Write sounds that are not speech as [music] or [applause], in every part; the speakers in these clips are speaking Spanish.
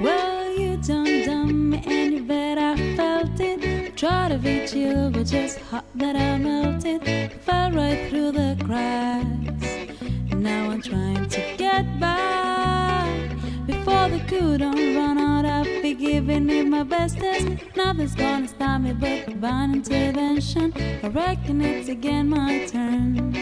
Well, you dum dum, and you bet I felt it. Try to beat you, but just hot that I melted. Fell right through the cracks. Now I'm trying to get back. Before the coup don't run out, I've been giving it my bestest. Nothing's gonna stop me but divine intervention. I reckon it's again my turn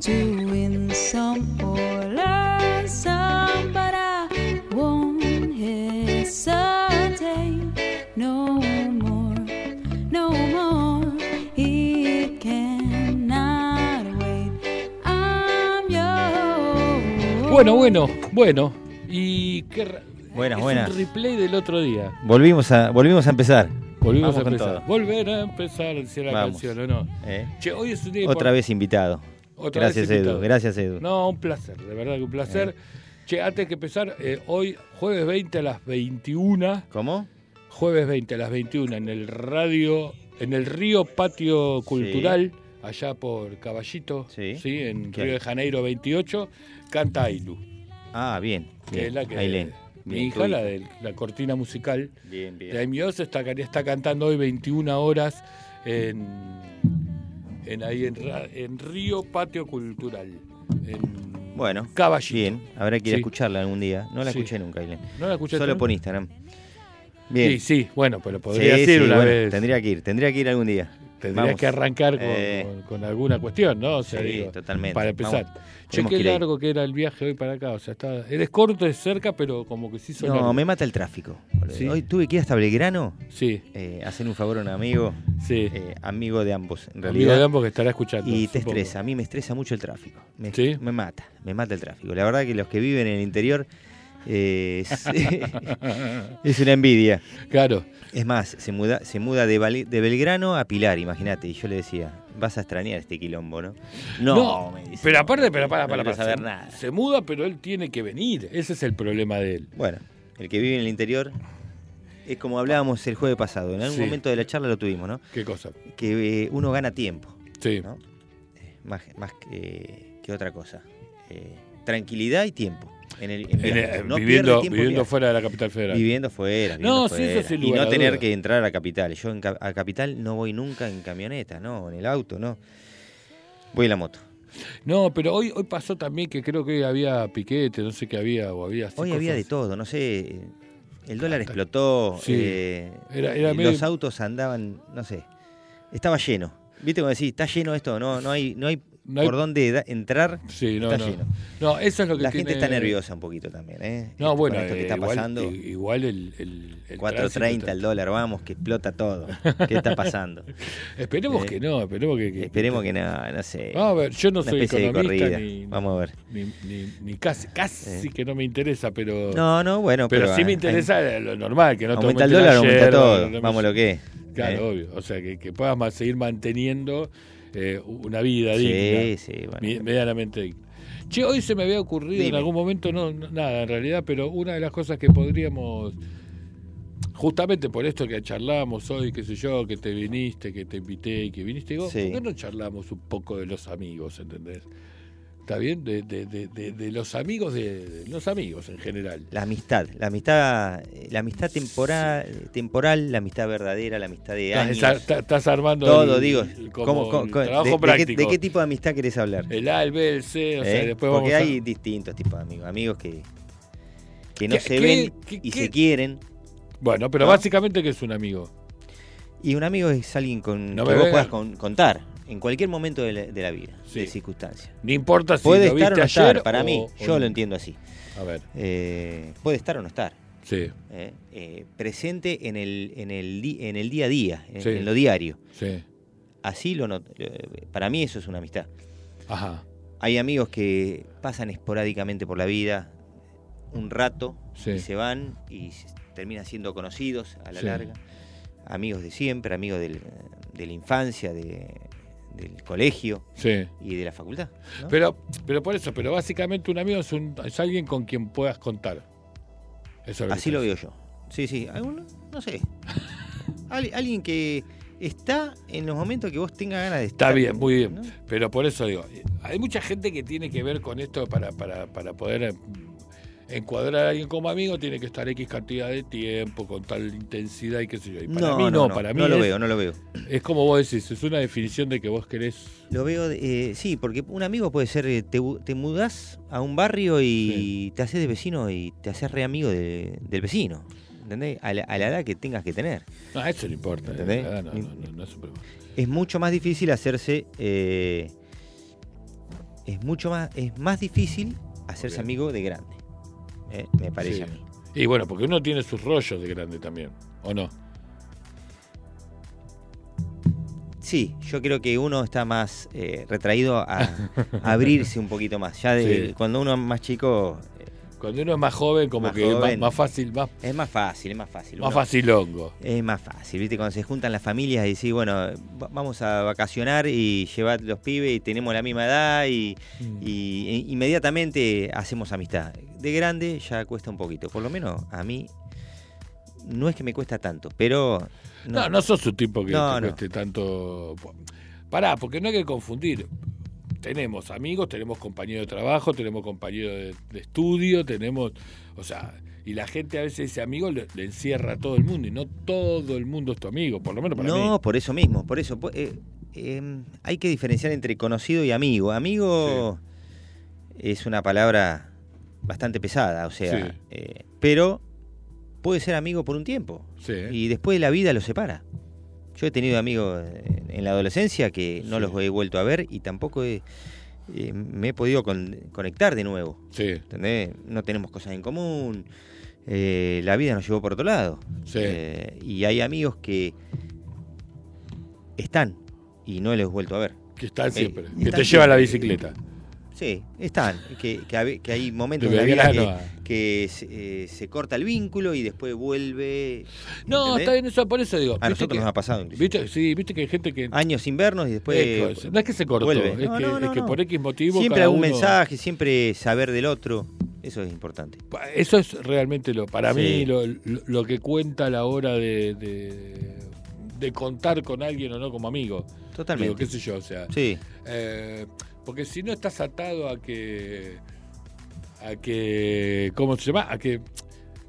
to win some or learn some, but I won't hesitate no more, no more. It cannot wait. I'm yours. Bueno, bueno, bueno. Y qué ra- Buenas, es buenas. un replay del otro día. Volvimos a, volvimos a empezar. Volvimos Vamos a con empezar. todo. Volver a empezar, decía la Vamos. canción, ¿o no? ¿eh? Che, hoy es un día Otra import- vez invitado. Otra vez gracias, invitado. Edu. Gracias, Edu. Eh. No, un placer, de verdad que un placer. Che, antes que empezar, eh, hoy jueves 20 a las 21, ¿Cómo? jueves 20 a las 21 en el radio, en el Río Patio Cultural, allá por Caballito, Sí. en Claro. Río de Janeiro 28, canta Ailu. Ah, bien. que es bien. la que Ailén. mi Bien, hija, tu la de la cortina musical Bien, bien. de Amy Oz, está, está cantando hoy 21 horas en, en ahí en, Ra- en Río Patio Cultural. En Bueno, Caballito. bien. Habrá que ir a Sí. escucharla algún día. No la Sí. escuché nunca, Ailén. ¿No la escuchaste? Solo por Instagram. Sí, Bien. sí, bueno, pero Sí, podría ser sí, una bueno, vez. Tendría, Tendría que ir, tendría que ir algún día. Vamos. que arrancar con, Eh, con- con alguna cuestión, ¿no? O sea, sí, digo, totalmente. Para empezar. Vamos. Che, Tenemos qué que ir ahí. largo que era el viaje hoy para acá. O sea, está, eres corto, es cerca, pero como que sí hizo No, largo. me mata el tráfico. boludo. Sí. Hoy tuve que ir hasta Belgrano, Sí, eh, hacer un favor a un amigo, sí. eh, amigo de ambos, en Amigo realidad. de ambos que estará escuchando. Y te supongo. estresa, a mí me estresa mucho el tráfico. Me, ¿Sí? me mata, me mata el tráfico. La verdad que los que viven en el interior eh, [laughs] es, es una envidia. Claro. Es más, se muda, se muda de, Bali- de Belgrano a Pilar, imagínate. Y yo le decía, vas a extrañar este quilombo, ¿no? No, me dice. pero aparte, pero para, no para, quiero para, saber se- nada. Se muda, pero él tiene que venir. Ese es el problema de él. Bueno, el que vive en el interior es como hablábamos el jueves pasado. En algún Sí. momento de la charla lo tuvimos, ¿no? ¿Qué cosa? Que eh, uno gana tiempo. Sí. ¿no? Eh, Más, más que, que otra cosa. Eh, tranquilidad y tiempo. En el, en En, viajes. eh, viviendo No pierdes tiempo en viviendo viajes. fuera de la capital federal. Viviendo fuera. No, viviendo sí, eso fuera. sin Y lugar no a tener dudas. que entrar a Capital. Yo en ca- a Capital no voy nunca en camioneta, no, en el auto, no. Voy en la moto. No, pero hoy hoy pasó también que creo que había piquete, no sé qué había o había. así Hoy había de cosas. todo, no sé. eh, El dólar explotó, Sí. eh, Era- era eh, medio- los autos andaban, no sé. Estaba lleno. ¿Viste cuando decís, está lleno esto? No, no hay, no hay No hay- por dónde da- entrar. Sí, no, Está no. lleno. No, eso es lo que La gente tiene- está nerviosa un poquito también, ¿eh? No, Con bueno, esto que eh, está igual, pasando. i- Igual el. el, el 4.30 tránsito el dólar, vamos, que explota todo. ¿Qué está [laughs] pasando? está- Esperemos eh, que no, esperemos que. que- Esperemos que no, no sé. Vamos a ver, yo no una soy especie de economista corrida. ni, Vamos a ver. ni, ni- ni casi, casi que no me interesa, pero. Eh. No, no, bueno, pero. Pero, sí me ah, interesa lo normal, que no ah, te Aumenta el aumenten dólar, aumenta ayer, todo. no me- Vamos lo que es. Claro, ¿eh? obvio. O sea, que, que puedas ma- seguir manteniendo eh, una vida Sí, digna. sí, mi- bueno. Medianamente digna. Che, hoy se me había ocurrido en Dime. algún momento, no, no, nada en realidad, pero una de las cosas que podríamos. Justamente por esto que charlamos hoy, qué sé yo, que te viniste, que te invité, que viniste, digo, Sí. ¿por qué no charlamos un poco de los amigos, entendés? ¿Está bien? De, de- de- de- de los amigos, de, de los amigos en general. La amistad, la amistad, eh, la amistad temporal, temporal, la amistad verdadera, la amistad de Estás- años, Estás, estás armando todo, el- digo, el- como ¿cómo- cómo- el cómo- trabajo de- de, qué, práctico. de qué tipo de amistad querés hablar? El A, el B, el C, o sea, ¿Eh? después Porque vamos hay distintos tipos de amigos, amigos que, que no ¿Qué- se qué- ven qué- y qué? se quieren. a... Bueno, pero ¿no? básicamente que es un amigo. Y un amigo es alguien con No que me vos veas. puedas con- contar en cualquier momento de la, de la vida, Sí. de circunstancia. No importa si puede lo estar o viste no ayer estar, para o- mí, o yo no. lo entiendo así. A ver, Eh, puede estar o no estar. Sí, eh, eh, presente en el, en, el di- en el día a día, en, Sí. en lo diario. sí. Así lo not- eh, Para mí eso es una amistad. Ajá. Hay amigos que pasan esporádicamente por la vida un rato Sí. y se van y s- terminan siendo conocidos a la Sí. larga. Amigos de siempre, amigos del- de la infancia, de- del colegio Sí. y de la facultad. ¿no? Pero, pero por eso, pero básicamente un amigo es, un- es alguien con quien puedas contar. Eso es que Así lo estás- veo yo. Sí, sí. Alguno, [laughs] no sé. Al- alguien que está en los momentos que vos tengas ganas de estar. Está bien, muy bien. ¿no? Pero por eso digo, eh, hay mucha gente que tiene que ver con esto para, para, para poder eh, encuadrar a alguien como amigo, tiene que estar X cantidad de tiempo, con tal intensidad y qué sé yo. Y para no, mí no, no, no, para mí no lo es, veo, no lo veo. es como vos decís, es una definición de que vos querés... Lo veo, de- eh, sí, porque un amigo puede ser, eh, te, bu- te mudás a un barrio y te haces de vecino y te haces re amigo de- del vecino. ¿Entendés? A la, a la edad que tengas que tener. No, eso no importa. eh, ¿Entendés? ah, No, no, no, no es un problema. Es mucho más difícil hacerse. eh, es mucho más. Es más difícil hacerse Bien. amigo de grande. eh, me parece Sí. a mí. Y bueno, porque uno tiene sus rollos de grande también, ¿o no? Sí, yo creo que uno está más eh, retraído a, [laughs] a abrirse un poquito más. Ya de, Sí. cuando uno es más chico eh, Cuando uno es más joven, como Más que es más, joven. más fácil, más, es más fácil, es más fácil. más Uno- facilongo. Es más fácil, ¿viste? Cuando se juntan las familias y decís, bueno, va- vamos a vacacionar y llevad los pibes y tenemos la misma edad y, Mm. y- e- inmediatamente hacemos amistad. De grande ya cuesta un poquito, por lo menos a mí no es que me cuesta tanto, pero... No, no, sos un tipo que No, te no. cueste tanto. Pará, porque no hay que confundir. Tenemos amigos, tenemos compañeros de trabajo, tenemos compañeros de, de estudio, tenemos. O sea, y la gente a veces ese amigo le, le encierra a todo el mundo y no todo el mundo es tu amigo, por lo menos para No, mí. por eso mismo, por eso. po- eh, eh, hay que diferenciar entre conocido y amigo. Amigo es una palabra bastante pesada, o sea, Sí. eh, pero puede ser amigo por un tiempo Sí. ¿eh? y después la vida los separa. Yo he tenido amigos en en la adolescencia que no Sí. los he vuelto a ver y tampoco he- eh, me he podido con- conectar de nuevo. Sí, ¿entendés? No tenemos cosas en común, eh, la vida nos llevó por otro lado. Sí. Eh, y hay amigos que están y no los he vuelto a ver. que están siempre. que están te lleva la siempre. bicicleta. Sí, están, que, que, a ve- que hay momentos De en la vida verano que, que se, eh, se corta el vínculo y después vuelve. No, ¿entendés? está bien, eso, por eso digo. A viste nosotros que- nos ha pasado inclusive. viste- Sí, viste que hay gente que. Años invernos y después. Eco, no es que se cortó, pues, vuelve. es, No, que, no, no, es que no. por X motivo. Siempre cada algún uno- mensaje, siempre saber del otro. Eso es importante. Eso es realmente lo, para Sí. mí, lo, lo- lo que cuenta a la hora de, de- de contar con alguien o no como amigo. Digo, Totalmente. qué sé yo, o sea. Sí, eh, porque si no estás atado a que. a que. ¿Cómo se llama? A que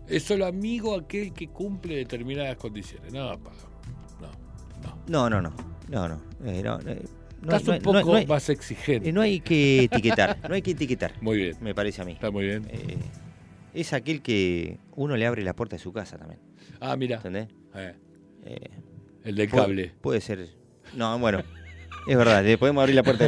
es solo amigo aquel que cumple determinadas condiciones. No, pa, no, no. no, no, no. No, no. Eh, no, eh, no- Estás no- un no- no poco hay- más Eh, exigente. No hay que etiquetar, no hay que etiquetar, Muy bien, me parece a mí. está muy bien. Eh, es aquel que uno le abre la puerta de su casa también, Ah, mira, ¿entendés? eh, Eh, el del pu- cable. Puede ser... No, bueno, es verdad, le podemos abrir la puerta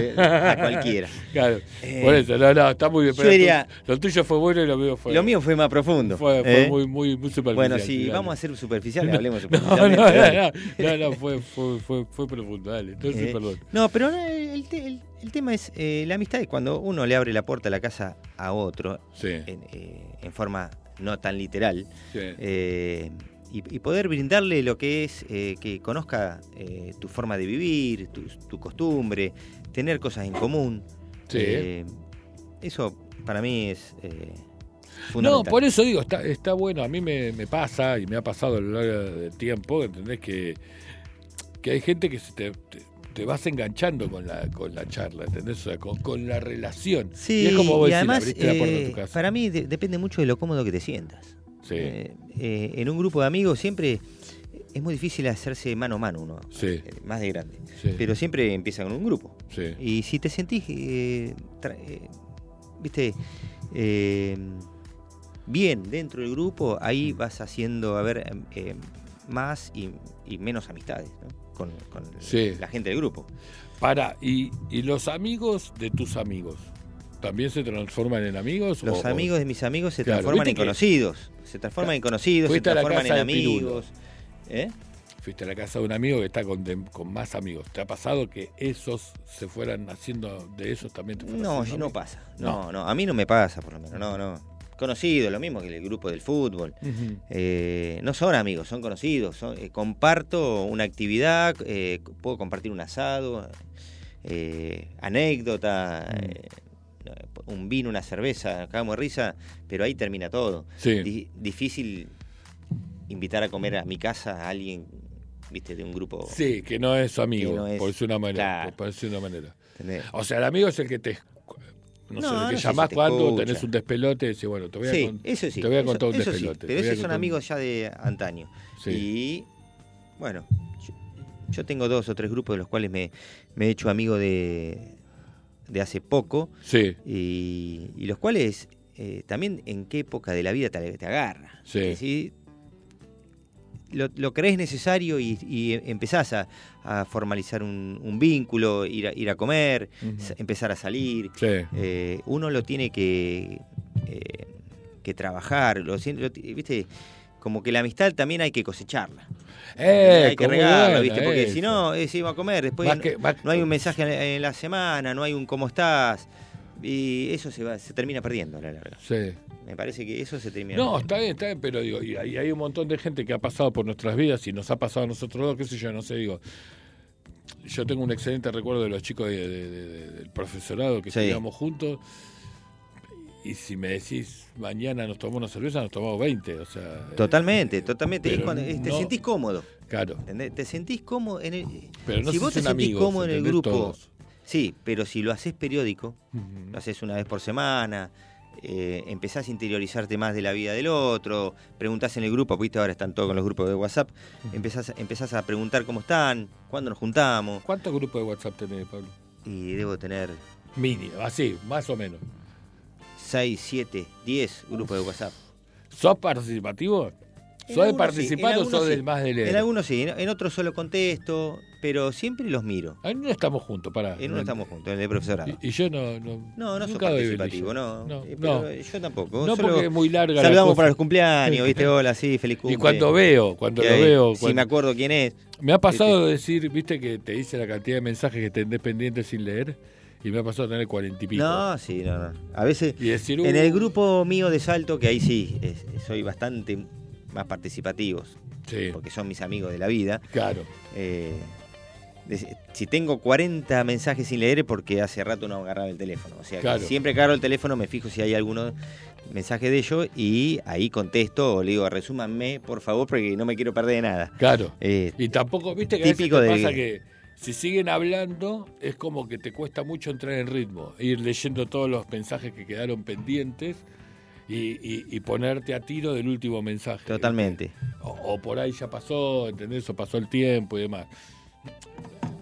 a cualquiera. Claro, Eh, por eso, no, no, está muy bien. yo pero tú- diría- lo tuyo fue bueno y lo mío fue. Lo mío fue más profundo. fue, fue ¿eh? muy, muy, muy superficial. bueno, si dale. vamos a ser superficiales, hablemos [laughs] No, no, superficialmente. no, dale. no, no, no, fue, fue, fue, fue profundo, dale. Entonces, Eh, perdón. No, pero no, el, te- el- el tema es eh, la amistad es cuando uno le abre la puerta a la casa a otro Sí, en, eh, en forma no tan literal. sí. eh, y, y poder brindarle lo que es eh, que conozca eh, tu forma de vivir, tu, tu costumbre, tener cosas en común. Sí. Eh, eso para mí es eh, No, fundamental. por eso digo, está, está bueno. A mí me, me pasa y me ha pasado a lo largo del tiempo, ¿entendés? Que, que hay gente que se te, te- te vas enganchando con la, con la charla, ¿entendés? O sea, con, con la relación. Sí, y es como vos y decís, además, abriste la puerta de tu eh, casa. para mí de- depende mucho de lo cómodo que te sientas. Sí, Eh, eh, en un grupo de amigos siempre es muy difícil hacerse mano a mano uno, sí, eh, más de grande. sí, Pero siempre empieza con un grupo. sí. Y si te sentís, eh, tra- eh, viste, eh, bien dentro del grupo, ahí Mm. vas haciendo, a ver, em, eh, más y, y menos amistades ¿no? con, con Sí. la gente del grupo. Para, y, y los amigos de tus amigos. también se transforman en amigos? Los o- o- amigos de mis amigos se Claro, transforman ¿viste en que- conocidos. Se transforman en conocidos, se Fuiste a la transforman en casa de Pirulo. amigos. ¿Eh? Fuiste a la casa de un amigo que está con, de- con más amigos. ¿Te ha pasado que esos se fueran haciendo de esos también? Te fueran No, haciendo no amigos? pasa. No, no, a mí no me pasa por lo menos. No, no. Conocidos, lo mismo que el grupo del fútbol. Ujú. Eh, no son amigos, son conocidos. son- eh, comparto una actividad, eh, c- puedo compartir un asado, eh, anécdota, Mm. eh, un vino, una cerveza, nos cagamos de risa, pero ahí termina todo. Sí. Di- difícil invitar a comer a mi casa a alguien, viste, de un grupo. Sí, que no es su amigo, no es- por decir una manera. claro. por decir una manera. ¿entendés? O sea, el amigo es el que te. esc- No, sé, No, el que no sé llamás si te cuando escucha. tenés un despelote y decís, bueno, te voy a, Sí, con- eso sí. te voy a eso- contar un eso sí, despelote. te pero voy a esos son contar un- amigos ya de antaño. Sí. Y bueno, yo, yo tengo dos o tres grupos de los cuales me, me he hecho amigo de, de hace poco Sí, y, y los cuales eh, también en qué época de la vida te, te agarra. Sí. Es decir, lo, lo crees necesario y, y e, empezás a, a formalizar un, un vínculo, ir a, ir a comer, Ujú. sa- empezar a salir. sí. Eh, uno lo tiene que, eh, que trabajar, lo, sien- lo ti- viste, como que la amistad también hay que cosecharla. Eh, hay que cómo regarla, buena viste, porque si esa. no, eh, se iba a comer, después Más no, que- más- no hay un mensaje en la- en la semana, no hay un cómo estás, y eso se, va, se termina perdiendo a la larga. Sí. Me parece que eso se termina No, perdiendo. está bien, está bien, pero digo, y hay, hay un montón de gente que ha pasado por nuestras vidas y nos ha pasado a nosotros dos, qué sé yo, no sé, digo. Yo tengo un excelente recuerdo de los chicos de- de- de- de- del profesorado que Sí. estudiamos juntos. Y si me decís, mañana nos tomamos una cerveza, nos tomamos 20. O sea, eh, Totalmente, totalmente. pero Es cuando, eh, te no- sentís cómodo, Claro. ¿entendés? Te sentís cómodo en el... Pero no si se vos te hacen sentís amigos, cómodo en el ¿entendés? grupo, Todos. sí, pero si lo haces periódico, lo haces una vez por semana, eh, empezás a interiorizarte más de la vida del otro, preguntás en el grupo, viste, ahora están todos con los grupos de WhatsApp, empezás, empezás a preguntar cómo están, cuándo nos juntamos, ¿Cuántos grupos de WhatsApp tenés, Pablo? y debo tener Mínimo, así, más o menos. 6, 7, 10 grupos de WhatsApp. ¿Sos participativo? ¿Sos En de algunos participar sí, en o sos algunos del sí. más de leer? En algunos sí, en, en otros solo contesto, pero siempre los miro. En uno estamos juntos, pará. En uno estamos juntos, en el de profesorado. Y, y yo no. No, No, no soy nunca doy participativo, brillo. no. eh, no. pero Yo tampoco. No, solo porque es muy larga la Saludamos cosa. para los [laughs] cumpleaños, viste, hola, sí, feliz Y cumpleaños. cuando veo, cuando lo veo. Si cuando- me me, acuerdo quién es. ha pasado de decir, viste, que te dice la cantidad de mensajes que tenés pendientes sin leer. Y me ha pasado a tener cuarenta y pico. No, sí, no, no. A veces. Y decir, En uh, el grupo mío de salto, que ahí sí, es- soy bastante más participativos, Sí, porque son mis amigos de la vida. claro. eh, de- si tengo 40 mensajes sin leer es porque hace rato no agarraba el teléfono. O sea, que Claro. siempre que agarro el teléfono me fijo si hay alguno mensaje de ellos y ahí contesto o le digo, resúmanme, por favor, porque no me quiero perder de nada. Claro. Eh, Y tampoco, viste que Típico a veces te de- pasa que si siguen hablando, es como que te cuesta mucho entrar en ritmo, ir leyendo todos los mensajes que quedaron pendientes y, y- y ponerte a tiro del último mensaje. totalmente. O, o por ahí ya pasó, ¿entendés? O pasó el tiempo y demás.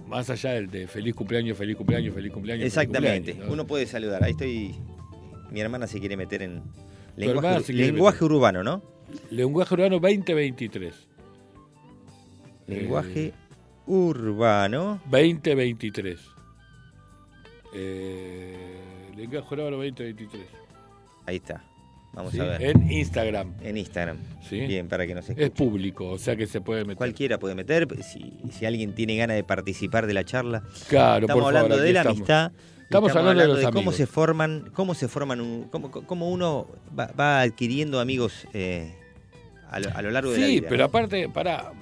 Más allá del de feliz cumpleaños, feliz cumpleaños, feliz cumpleaños. feliz Exactamente. cumpleaños, ¿no? Uno puede saludar. Ahí estoy. Mi hermana se quiere meter en hermana lenguaje, se quiere lenguaje meter. urbano, ¿no? Lenguaje urbano 2023. Lenguaje urbano. 2023. Eh, lenguaje urbano 2023. Ahí está. Vamos ¿sí? a ver. En Instagram. En Instagram. Sí. Bien, para que nos escuchen. Es público, o sea que se puede meter. Cualquiera puede meter. pues, Si, si alguien tiene ganas de participar de la charla. Claro, por estamos favor, hablando aquí de la estamos. amistad. y Estamos hablando de los cómo amigos. se forman, cómo se forman, un, cómo, cómo uno va, va adquiriendo amigos eh, a, lo, a lo largo de la Sí, vida. pero ¿no? aparte, pará.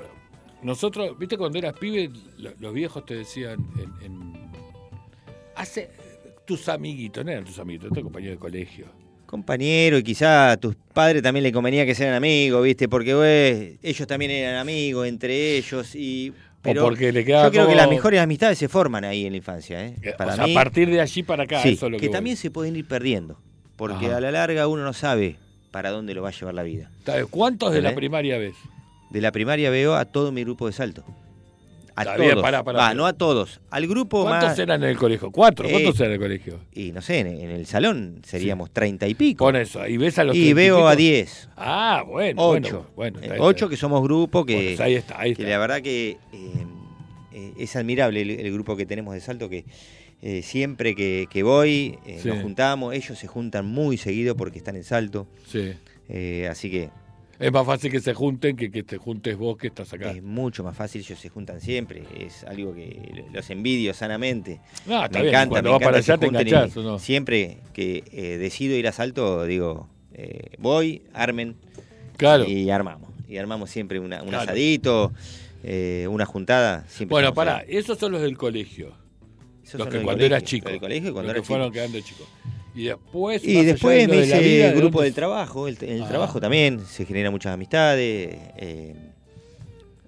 Nosotros, viste, cuando eras pibe, lo- los viejos te decían en. en- hace. Tus amiguitos, no eran tus amiguitos, eran tus compañeros de colegio. compañero y quizá a tus padres también le convenía que sean amigos, ¿viste? Porque güey, ellos también eran amigos entre ellos y... Pero o porque le quedaba yo creo que como- las mejores amistades se forman ahí en la infancia, ¿eh? Eh, Para o sea, mí, a partir de allí para acá, sí, eso es lo que, que, voy. también se pueden ir perdiendo, porque Ajá. a la larga uno no sabe para dónde lo va a llevar la vida. Está bien, ¿Cuántos de la ¿Eh? primaria ves? De la primaria veo a todo mi grupo de salto. A Está todos. bien, pará, pará, Va, pará. no a todos. Al grupo ¿Cuántos más... eran en el colegio? ¿Cuatro? Eh, ¿Cuántos eran en el colegio? Y no sé, en, en el salón seríamos treinta y pico. Con eso, y ves a los Y treinta veo pico. a diez. Ah, bueno. Ocho. Bueno, bueno, Eh, está bien, ocho está que somos grupo que, bien. Bueno, ahí está, ahí que está. la verdad que eh, eh, es admirable el, el grupo que tenemos de salto que eh, siempre que, que voy, eh, Sí. nos juntamos, ellos se juntan muy seguido porque están en salto, Sí. eh, así que Es más fácil que se junten que que te juntes vos que estás acá. es mucho más fácil, ellos se juntan siempre, es algo que los envidio sanamente. Ah, está me bien, encanta, cuando me vas encanta para que se allá te junten y enganchás, ¿o no? Siempre que eh, decido ir a salto, digo, eh, voy, armen Claro. y armamos. Y armamos siempre una- un Claro. asadito, eh, una juntada. Siempre Bueno, estamos pará, ahí. esos son los del colegio. Esos Los son que del cuando colegio, eras chico. los del colegio y los cuando que eras fueron chico. quedando chicos. Y después. más Y allá de después lo de me la hice vida, el ¿de grupo dónde- del trabajo. El, el Ah. trabajo también se generan muchas amistades. eh,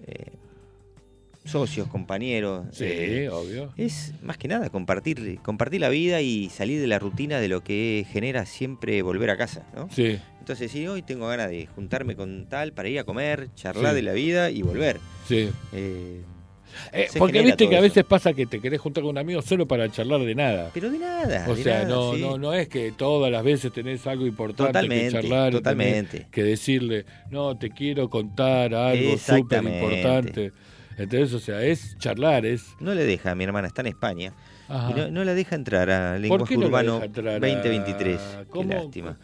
eh, socios, compañeros. Sí, eh, obvio. Es más que nada compartir, compartir la vida y salir de la rutina de lo que genera siempre volver a casa, ¿no? Sí, Entonces, si hoy tengo ganas de juntarme con tal para ir a comer, charlar Sí. de la vida y volver. sí. Eh, Eh, se porque genera viste todo que a eso. veces pasa que te querés juntar con un amigo solo para charlar de nada. Pero de nada. O de sea, nada, no, sí. no, no es que todas las veces tenés algo importante Totalmente, que charlar, tenés totalmente. que decirle, no, te quiero contar algo súper Exactamente. importante. Entonces, o sea, es charlar, es... No le deja, mi hermana está en España. Ajá. Y no, no la deja entrar a ¿Por Lenguaje qué no la Urbano deja entrar a- 2023. ¿Cómo? Qué lástima.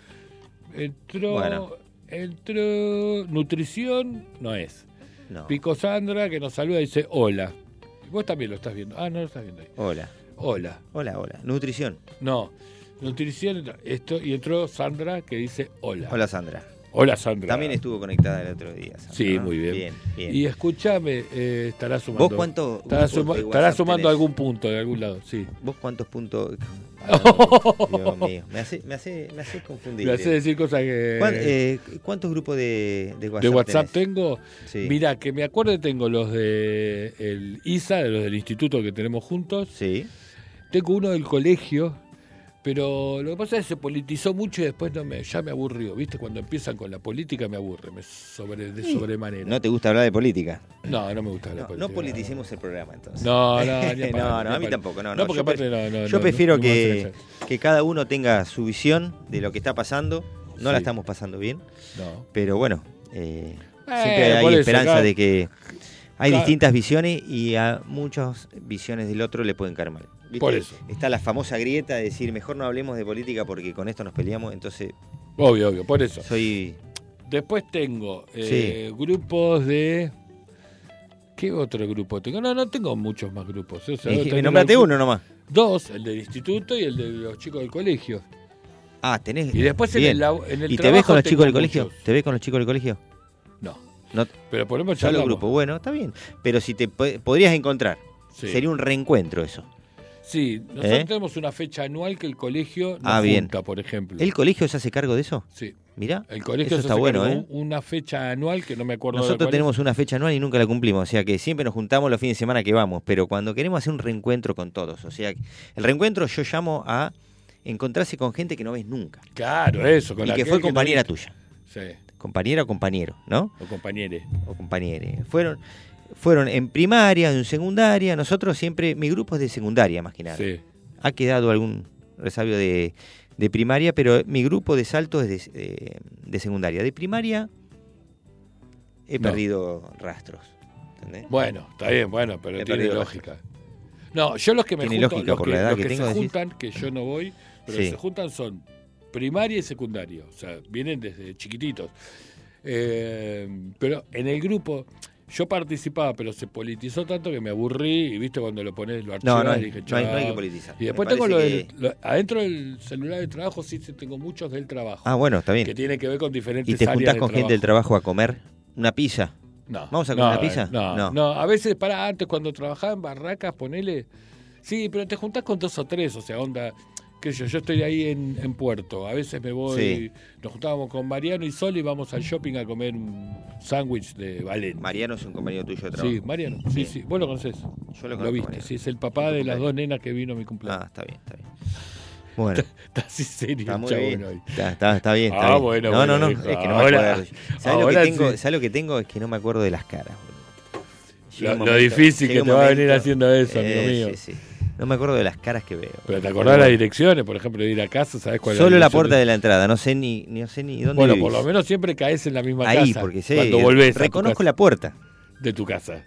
Entró, Bueno. entró nutrición, no es. No. Pico Sandra que nos saluda y dice, hola. Vos también lo estás viendo. Ah, no lo estás viendo ahí. Hola, Hola. hola, hola. Nutrición. No, nutrición, no, esto, y entró Sandra que dice, hola. Hola, Sandra. Hola, Sandra. También estuvo conectada el otro día. Sandra, Sí, ¿no? muy bien. Bien, bien. Y escúchame, eh, estarás sumando. ¿Vos cuánto- Estarás, cuánto suma- de estarás WhatsApp sumando tenés? algún punto de algún lado, sí. ¿Vos [laughs] cuántos puntos? Ah, Dios mío, me hace, me hace, me hace confundir. Me hace decir cosas que. ¿Cuán- eh, ¿Cuántos grupos de, de WhatsApp? de WhatsApp tenés? tengo. Sí. Mirá, que me acuerdo tengo los de el ISA, de los del instituto que tenemos juntos. Sí. Tengo uno del colegio, pero lo que pasa es que se politizó mucho y después no me, ya me aburrió. ¿Viste? Cuando empiezan con la política me aburre, me sobre, de sobremanera. No te gusta hablar de política. no, no me gusta la No, política. no politicemos el programa entonces. [laughs] No, no, ni a no, parar, no, ni a mí parar. tampoco. No, no, porque yo aparte pre- no, no, Yo no, prefiero no me hace que, gracia. que cada uno tenga su visión de lo que está pasando. No Sí. la estamos pasando bien, No. pero bueno, eh, Eh, siempre por hay eso, esperanza cada- de que hay cada- distintas visiones y a muchas visiones del otro le pueden caer mal. ¿viste? Por eso. Está la famosa grieta de decir, mejor no hablemos de política porque con esto nos peleamos, entonces Obvio, obvio, por eso. soy... Después tengo eh, grupos de. ¿Qué otro grupo tengo? No, no tengo muchos más grupos. O sea, Me- tengo me nombraste el- uno nomás. Dos, el del instituto y el de los chicos del colegio. Ah, tenés... Y después en bien. el, labo- en el ¿Y te ves trabajo con los chicos del tengo colegio? muchos. ¿Te ves con los chicos del colegio? No, No, pero ponemos solo charlamos. grupo. Bueno, está bien. Pero si te po- podrías encontrar, Sí. sería un reencuentro eso. Sí, nosotros ¿Eh? tenemos una fecha anual que el colegio nos Ah, bien. junta, por ejemplo. ¿El colegio se hace cargo de eso? Sí, Mirá, el colegio eso se está hace bueno, cargo ¿eh? un- una fecha anual que no me acuerdo ahora Nosotros cuál es. tenemos una fecha anual y nunca la cumplimos, o sea que siempre nos juntamos los fines de semana que vamos, pero cuando queremos hacer un reencuentro con todos, o sea, que- el reencuentro yo llamo a encontrarse con gente que no ves nunca Claro, eso. Con y que aquel fue no compañera viste. tuya, Sí, compañera o compañero, ¿no? o compañeres. O compañere. Fueron fueron en primaria, en secundaria, nosotros siempre, mi grupo es de secundaria más que nada. Sí. Ha quedado algún resabio de, de primaria, pero mi grupo de salto es de, de- de secundaria. De primaria he No. perdido rastros. ¿entendés? Bueno, está bien, bueno, pero He tiene perdido la lógica. No, yo los que me Tiene junto, lógica los por que, la edad los que que tengo, se decís. juntan, que yo no voy, pero Sí. que se juntan son primaria y secundaria, o sea, vienen desde chiquititos. Eh, pero en el grupo yo participaba, pero se politizó tanto que me aburrí y viste cuando lo pones lo No, archivas no y hay, dije, no hay- no hay que "Chao". politizar. Y Me después tengo lo parece del- que- lo- adentro del celular de trabajo sí sí, tengo muchos del trabajo, Ah, bueno, está que bien. tiene que ver con diferentes ¿Y te áreas juntás de con gente del trabajo. trabajo a comer una pizza? No. ¿Vamos a No, comer una pizza? No, No. no. a veces, para antes cuando trabajaba en barracas, ponele. Sí, pero te juntás con dos o tres, o sea, onda. Qué sé yo, yo estoy ahí en, en Puerto. A veces me voy. Sí. Nos juntábamos con Mariano y Sol y vamos al shopping a comer un sándwich de Valen. Mariano es un compañero tuyo de trabajo. Ah, Sí, Mariano. Sí, sí. Vos lo conocés. Yo lo Lo conozco, viste. Mariano. Sí, es el papá de las cumpleaños. dos nenas que vino a mi Ah, cumpleaños. está bien, está bien. [laughs] Bueno, Está así serio, Ah. está el muy chabón bien. hoy. Está, está- está bien, está Ah, bien. bueno, no, bueno, no, no, viejo. es que no me Ahora- acuerdo. ¿Sabés lo, que ahora tengo, sí. ¿Sabés lo que tengo? Es que no me acuerdo de las caras. boludo. Llega Lo, un lo momento- difícil que llega un te va a venir momento- haciendo eso, amigo Eh, mío. Sí, sí. No me acuerdo de las caras que veo. Pero te acordás las direcciones, por ejemplo, de ir a casa, ¿sabés cuál es Solo la dirección puerta de la entrada, no sé ni, no sé ni dónde Bueno, vivís. por lo menos siempre caes en la misma Ahí, casa. porque sé, eh, Cuando volvés a tu reconozco casa- la puerta. de tu casa.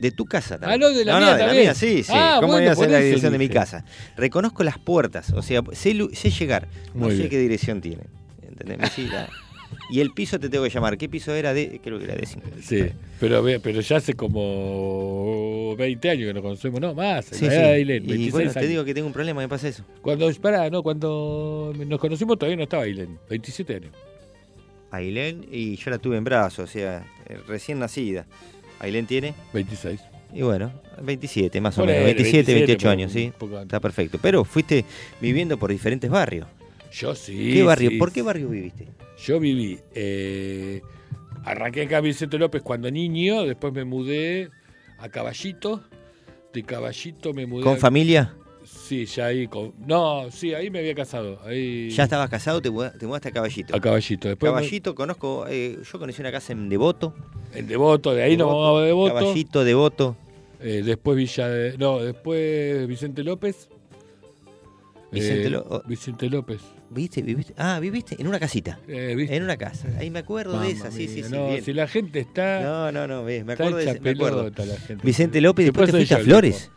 De tu casa Ah, también. no, de la no, mía de la también. mía, sí, sí. Ah, ¿Cómo bueno, voy a hacer por la eso dirección de mi dije. casa? Reconozco las puertas, o sea, sé, lu- sé llegar, no Muy sé bien. qué dirección tiene. ¿Entendés? Me sigue [laughs] la- Y el piso te tengo que llamar. ¿Qué piso era? De, creo que era décimo. Sí, pero, ve- pero ya hace como 20 años que nos conocemos, no, más. en Sí, la sí. edad de Ailén, Y 26 bueno, te años. digo que tengo un problema, me pasa eso. Cuando, pará, no, cuando nos conocimos todavía no estaba Ailén, 27 años. Ailén, y yo la tuve en brazos, o sea, eh, recién nacida. Ailén tiene, 26. y bueno, 27 más o Ponele, menos, 27, 28 pero años, sí. un poco antes. Está perfecto. Pero fuiste viviendo por diferentes barrios. Yo sí. ¿Qué barrio? sí, ¿Por qué sí. barrio viviste? Yo viví. eh, arranqué acá en Vicente López cuando niño, después me mudé a Caballito. De Caballito me mudé. ¿Con a- familia? Sí, ya ahí. con- no, sí, ahí me había casado. Ahí, ¿Ya estabas casado? ¿Te muda- te mudaste a Caballito? A Caballito. Después Caballito, conozco, eh, yo conocí una casa en Devoto. me- en Devoto, de ahí nos Devoto, vamos a Devoto. Caballito, Devoto. Eh, después Villa de- No, después Vicente López. Eh, Vicente Lo- Vicente López. ¿Viste? ¿Viviste? Ah, viviste en una casita. Eh, ¿viste? En una casa. Ahí me acuerdo Mamma de esa, sí, sí, mía, sí. No, bien. si la gente está. No, no, no, ves, me está acuerdo de hecha ese- me acuerdo. pelota la gente. Vicente López, Se después te puede fuiste a hacer ya el Flores,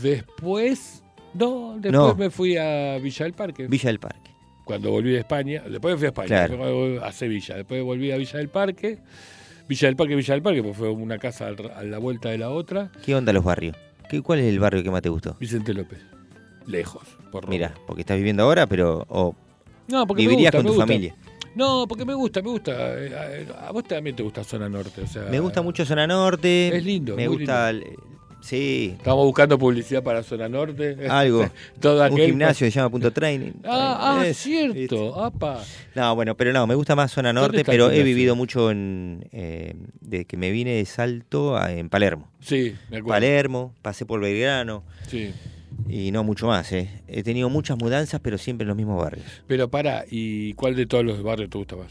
Después, no, después No. me fui a Villa del Parque. Villa del Parque. Cuando volví de España, después me fui a España, Claro. después me volví a Sevilla, después volví a Villa del Parque. Villa del Parque, Villa del Parque, pues fue una casa al- a la vuelta de la otra. ¿Qué onda los barrios? ¿Qué, ¿Cuál es el barrio que más te gustó? Vicente López. Lejos, por Roma. Mira, porque estás viviendo ahora, pero o No, porque me vivirías gusta, con me tu gusta. familia. No, porque me gusta, me gusta. Eh, eh, A vos también te gusta zona norte, o sea. Me gusta mucho Zona Norte. Ah. Es lindo, Me muy gusta. el- sí, Estamos buscando publicidad para zona norte. [laughs] algo. Todo Un aquel- gimnasio que se llama Punto Training. Ah, ah, Es- cierto. Apa. No, bueno, pero no, me gusta más Zona ¿Dónde Norte, está pero el he gimnasio? vivido mucho en. eh, desde que me vine de Salto a- en Palermo. Sí, me acuerdo. Palermo, pasé por Belgrano Sí. y no mucho más. eh. He tenido muchas mudanzas, pero siempre en los mismos barrios. Pero para, ¿y cuál de todos los barrios te gusta más?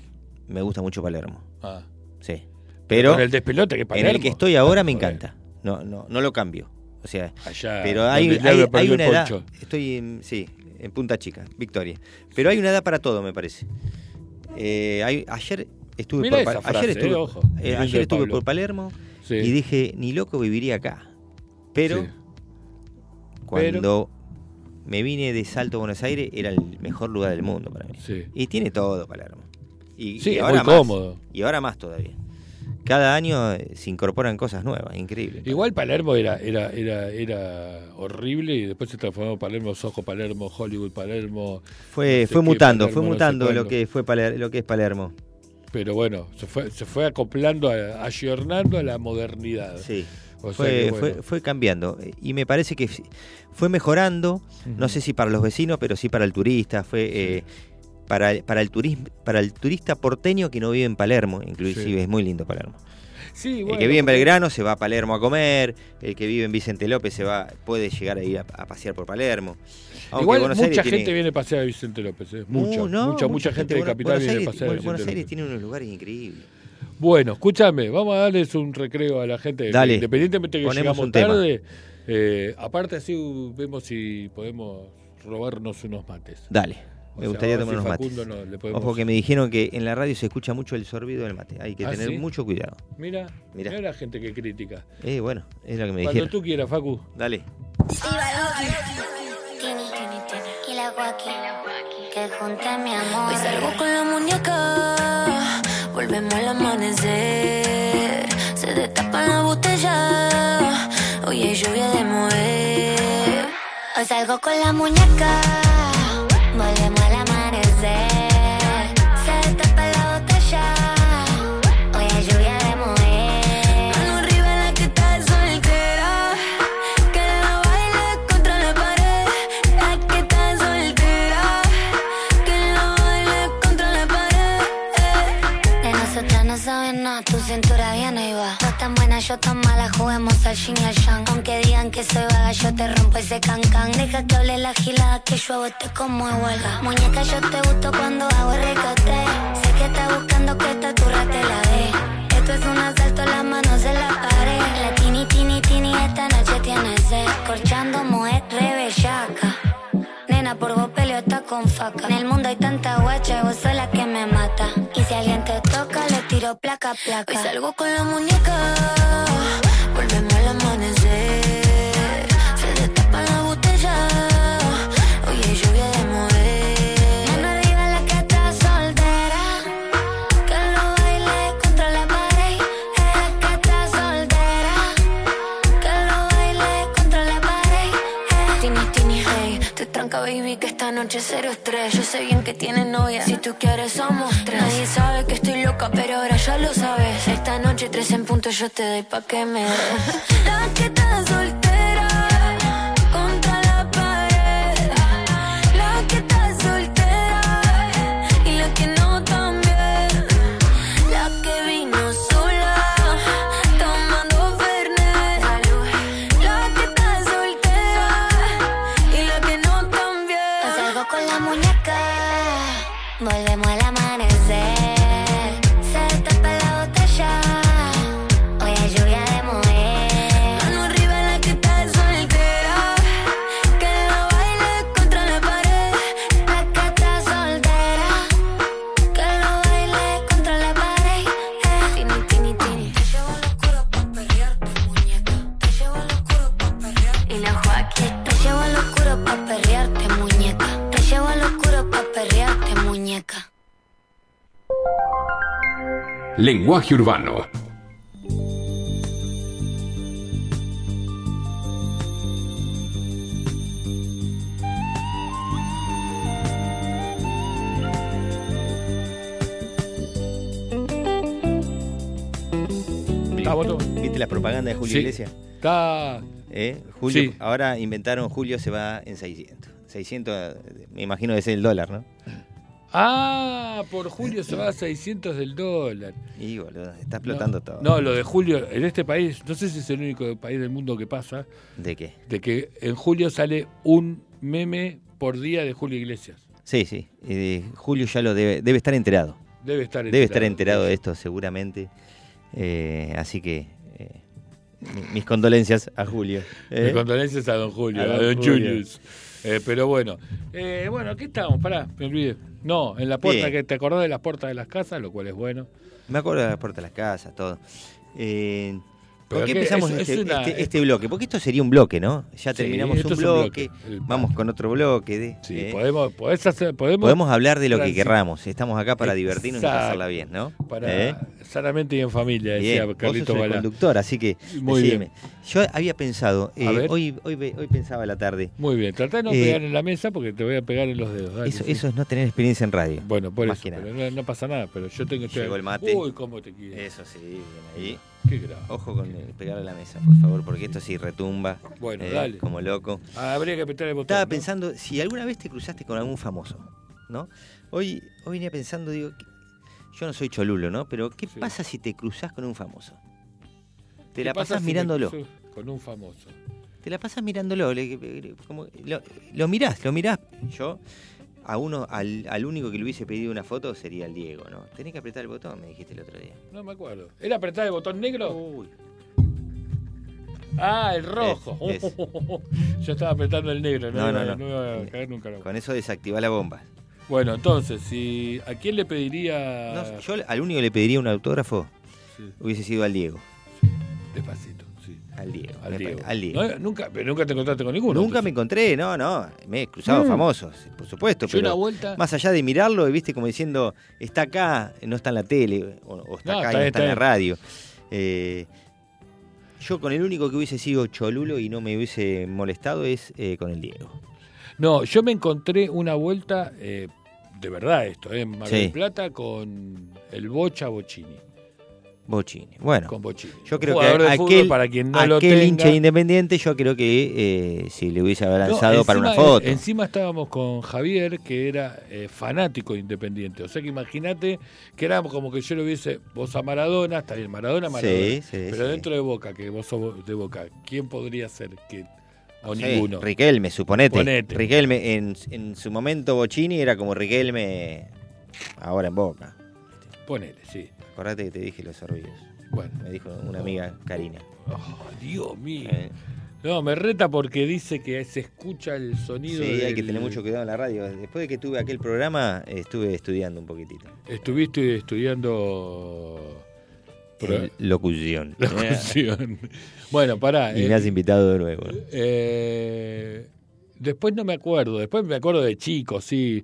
Me gusta mucho Palermo, Ah. sí. Pero Con el despelote que en Palermo. el que estoy ahora me Joder. encanta. No, no, no lo cambio. O sea, Allá. Pero hay, donde hay- Laura perdió hay el una edad. poncho. Estoy en, sí, en Punta Chica, Victoria. Pero hay una edad para todo, me parece. Eh, hay- ayer estuve Mirá por esa Pa- ayer frase, estuve- eh, ojo. eh, Lindo ayer de estuve Pablo. por Palermo Sí. y dije, ni loco viviría acá. Pero Sí. cuando me vine de Salto a Buenos Aires, era el mejor lugar del mundo para mí. Sí. Y tiene todo Palermo. Y, Sí, y es ahora muy más. cómodo. Y ahora más todavía. Cada año eh, se incorporan cosas nuevas, increíble. Igual Palermo era, era, era, era horrible y después se transformó en Palermo, Soho Palermo, Hollywood Palermo. Fue, No sé fue qué, mutando, Palermo, fue no sé mutando lo cuándo. que fue Paler- lo que es Palermo. Pero bueno, se fue, se fue acoplando, a- ayornando a la modernidad. Sí. O sea Fue, que, bueno. fue, fue cambiando. Y me parece que f- fue mejorando, no sé si para los vecinos, pero sí para el turista, fue eh, para, para el turismo, para el turista porteño que no vive en Palermo, inclusive Sí. es muy lindo Palermo. Sí, el bueno, que vive en porque- Belgrano se va a Palermo a comer, el que vive en Vicente López se va, puede llegar a ir a, a pasear por Palermo. Aunque Igual Buenos mucha Aires gente tiene- viene a pasear a Vicente López. eh. Uh, Mucha, no, mucha, mucha gente de Buenos- Capital Buenos viene a Aires- pasear a Buenos Vicente Buenos Aires López. tiene unos lugares increíbles. Bueno, escúchame, vamos a darles un recreo a la gente. Dale, Independientemente que ponemos llegamos un tema. tarde, eh, aparte así uh, vemos si podemos robarnos unos mates. Dale, O me sea, gustaría a ver tomar si unos mates. Facundo no, le podemos- Ojo que me dijeron que en la radio se escucha mucho el sorbido del mate. Hay que ¿Ah, tener sí? mucho cuidado. Mira, Mirá. mira la gente que critica. Eh, bueno, es lo que me Cuando dijeron. tú quieras, Facu. Dale. Y la guaqui, que junta mi amor. Hoy salgo con la muñeca, volvemos al amanecer. Se destapan la botella, hoy es lluvia de mover. Hoy salgo con la muñeca, volvemos al amanecer. Se destapa la botella, hoy es lluvia de mover. Mano arriba la que está soltera, que no baile contra la pared. La que está soltera, que no baile contra la eh. pared. De nosotras no saben nada, tu cintura viene y va. No tan buena, yo tan mala, juguemos al yin y al yang. Aunque digan que soy vaga, yo te rompo ese cancán. Deja que hable la gilada, que yo hago este como de huelga. Muñeca, yo te gusto cuando hago ricote. Sé que estás buscando que esta turra te la dé. Esto es un asalto, las manos en la pared. La tini, tini, tini, esta noche tiene sed. Corchando mujer rebellaca. Nena, por vos peleo está con faca. En el mundo hay tanta guacha y vos sos la que me mata. Y si alguien te toca, le tiro placa, placa. Hoy salgo con la muñeca. volvemos al amanecer. Se destapa la botella, hoy es lluvia de modelo. No me digas la que está soltera, que lo baile contra la pared. Es la que está soltera, que lo baile contra la pared. Eh. Tini, tini, hey, te tranca baby que esta noche cero estrés. Yo sé bien que tienes novia, si tú quieres somos tres. Nadie sabe que estoy loca, pero ahora ya lo sabes. Esta noche tres en punto yo te doy pa' que me des. [laughs] La que está soltera, contra la pared. La que está soltera, y la que no también. La que vino sola, tomando Fernet. La que está soltera y la que no también. Salgo con la muñeca, volvemos al amanecer. Se tapa la botella, hoy hay lluvia de mover. Mano arriba la que está soltera, que la baile contra la pared. La que está soltera. Que lo baile contra la pared. Eh. Tini, tini, tini. Te llevo al oscuro pa' perrearte, muñeca. Te llevo al oscuro pa' perrearte. Y la Joaquín. Te llevo al oscuro pa' perrearte, muñeca. Te llevo al oscuro pa' perrearte, muñeca. Lenguaje urbano. Está voto. ¿Viste la propaganda de Julio Sí. Iglesias? Está. ¿Eh? Julio, Sí. Ahora inventaron Julio se va en 600. 600, eh, me imagino es el dólar, ¿no? Ah, por julio se va a 600 del dólar. Y boludo, está explotando no, todo. No, lo de julio, en este país, no sé si es el único país del mundo que pasa, ¿De qué? de que en julio sale un meme por día de Julio Iglesias. Sí, sí. eh, Julio ya lo debe, debe estar enterado. Debe estar enterado. Debe estar enterado de esto, seguramente. Eh, así que eh, mi- mis condolencias a Julio. ¿eh? Mis condolencias a don Julio, A a don, don Julio. Julius. Eh, pero bueno, Eh, bueno, aquí estamos, pará, me olvidé. No, en la puerta, Bien. que te acordás de las puertas de las casas, lo cual es bueno. Me acuerdo de las puertas de las casas, todo. Eh, Pero ¿Por qué que empezamos es- es este, una- este- este bloque? Porque esto sería un bloque, ¿no? Ya Sí, terminamos esto un es un bloque, bloque. El- vamos con otro bloque. de- Sí, eh, podemos, podés hacer, podemos, podemos hablar de lo que Transi- querramos. Estamos acá para divertirnos y Exacto. pasarla bien, ¿no? para ¿Eh? sanamente y en familia, Bien, decía vos Carlito sos el Balá. conductor, así que Muy decime. Yo había pensado, eh, ver. hoy, hoy, ve- hoy pensaba a la tarde, Muy bien, tratá de no Eh, pegar en la mesa porque te voy a pegar en los dedos. dale, eso, sí. eso es no tener experiencia en radio. Bueno, por más eso, que nada. pero no, no pasa nada, pero yo tengo Llegó el mate. Uy, cómo te quiero. Eso sí, bien ahí. Qué grave. Ojo con el pegar a la mesa, por favor, porque esto sí retumba Bueno, eh, dale. como loco. Ah, habría que apretar el botón. Estaba ¿no? pensando si alguna vez te cruzaste con algún famoso, ¿no? Hoy, hoy venía pensando, digo, que- yo no soy cholulo, ¿no? Pero ¿qué Sí. pasa si te cruzás con un famoso? Te ¿Qué la pasa pasás si me mirándolo. cruzo Con un famoso. Te la pasás mirándolo. le- le- como- lo, lo mirás, lo mirás. Yo, a uno, al, al único que le hubiese pedido una foto sería al Diego, ¿no? Tenés que apretar el botón, me dijiste el otro día. No me acuerdo. ¿Era apretar el botón negro? Uy. Ah, el rojo. Es, es. [laughs] Yo estaba apretando el negro, no, No, iba- no, no. no iba a caer nunca. la- Con eso desactivás la bomba. Bueno, entonces, si ¿a quién le pediría No, yo al único que le pediría un autógrafo Ah. Sí. hubiese sido al Diego. despacito? Sí. Al Diego. Al me Diego. pare- al Diego. No, nunca, pero nunca te encontraste con ninguno. Nunca me entonces. encontré, no, no. Me he cruzado Mm. famosos, por supuesto. Yo una Pero vuelta. más allá de mirarlo, y viste como diciendo, está acá, no está en la tele, o, o está No, acá está y no bien, está, está en la bien. radio. Eh, yo con el único que hubiese sido cholulo y no me hubiese molestado es eh, con el Diego. No, yo me encontré una vuelta, eh, de verdad esto, eh, en Mar del Sí. Plata con el Bocha Bochini. Bochini. Bueno, Con Bochini. yo Un creo que jugador de fútbol, aquel, para quien no aquel lo tenga, hincha independiente, yo creo que eh, si le hubiese No, lanzado para una encima- foto. encima estábamos con Javier, que era eh, fanático de independiente. O sea que imagínate que era como que yo lo hubiese, vos a Maradona, está bien, Maradona, Maradona. Sí, sí, pero sí. dentro de Boca, que vos sos de Boca, ¿quién podría ser que o Sí, ninguno? Riquelme, suponete. Ponete. Riquelme, en, en su momento Bochini era como Riquelme ahora en Boca. Ponele, sí. Acordate que te dije los sorbidos. Bueno. Me dijo una amiga, Karina. Oh, Dios mío. Eh, No, me reta porque dice que se escucha el sí, sonido. hay que del- tener mucho cuidado en la radio. Después de que tuve aquel programa, eh, estuve estudiando un poquitito. Estuviste estudiando Pero- Eh, [laughs] en locución. La cuestión. [laughs] Bueno, pará. Y eh, me has invitado de nuevo. eh, después no me acuerdo. Después me acuerdo de chico, sí.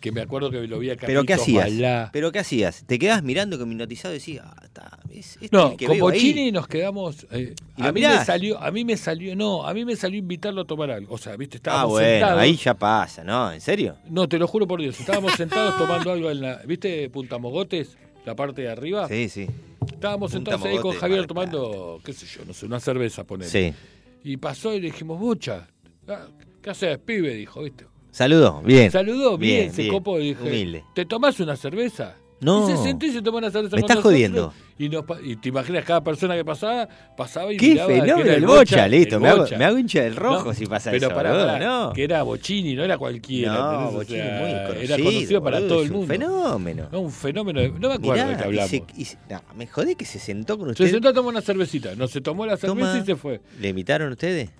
Que me acuerdo que lo vi a ¿Pero qué Carlitos hacías? Balá. ¿Pero qué hacías? ¿Te quedabas mirando como hipnotizado y decías, ah, está, es este No, el que con veo ahí"? Bochini nos quedamos. eh, ¿Y a lo mí me mirás? salió, a mí me salió, no, a mí me salió invitarlo a tomar algo. O sea, viste, Ah, estábamos bueno, sentados. ahí ya pasa, ¿no? ¿En serio? No, te lo juro por Dios, estábamos sentados tomando algo en la, viste, Puntamogotes, la parte de arriba. Sí, sí. Estábamos Punta sentados ahí con Mogotes, Javier Mar del tomando, qué sé yo, no sé, una cerveza, poner. Sí. Y pasó y le dijimos, bocha, ah, ¿qué haces, pibe? Dijo, viste. Saludó, bien. Saludó bien, Bien, se bien. copó y dije, Humilde. ¿te tomás una cerveza? No. Y se sentó y se tomó una cerveza Me con estás nosotros jodiendo. Y, nos pa- y te imaginas cada persona que pasaba, pasaba y Qué miraba que fenómeno era el bocha, listo. el me, hago, Bocha. me hago hincha del rojo No, si pasa pero eso. pará, boludo, pará, no. que era Bochini, no era cualquiera. no, ¿entendés? O Bochini sea, es muy conocido. Era conocido para boludo, todo es el un mundo. fenómeno. No, un fenómeno. de- no me acuerdo de Mirá, qué y hablamos. se- y se- no, me jodé que se sentó con usted. Se sentó a tomar una cervecita. No se tomó la cerveza Toma. y se fue. ¿Le invitaron ustedes?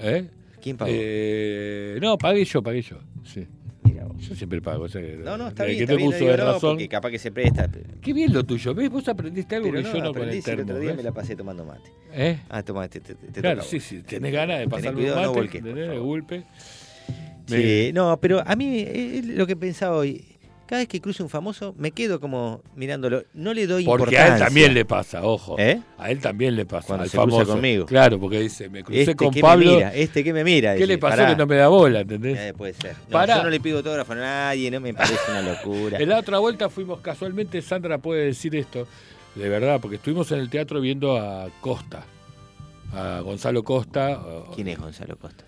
¿Eh? ¿Quién pagó? Eh, no, pagué yo, pagué yo. Sí. Mirá vos. Yo siempre pago. o sea que- No, no, está desde bien. Que está bien, tengo no uso digo de no, razón. porque capaz que se presta. Pero, Qué bien lo tuyo, ¿ves? Vos aprendiste algo pero que yo no con aprendí, el si el termo. otro día me ¿ves? la pasé tomando mate. ¿Eh? Ah, toma, te, te, te- te Claro, toca a sí, vos. sí. Tenés ganas de Tenés pasarme cuidado, un no mate, volques, por tenés el favor. golpe. Sí, no, pero a mí eh, lo que pensaba hoy, cada vez que cruce un famoso, me quedo como mirándolo. No le doy Porque importancia. a él también le pasa, ojo. ¿Eh? A él también le pasa. Cuando al se cruza famoso. conmigo. Claro, porque dice, me crucé Este con que Pablo. me mira, este que me mira. ¿Qué dice, le pasó pará. que no me da bola, entendés? Eh, puede ser. No, Pará. Yo no le pido autógrafo a nadie, no me parece una locura. En la otra vuelta fuimos casualmente, Sandra puede decir esto, de verdad, porque estuvimos en el teatro viendo a Costa, a Gonzalo Costa. o- ¿Quién es Gonzalo Costa?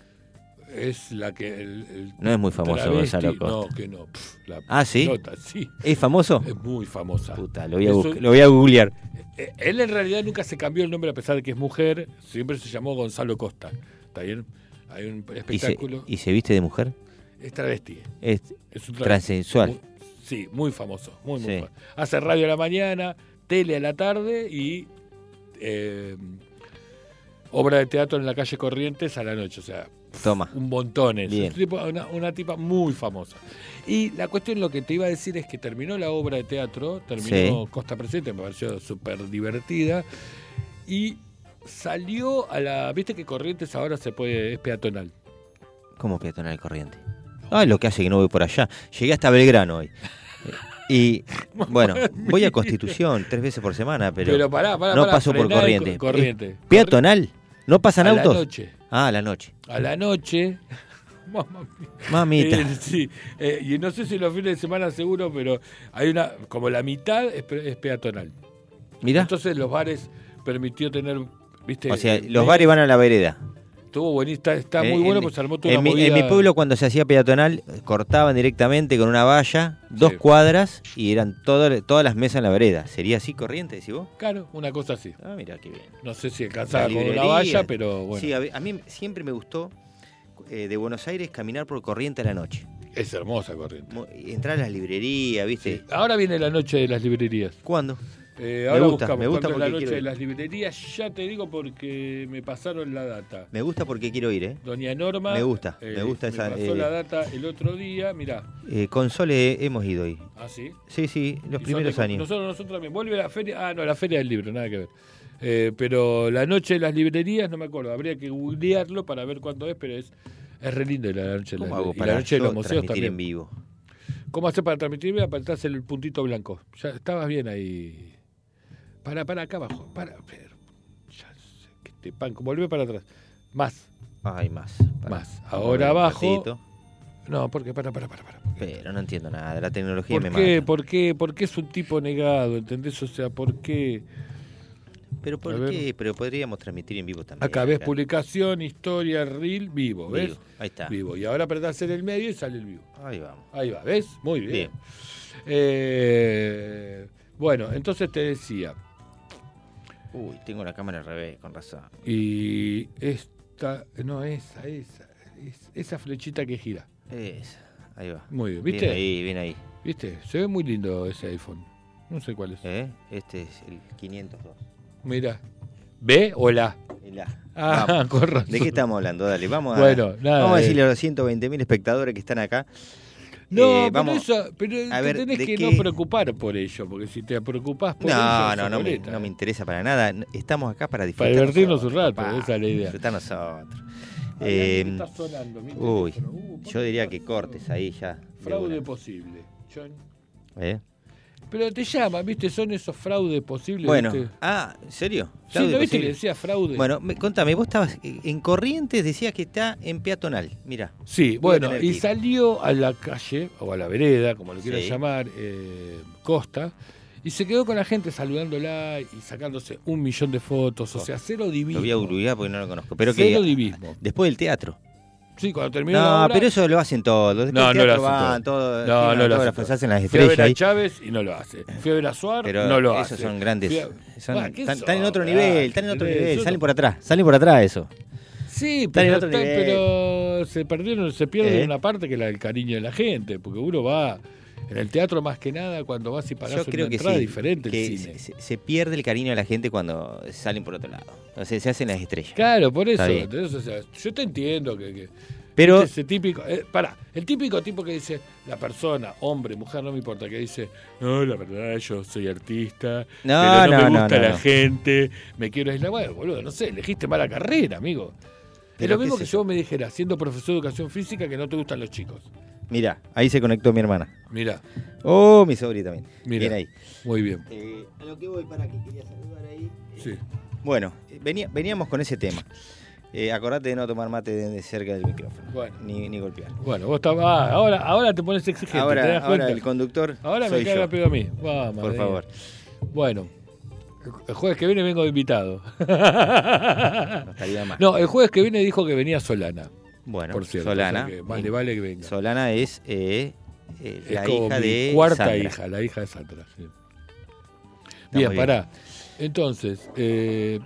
Es la que... El, el No es muy famoso travesti- Gonzalo Costa. No, que no. pf, la Ah, ¿sí? pelota, sí. ¿Es famoso? Es muy famosa. Puta, lo voy, a Eso- buscar- lo voy a googlear. Eh, Él en realidad nunca se cambió el nombre a pesar de que es mujer, siempre se llamó Gonzalo Costa. ¿Está bien? Hay un ¿Y se, espectáculo. ¿Y se viste de mujer? Es travesti. Es Es un travesti. transexual. Muy- sí, muy famoso. Muy, muy Sí. famoso. Hace radio a la mañana, tele a la tarde y eh, obra de teatro en la calle Corrientes a la noche. O sea, Toma. un montón. eso. Bien. Es tipo- una, una tipa muy famosa. Y la cuestión, lo que te iba a decir es que terminó la obra de teatro, terminó Costa Presente, me pareció súper divertida. Y salió a la. ¿Viste que Corrientes ahora se puede. es peatonal? ¿Cómo peatonal corriente? Ay, lo que hace que no voy por allá. Llegué hasta Belgrano hoy. [laughs] Y bueno, voy a Constitución tres veces por semana, pero, Pero pará, pará, no pará, paso por frená en corriente. Co- Corriente. ¿Peatonal? ¿No pasan a la autos? noche. Ah, a la noche. A la noche. [laughs] Mamma mia. Mamita. Eh, sí, eh, y no sé si los fines de semana seguro, pero hay una. como la mitad es, pe- es peatonal. Mirá. Entonces los bares permitió tener. ¿Viste? o sea, Eh, los bares van a la vereda. Estuvo buenista, está Eh, muy bueno, en- pues se armó toda en una mi, en movida. mi pueblo cuando se hacía peatonal eh, cortaban directamente con una valla dos Sí. cuadras y eran todo- todas las mesas en la vereda. ¿Sería así corriente, decís vos? Claro, una cosa así. Ah, mira, qué bien. No sé si alcanzaba La con una librería. valla, pero bueno. Sí, a, a mí siempre me gustó eh, de Buenos Aires caminar por corriente a la noche. Es hermosa corriente. Mo- Entrar a las librerías, ¿viste? Ahora viene la noche de las librerías. ¿Cuándo? Eh, Me ahora gusta, buscamos me gusta cuándo es porque la noche quiero de ir. las librerías. Ya te digo porque me pasaron la data. Me gusta porque quiero ir, ¿eh? Doña Norma. Me gusta, me gusta esa, pasó eh, la data el otro día, mirá. Eh, con Sole hemos ido hoy. Así. Sí, sí, los primeros años. Nosotros, nosotros también. Vuelve la feria. Ah, no, la feria del libro, nada que ver. Eh, pero la noche de las librerías, no me acuerdo. Habría que googlearlo para ver cuándo es, pero es, es re lindo la noche de las ¿Cómo hago librerías. Y la para noche de yo los museos transmitir en también. vivo? ¿Cómo haces para transmitir? Mira, apretás el puntito blanco. Ya estabas bien ahí. Para, para acá abajo. Para, pero, ya sé que te panco. Volvé para atrás. Más, Ay, más. pará. más. Ahora Volver un abajo. ratito. No, porque para, para, para, para. Pero no entiendo nada, la tecnología ¿Por me qué? mata. ¿Por qué? ¿Por qué es un tipo negado? ¿Entendés? O sea, ¿por qué? Pero A ¿por ver. qué? Pero podríamos transmitir en vivo también. Acá ves publicación, historia, reel, vivo, ¿ves? Vivo, Ahí está. Vivo. Y ahora apretás en el medio y sale el vivo. Ahí vamos. Ahí va, ¿ves? Muy bien. Bien. Eh, bueno, entonces te decía, Uy, tengo la cámara al revés, con razón. y esta, no, esa, esa, es- esa flechita que gira. Esa. Ahí va. Muy bien, ¿viste? Bien ahí, bien ahí. ¿Viste? Se ve muy lindo ese iPhone. No sé cuál es. ¿Eh? Este es el 502. Mira. ¿Ve o la? El A. Ah, Vamos. [laughs] con razón. ¿De qué estamos hablando? Dale, vamos a, Bueno, nada, vamos a eh. decirle a los 120.000 espectadores que están acá No, Eh, vamos, pero, eso, pero a te ver, tenés ¿de que qué? no preocupar por ello, porque si te preocupás por No, eso, no, se no me, molesta. no me interesa para nada. Estamos acá para disfrutar. eh. Para divertirnos un rato, nosotros, papá, esa es la idea. Disfrutar nosotros. Ay, Eh, ahí está sonando, mi uy, teléfono. Uh, ¿por yo qué diría está que sonando? cortes ahí ya. de Fraude una. posible. John. ¿Eh? Pero te llaman, ¿viste? Son esos fraudes posibles. Bueno, ¿viste? ah, ¿en serio? Sí, Fraude ¿no viste que posible. decía fraude? Bueno, me- contame, vos estabas eh, en Corrientes, decías que está en peatonal. Mira, Sí, Voy a bueno, tener y que ir. salió a la calle, o a la vereda, como lo quieran Sí. llamar, eh, Costa, y se quedó con la gente saludándola y sacándose un millón de fotos, o sea, cero divismo. lo voy a Uruguay porque no lo conozco. Pero que cero divismo. después del teatro. Sí, cuando terminó la No, obra, pero eso lo hacen todos. Después No, del no lo teatro hacen van todos. No, no firman lo hacen autógrafos, todos. se hacen las Fui a estrellas ver a ahí. Chávez y no lo hace. Fui a ver a Suar, Pero no lo hace. esos son grandes. Fui a- son- Bah, ¿qué están, están en otro son? nivel, Ah, están en otro ¿entendés? nivel. Yo Salen no- por atrás, salen por atrás eso. Sí, Están en pero, otro está- nivel. pero se perdieron, se pierde ¿Eh? una parte que es la del cariño de la gente, porque uno va en el teatro más que nada cuando vas y pagás Yo creo una que entrada sí. diferente al que cine. se, se- se pierde el cariño de la gente cuando salen por otro lado. Entonces se hacen las estrellas. Claro, por eso. Está bien. ¿entendés? O sea, yo te entiendo que, que- Pero ese típico, eh, pará, el típico tipo que dice la persona, hombre, mujer, no me importa, que dice, no, la verdad, yo soy artista, No, pero no, me no, no, gusta no, la no. gente, me quiero aislar, bueno, boludo, no sé, elegiste mala carrera, amigo. Es Pero lo ¿qué mismo es que eso? yo me dijera, siendo profesor de educación física, que no te gustan los chicos. mira, ahí se conectó mi hermana. Mira, Oh, mi sobrina también. Mirá. Bien ahí. muy bien. Eh, a lo que voy para que quería saludar ahí. eh, Sí. Bueno, eh, venía- veníamos con ese tema. Eh, acordate de no tomar mate de, de cerca del micrófono. Bueno. Ni, ni golpear. Bueno, vos estabas. ah, ahora, ahora te pones exigente, ¿te Ahora, das ahora cuenta? el conductor. Ahora me soy cae yo. la pedo a mí. Vamos, Por Daniel. favor. Bueno, el jueves que viene vengo de invitado. [laughs] No estaría mal. No, el jueves que viene dijo que venía Solana. bueno, por cierto. Solana. o sea que más le vale que venga. Solana es eh, eh, Es la como hija mi de. cuarta Sandra. hija, la hija de Sandra. sí. Está Bien, muy bien. pará. Entonces, eh,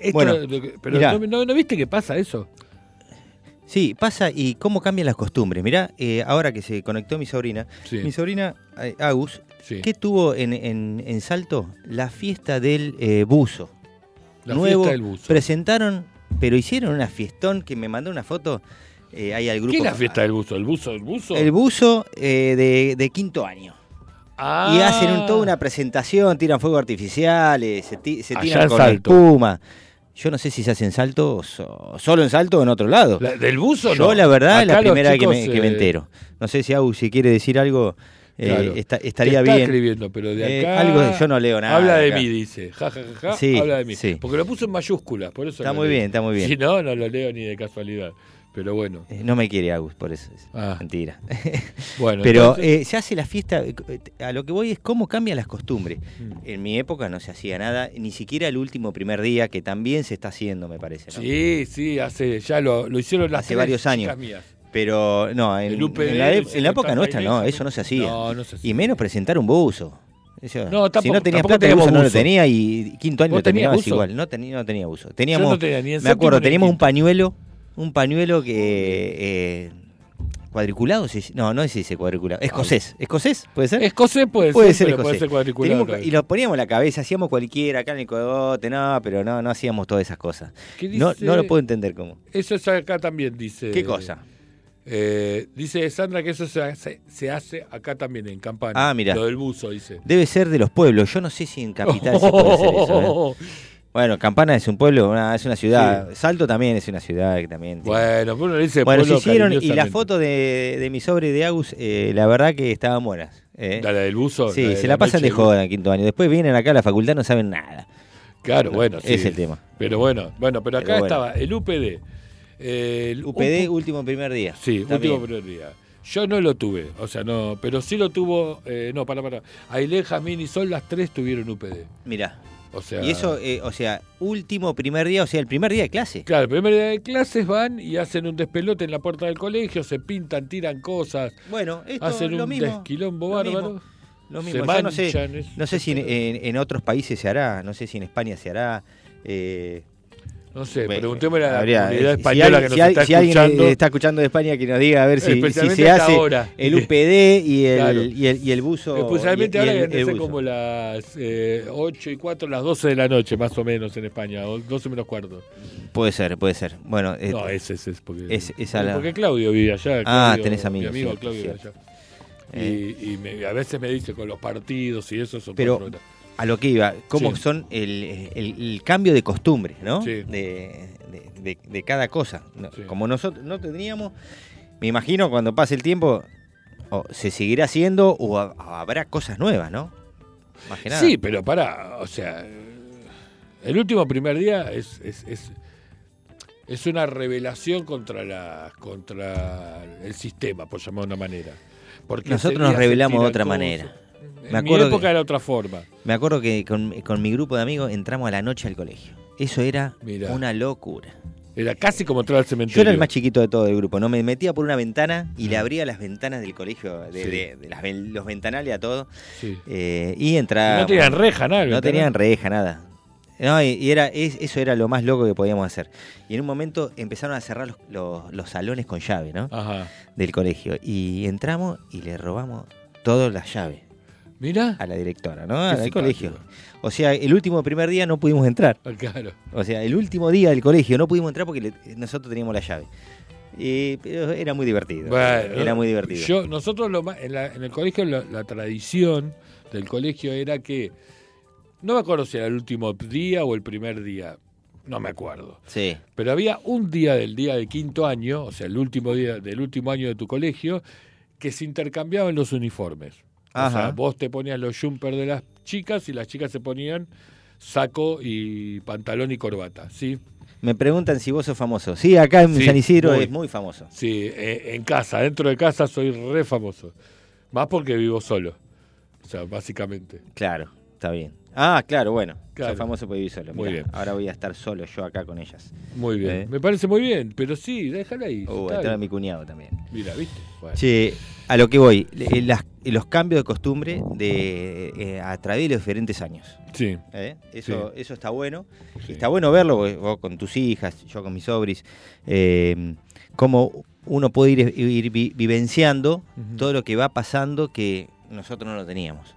esto Bueno, es lo que- pero mirá. no, no- ¿no viste que pasa eso? Sí, pasa y cómo cambian las costumbres. Mirá, eh, ahora que se conectó mi sobrina. Sí. Mi sobrina eh, Agus, Sí. ¿qué tuvo en, en- en Salto? La fiesta del eh, buzo. La nuevo. fiesta del buzo. Presentaron, pero hicieron una fiestón que me mandó una foto eh, ahí al grupo. ¿Qué es la fiesta del buzo? ¿El buzo del buzo? El buzo eh, de, de quinto año. Ah. Y hacen un- toda una presentación, tiran fuegos artificiales, se, ti- se Allá tiran en con Salto. espuma. Yo no sé si se hace en Salto, o so- solo en Salto o en otro lado. La- ¿Del buzo Yo no? la verdad es la Acá los primera vez que me, chicos, que me eh, entero. No sé si Agus, si quiere decir algo, eh, Claro. esta- Te estaría está bien. escribiendo, pero de Eh, acá. algo de- yo no leo nada Habla de de acá. mí, dice. Ja, ja, ja, ja, Sí, habla de mí. sí. Porque lo puso en mayúsculas, por eso. Está lo muy leo. bien, está muy bien. Si no, no lo leo ni de casualidad. Pero bueno. Eh, No me quiere Agus, por eso. es Ah. Mentira. Bueno, Pero entonces- eh, se hace la fiesta, eh, a lo que voy es cómo cambian las costumbres. Mm. En mi época no se hacía nada, ni siquiera el último primer día, que también se está haciendo, me parece. ¿no? Sí, sí, hace, ya lo, lo hicieron las eh, Hace tres varios chicas años. mías. Pero no, en, El UPD, en la, ep- el en la época 50 nuestra no, Bailey, eso no se hacía. no, no se hacía. Y menos presentar un buzo. Eso- No, si tampoco- no tampoco tenías plata, el teníamos buzo no lo buzo. tenía y quinto año ¿Vos lo terminabas tenías buzo? igual. No, tenía no tenía buzo. Teníamos, no tenía ni en me séptimo acuerdo, ni en teníamos un quinto. pañuelo, un pañuelo que eh, cuadriculado, se dice- no, no se dice cuadriculado, escocés, escocés, puede ser. Escocés puede, Puede ser, ser, pero puede escocés. ser cuadriculado. Teníamos- y también. lo poníamos en la cabeza, hacíamos cualquiera, acá en el cogote, no, pero no, no hacíamos todas esas cosas. ¿Qué No, dice? no lo puedo entender cómo. Eso es acá también, dice. ¿Qué cosa? Eh, dice Sandra que eso se hace, se hace acá también, en Campana. Ah, mirá. Lo del buzo, dice. Debe ser de los pueblos. Yo no sé si en Capital se puede hacer eso. ¿eh? Bueno, Campana es un pueblo, una- es una ciudad. Salto también es una ciudad que también. tiene- [laughs] Bueno, uno le dice Bueno, se pueblo hicieron y la cariñosamente. foto de, de mi sobre de Agus, eh, la verdad que estaban buenas. eh. La, la del buzo. Sí, de se la pasan noche de del buzo. joda en quinto año. Después vienen acá a la facultad no saben nada. Claro, bueno, sí. es el tema. Pero bueno, bueno, pero acá Pero bueno. estaba el UPD. El UPD, un- último primer día. Uh, sí, También. último primer día. Yo no lo tuve, o sea, no, pero sí lo tuvo, eh, no, para, para. Ailén, Jamín y Sol, las tres tuvieron UPD. Mirá. O sea, Y eso, eh, o sea, último primer día, o sea, el primer día de clase. Claro, el primer día de clases van y hacen un despelote en la puerta del colegio, se pintan, tiran cosas, Bueno, esto hacen lo un mismo, desquilombo lo mismo. bárbaro. Lo Se mismo, yo no manchan, sé, es- no sé si en, en- en otros países se hará, no sé si en España se hará. eh, No sé, bueno, preguntémosle a la habría- eh, comunidad si española hay- que nos si hay- está si escuchando. alguien eh, está escuchando de España que nos diga a ver si, si Especialmente se hasta hace ahora. el UPD y el, Claro. y el, y el buzo. Especialmente y- eh, Eh, pues, y ahora el- que el son buzo. como las eh, 8 y 4, las 12 de la noche, más o menos en España, o 12 menos cuarto. Puede ser, puede ser. Bueno, eh, no, ese, ese es porque. es- esa la- Porque Claudio vive allá. Ah, Claudio, tenés amigos, Mi amigo cierto, Claudio vive cierto. allá. Eh. Y, y me- a veces me dice con los partidos y eso son Pero cuatro horas. a lo que iba, cómo Sí. son el, el- el cambio de costumbres, ¿no? Sí. De, de- de- de cada cosa. No, Sí. Como nosotros no teníamos, me imagino cuando pase el tiempo, o se seguirá haciendo o ha- habrá cosas nuevas, ¿no? Más que nada. Sí, pero para, o sea, eh, el último primer día es, es, es, es una revelación contra la contra el sistema, por llamarlo de una manera. Porque Nosotros ese nos día rebelamos se de tira otra todo manera. eso. Me En mi acuerdo época que- era otra forma. Me acuerdo que con, con mi grupo de amigos entramos a la noche al colegio. Eso era Mirá. una locura. Era casi como entrar al cementerio. Yo era el más chiquito de todo el grupo, ¿no? Me metía por una ventana y le abría las ventanas del colegio, de, Sí. de- de las ven- los ventanales a todo, Sí. eh, y entraba. no tenían reja, nada. No tenían reja, nada. No, y- y era, es- eso era lo más loco que podíamos hacer. Y en un momento empezaron a cerrar los, los- los salones con llave, ¿no? Ajá. Del colegio. Y entramos y le robamos todas las llaves Mira. a la directora, ¿no? Al simpático. colegio. O sea, el último primer día no pudimos entrar. Ah, Claro. O sea, el último día del colegio no pudimos entrar porque le- nosotros teníamos la llave. Eh, pero era muy divertido. Bueno, era muy divertido. Yo, nosotros lo más- en, la- en el colegio, la, la tradición del colegio era que, no me acuerdo si era el último día o el primer día, no me acuerdo. Sí. Pero había un día del día del quinto año, o sea, el último día del último año de tu colegio, que se intercambiaban los uniformes. O Ajá. sea, vos te ponías los jumpers de las chicas y las chicas se ponían saco y pantalón y corbata, ¿sí? Me preguntan si vos sos famoso. Sí, acá en Sí, San Isidro muy. es muy famoso. Sí, eh, en casa, dentro de casa soy re famoso. Más porque vivo solo. O sea, básicamente. Claro, está bien. Ah, claro, bueno. Claro. Soy famoso por vivir solo. Muy Mirá, bien. Ahora voy a estar solo yo acá con ellas. Muy bien. Eh. Me parece muy bien, pero sí, déjala ahí. Uh, ya está. estaba mi cuñado también. Mira, ¿viste? Bueno. Che, a lo que voy. le- eh, las- los cambios de costumbre de, eh, a través de los diferentes años. Sí. ¿eh? Eso, eso está bueno. Sí. Está bueno verlo, vos, vos con tus hijas, yo con mis sobris, eh, cómo uno puede ir, ir vi- vivenciando Ujú. todo lo que va pasando que nosotros no lo teníamos.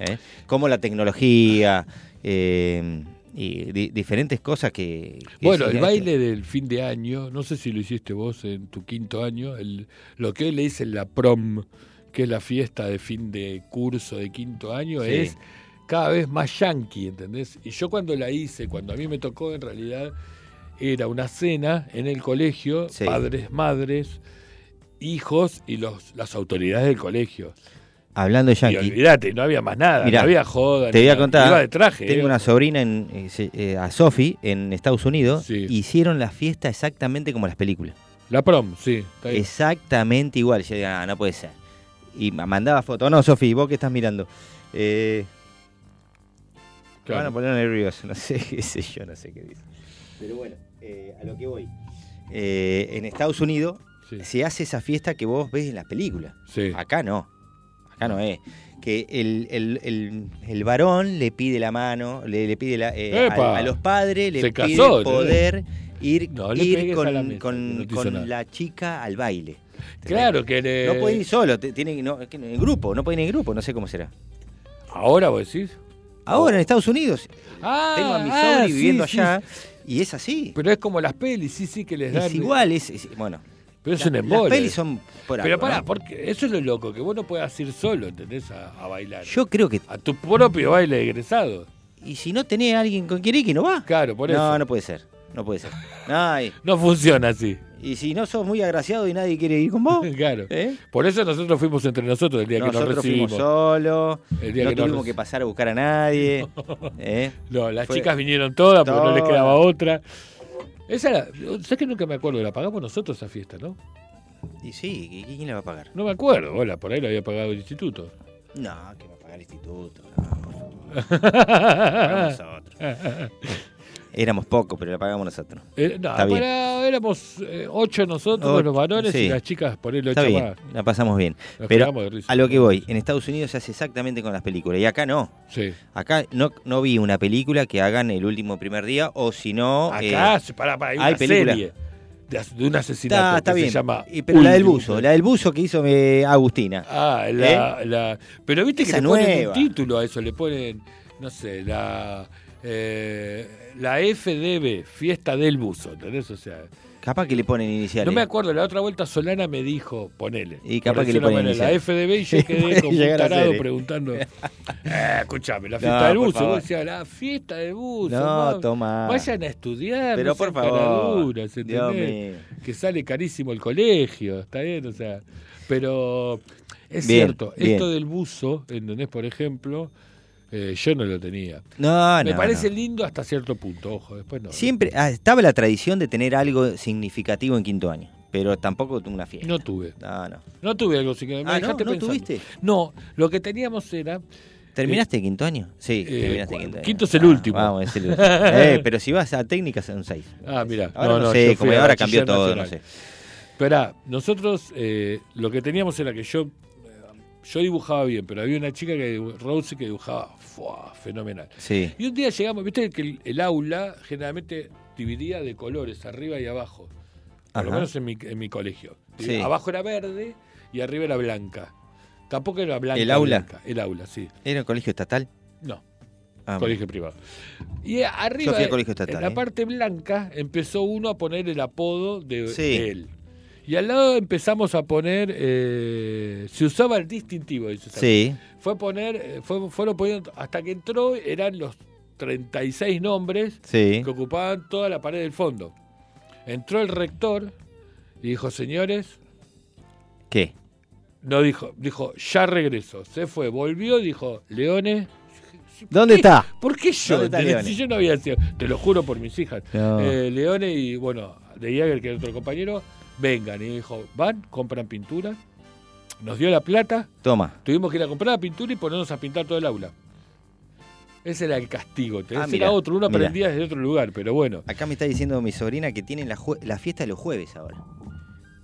¿eh? Como la tecnología eh, y di- diferentes cosas que... que Bueno, sí, ¿eh? el que- baile del fin de año, no sé si lo hiciste vos en tu quinto año, el, lo que hoy le dicen la prom, que es la fiesta de fin de curso de quinto año, Sí. es cada vez más yankee, ¿entendés? Y yo cuando la hice, cuando a mí me tocó, en realidad era una cena en el colegio, Sí. padres, madres, hijos y los, las autoridades del colegio. Hablando de Y Yankee, olvídate, no había más nada, Mirá, no había joda. te ni voy a nada. contar, Iba de traje. tengo eh. una sobrina en, eh, se- eh, a Sophie en Estados Unidos, Sí. hicieron la fiesta exactamente como las películas. La prom, sí. está bien. Exactamente igual. Yo digo, "Ah, no, no puede ser. Y me mandaba fotos. No, Sofi, vos que estás mirando. Eh, me Claro. Van a poner nervioso. [laughs] No sé qué sé yo, no sé qué dice. Pero bueno, eh, a lo que voy. Eh, en Estados Unidos Sí, se hace esa fiesta que vos ves en las películas. sí. Acá no. Acá no es. Que el, el- el- el varón le pide la mano, le, le pide la, eh, ¡Epa! a, a los padres, le Se pide casó, ¿no? poder ir, No le ir pegues a con, la mesa, con- que no te hizo con nada. la chica al baile. ¿Entendés? Claro que le- No puede ir solo, te- tiene, no, es que en grupo, no puede ir en grupo, no sé cómo será. ¿Ahora vos decís? Ahora en Estados Unidos, Oh. Ah, tengo a mi ah, sobri sí, viviendo sí, allá sí. y es así. Pero es como las pelis, sí, sí, que les dan. Es igual, es, es- bueno. Pero es la- un Las embole. pelis son por Pero algo, pará, ¿no? porque eso es lo loco, que vos no puedas ir solo, ¿entendés? A, a bailar. Yo creo que A tu propio baile de egresado. y si no tenés a alguien con quien ir que no va. Claro, por no, eso. no puede ser. No puede ser. Ay, No funciona así. [laughs] y si no sos muy agraciado y nadie quiere ir con vos. Claro. ¿eh? Por eso nosotros fuimos entre nosotros el día que nos Nosotros recibimos. fuimos solos, El día no que nos tuvimos reci- que pasar a buscar a nadie. [laughs] ¿eh? No, las Fue- chicas vinieron todas porque no les Todas. quedaba otra. Esa era, ¿sabes que nunca me acuerdo? La pagamos nosotros esa fiesta, ¿no? Y sí, ¿y ¿quién la va a pagar? No me acuerdo, hola, por ahí la había pagado el instituto. No, que va a pagar el instituto. No, por favor. [laughs] Pagamos nosotros. Éramos pocos, pero la pagamos nosotros. Eh, no, Está bien. pará, éramos eh, ocho nosotros, Ocho, los varones, sí. y las chicas por el ocho Está bien, más. la pasamos bien. Nos cagamos de Pero risa. a lo que voy, en Estados Unidos se hace exactamente con las películas y acá no. Sí. Acá no, no vi una película que hagan el último primer día o si no... Acá, eh, se- pará, pará, hay hay una película. serie de, as- de un asesinato está, está que bien. se llama... Y- pero la del Último. buzo, la del buzo que hizo eh, Agustina. Ah, la, la- Pero viste que Esa le ponen nueva. un título a eso, le ponen, no sé, la... eh, la FDB, Fiesta del Buzo, ¿entendés? O sea, Capaz que le ponen iniciales. No me acuerdo, la otra vuelta Solana me dijo, ponele. Y capaz Por que le decirlo ponen de manera, la FDB [laughs] y yo quedé Puede como un llegar a tarado ser, eh. [laughs] preguntando. "Eh, escuchame, la fiesta No, del por buzo. favor. Vos decías, la fiesta del buzo. No, ma- toma. Vayan a estudiar. Pero no por sean favor. caraduras, Dios ¿entendés? mío. Que sale carísimo el colegio, está bien, o sea. Pero es Bien, cierto, bien. esto del buzo, ¿entendés? Por ejemplo, eh, yo no lo tenía. Ah, No, me no, parece no. lindo hasta cierto punto, ojo, después no. Siempre ah, estaba la tradición de tener algo significativo en quinto año, pero tampoco una fiesta. No tuve. No, no. No tuve algo sin que me Ah, dejaste ¿no? ¿No pensando. tuviste? No, lo que teníamos era. ¿Terminaste quinto año? Sí, eh, terminaste cu- quinto año. Ah, quinto es el último. Vamos, es el [laughs] último. Eh, pero si vas a técnicas son seis. Ah, mira. Ahora no, sé, como ahora cambió todo, no sé. Esperá, nosotros eh, lo que teníamos era que yo. eh, Yo dibujaba bien, pero había una chica que dibu- Rose que dibujaba ¡fua! fenomenal. Sí. Y un día llegamos, viste que el, el aula generalmente dividía de colores, arriba y abajo. Por lo Ajá. menos en mi, en mi colegio. Sí. Abajo era verde y arriba era blanca. Tampoco era blanca. ¿El aula? blanca. El aula, sí. ¿Era un colegio estatal? No, Ah, colegio privado. Y arriba, Yo fui a colegio estatal, en la ¿eh? parte blanca, empezó uno a poner el apodo de, Sí. de él. Y al lado empezamos a poner, eh, se usaba el distintivo. dice Santi. Sí. Fue poner, eh, fue, fueron poniendo, hasta que entró eran los 36 nombres Sí. que ocupaban toda la pared del fondo. Entró el rector y dijo, señores, ¿Qué? no dijo, dijo, ya regreso. Se fue, volvió, dijo, Leones, ¿Dónde ¿Qué? está? ¿Por qué yo? ¿Dónde está ¿Entendés? Leone? Si yo no había sido, te lo juro por mis hijas. No. Eh, Leone y, bueno, de Jäger, que era otro compañero, vengan. Y dijo, van, compran pintura, nos dio la plata, Toma. tuvimos que ir a comprar la pintura y ponernos a pintar todo el aula. Ese era el castigo, te Ah, ese mirá, era otro, uno mirá. aprendía desde otro lugar, pero bueno. Acá me está diciendo mi sobrina que tienen la, jue- la fiesta de los jueves ahora.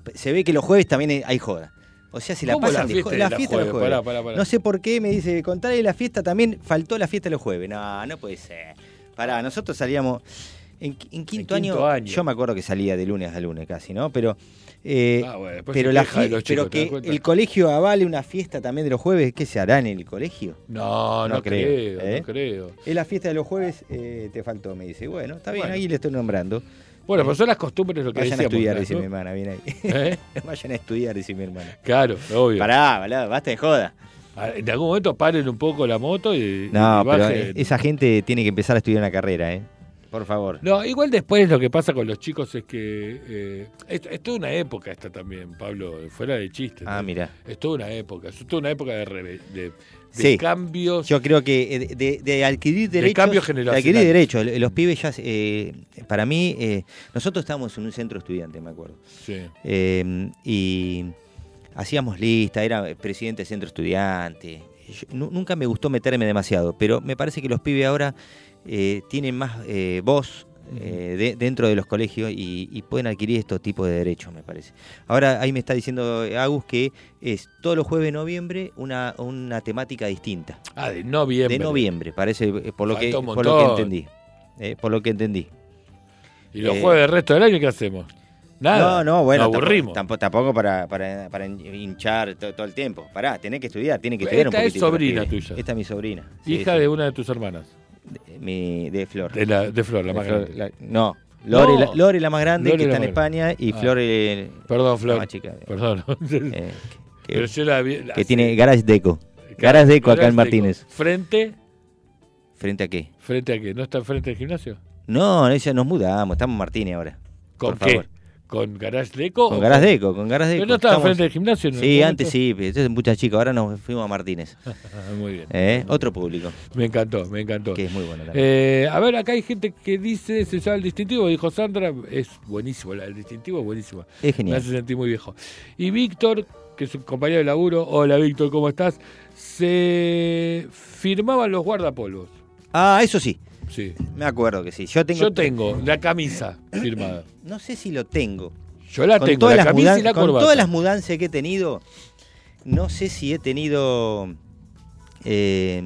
P- Se ve que los jueves también hay- hay joda. O sea, si la ¿Cómo pasan la de fiesta jo- de los jueves? Pará, pará, pará. No sé por qué me dice, contale la fiesta también, faltó la fiesta los jueves. No, no puede ser. Pará, nosotros salíamos. En, qui- en quinto, quinto año. yo me acuerdo que salía de lunes a lunes casi, ¿no? Pero. eh, Ah, bueno, después pero se la queja de fie- los pero chicos, ¿te das que cuenta? el colegio avale una fiesta también de los jueves, ¿qué se hará en el colegio? No, no, No creo, creo, ¿eh? no creo. Es la fiesta de los jueves, eh, te faltó, me dice. Bueno, está bien, Bueno. ahí le estoy nombrando. Bueno, pero son las costumbres lo que Vayan a estudiar, dice mi decíamos. hermana, bien ahí. ¿no? ¿Eh? [laughs] Vayan a estudiar, dice mi hermana. Claro, obvio. Ah, Pará, pará, basta de joda. En algún momento paren un poco la moto y, No, y pero bajen. esa gente tiene que empezar a estudiar una carrera, ¿eh? Por favor. No, igual después lo que pasa con los chicos es que eh, es, es toda una época esta también, Pablo, fuera de chiste. Ah, ¿no? mira. Es toda una época, es toda una época de, reve- de, de Sí. cambios. Yo creo que eh, de, de adquirir derechos. cambio de generacional. adquirir derechos. Los pibes ya. eh, para mí, eh, nosotros estábamos en un centro estudiante, me acuerdo. Sí. Eh, y hacíamos lista, era presidente de centro estudiante. Yo- nu- nunca me gustó meterme demasiado, pero me parece que los pibes ahora eh, tienen más eh, voz eh, de- dentro de los colegios y, y pueden adquirir estos tipos de derechos, me parece. Ahora ahí me está diciendo eh, Agus que es todos los jueves de noviembre una, una temática distinta. Ah, de noviembre. De noviembre, parece, eh, por lo, que, Falta un por lo que montón. entendí. Eh, por lo que entendí. Y los Eh. jueves del resto del año, ¿qué hacemos? Nada. No, no, bueno. Nos aburrimos. Tampoco, tampoco para, para, para hinchar to- todo el tiempo. Pará, tenés que estudiar, tiene que Esta estudiar un es poquitito, sobrina los pibes. tuya. Esta es mi sobrina. Sí, Hija sí. de una de tus hermanas. De- mi, de Flor. De, la, de Flor, la De más Flor, grande. la- no, Lore, No. La, Lore la más grande Lore que la está en más España y Ah. Flor eh, Perdón, Flor. la más chica. [laughs] eh, Perdón. eh, que, Pero yo la vi. que tiene Garage Deco. Garage Deco Garage acá en Deco. Martínez. Frente. ¿Frente a qué? ¿Frente a qué? ¿No está enfrente del gimnasio? No, ella nos mudamos, estamos en Martínez ahora. ¿Con Por qué? favor. ¿Con Garage Deco? o Con Garage Deco, con Garage Deco. Pero no estaba pues, estamos- frente del gimnasio. ¿no? Sí, antes sí, pero entonces muchas chicas, ahora nos fuimos [laughs] a Martínez. Ah, muy bien. Eh, Otro público, Me encantó, me encantó. que es muy bueno también. Eh, a ver, acá hay gente que dice, se llama el distintivo, dijo Sandra, es buenísimo, la- el distintivo es buenísimo. Es Me genial. hace sentir muy viejo. Y Víctor, que es un compañero de laburo, hola Víctor, ¿cómo estás? Se firmaban los guardapolvos. Ah, eso sí. Sí. Me acuerdo que sí. Yo tengo. Yo tengo la camisa firmada. No sé si lo tengo. Yo la Con tengo, todas la las camisa y mudan- la con corbata. todas las mudanzas que he tenido, no sé si he tenido. eh,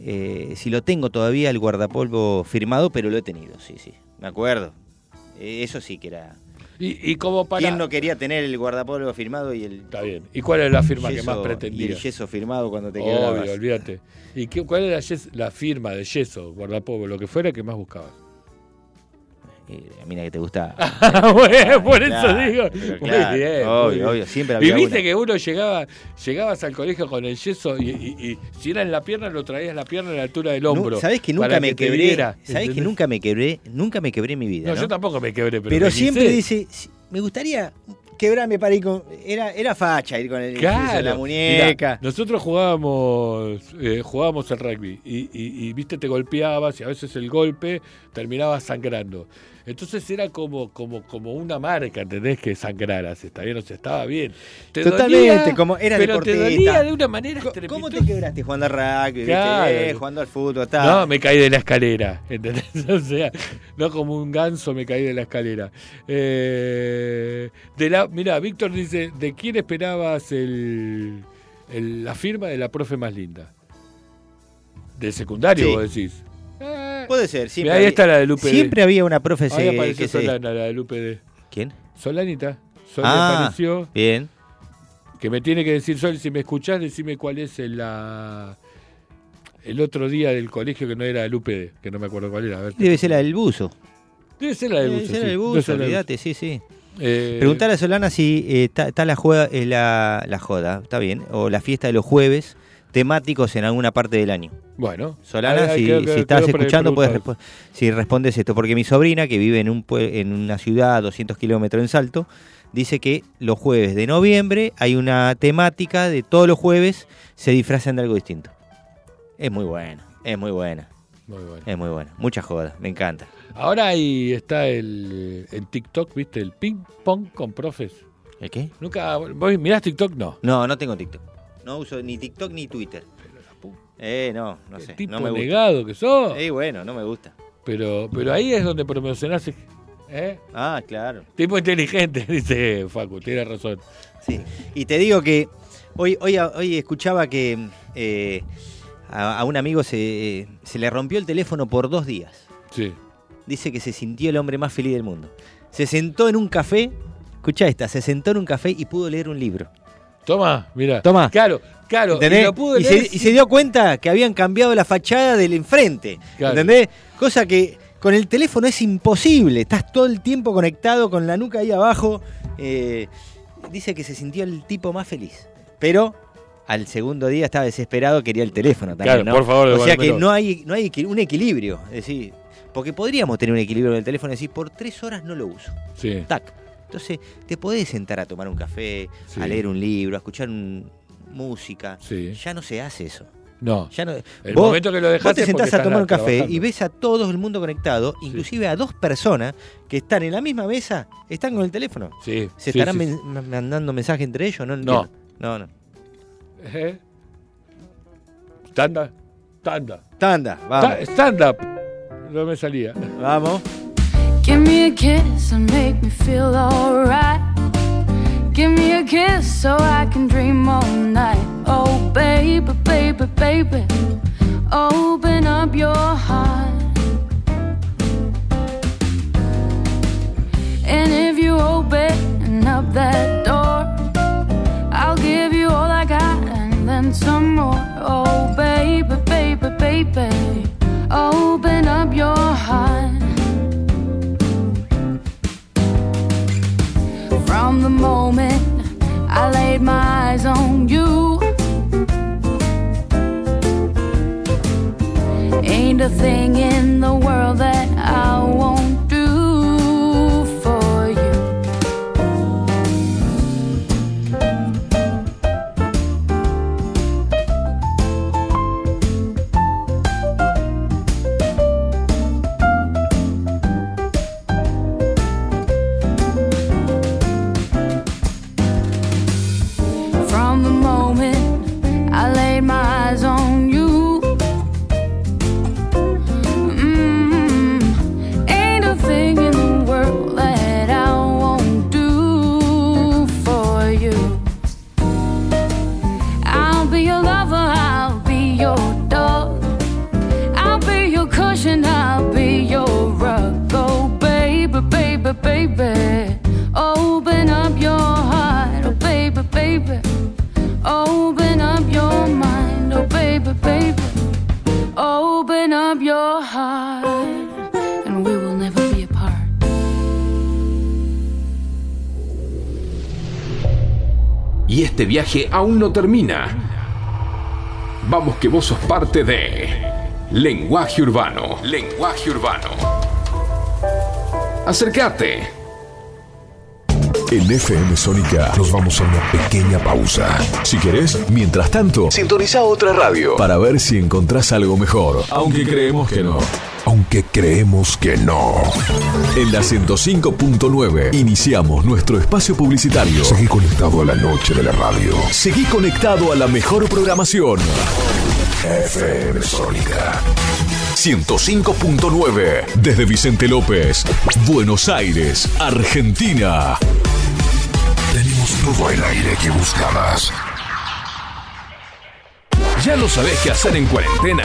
eh, si lo tengo todavía el guardapolvo firmado, pero lo he tenido, sí, sí. Me acuerdo. Eh, eso sí que era. y, y como para... ¿Quién no quería tener el guardapolvo firmado y el. Está bien. ¿Y cuál es la firma que yeso- más y pretendía? el yeso firmado cuando te quedabas. Obvio, olvídate. ¿Y [laughs] qué, cuál era yes- la firma de yeso, guardapolvo, lo que fuera que más buscabas? eh, la mina que te gusta. [laughs] Bueno, por eso digo. pero Muy claro, bien, muy Obvio, bien. obvio, siempre había Viviste una. que uno llegaba, llegabas al colegio con el yeso y, y- y si era en la pierna lo traías la pierna a la altura del Nu- hombro. ¿Sabés que nunca para me te quebré? viera, ¿Sabés que ¿entendés? nunca me quebré? Nunca me quebré en mi vida. No, ¿no? yo tampoco me quebré, pero, Pero me siempre quise. dice, "Sí, me gustaría quebrarme para ir con. Era, era facha ir con el yeso Claro. en la muñeca. Mirá, nosotros jugábamos, eh, jugábamos al rugby y, y- y, viste, te golpeabas y a veces el golpe terminaba sangrando. Entonces era como, como, como una marca, ¿entendés? Que sangraras, está bien, o sea, estaba bien. Te Totalmente, como era Pero te deportista. dolía de una manera Co- ¿Cómo te estrepitosa. quebraste jugando al rugby? viste? Claro. Eh, jugando al fútbol, tal. No, me caí de la escalera, [laughs] ¿entendés? O sea, no como un ganso me caí de la escalera. Eh, de la, mirá, Víctor dice, ¿de quién esperabas el, el- la firma de la profe más linda? Del secundario, Sí. vos decís. Eh, Puede ser, siempre. ahí había- está la del UPD. Siempre había una profe ahí se- apareció que se- Solana, la del UPD. ¿Quién? Solanita. Sol Ah. apareció. Bien. Que me tiene que decir Sol, si me escuchás, decime cuál es el, la, el otro día del colegio que no era el UPD, que no me acuerdo cuál era. A ver, te- Debe ser la del buzo. Debe ser la del buzo. Debe ser sí. la del Debe buzo, ser la del olvídate, sí, sí. buzo. Eh, Preguntar a Solana si eh, está está la, juega, eh, la, la joda, está bien, o la fiesta de los jueves temáticos en alguna parte del año. Bueno. Solana, Ahí- ahí si, quedó- si quedó- estás quedó para escuchando, puedes preguntar. respo- si respondes esto, porque mi sobrina, que vive en, un, pue- en una ciudad a 200 kilómetros en Salto, dice que los jueves de noviembre hay una temática de todos los jueves se disfrazan de algo distinto. Es muy buena, es muy buena, Muy bueno. es muy buena. Mucha joda, me encanta. Ahora ahí está el, eh, en TikTok, ¿viste? El ping pong con profes. ¿El qué? Nunca. ¿Vos mirás TikTok? No. No, no tengo TikTok. No uso ni TikTok ni Twitter. Eh, no, no Qué sé. tipo no me gusta. negado que sos. Eh, bueno, no me gusta. Pero, pero ahí es donde promocionás. ¿eh? Ah, claro. Tipo inteligente, [laughs] dice Facu, tiene razón. Sí. Y te digo que hoy, hoy, hoy escuchaba que eh, a, a un amigo se, eh, se le rompió el teléfono por dos días. Sí. Dice que se sintió el hombre más feliz del mundo. Se sentó en un café. Escucha esta, se sentó en un café y pudo leer un libro. Toma, mira. Tomá. Claro, claro. ¿Entendés? Y lo pude Y se, leer y se dio cuenta que habían cambiado la fachada del enfrente. Claro. ¿Entendés? Cosa que con el teléfono es imposible. Estás todo el tiempo conectado con la nuca ahí abajo. Eh, dice que se sintió el tipo más feliz. Pero al segundo día estaba desesperado, quería el teléfono también. Claro, ¿no? por favor, O sea que devuélvemelo. no hay, no hay equi- un equilibrio. Es decir, porque podríamos tener un equilibrio en el teléfono y decir, por tres horas no lo uso. Sí. Tac. Entonces, te podés sentar a tomar un café, Sí. a leer un libro, a escuchar un- música. Sí. Ya no se hace eso. No. Ya no, El momento que lo dejás vos te es porque sentás a estás tomar un café trabajando. y ves a todo el mundo conectado, inclusive a dos personas que están en la misma mesa, están con el teléfono. Sí. ¿Se sí, estarán sí, men- ma- mandando mensajes entre ellos? No, No. entiendo. no. no. sí. ¿Eh? Tanda. Tanda. Tanda, Ta- eh, vamos. Stand up. No me salía. Vamos. Give me a kiss and make me feel alright. Give me a kiss so I can dream all night. Oh, baby, baby, baby, open up your heart. And if you open up that door, I'll give you all I got and then some more. Oh, baby, baby, baby, open up your heart. From the moment I laid my eyes on you, ain't a thing in the world that I won't do for you. Mm-hmm. Oh, Oh, Oh, este viaje aún no termina. Vamos que vos sos parte de Lenguaje Urbano. Lenguaje Urbano. Acércate. En FM Sónica nos vamos a una pequeña pausa. Si querés, mientras tanto, sintoniza otra radio para ver si encontrás algo mejor. Aunque creemos que no. Aunque creemos que no. En la 105.9 iniciamos nuestro espacio publicitario. Seguí conectado a la noche de la radio. Seguí conectado a la mejor programación. FM Sónica. 105.9 desde Vicente López, Buenos Aires, Argentina. Tenemos todo el aire que buscabas. ¿Ya no sabés qué hacer en cuarentena?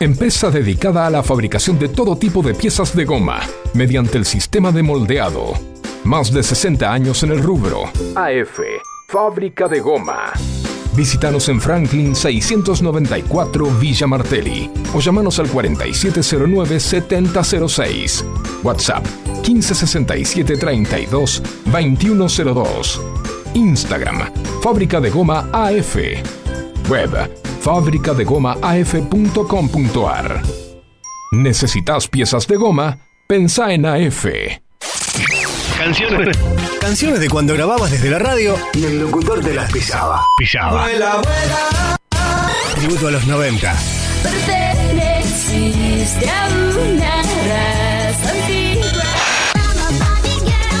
Empresa dedicada a la fabricación de todo tipo de piezas de goma mediante el sistema de moldeado. Más de 60 años en el rubro. AF, fábrica de goma. Visítanos en Franklin 694 Villa Martelli o llamanos al 4709-7006. WhatsApp 1567-32-2102. Instagram Fábrica de Goma AF. Web fabricadegomaaf.com.ar. ¿Necesitas piezas de goma? Pensá en AF. Canciones. Canciones de cuando grababas desde la radio y el locutor te las pisaba. Pisaba. Tributo a los 90. Perteneciste a una raza antigua.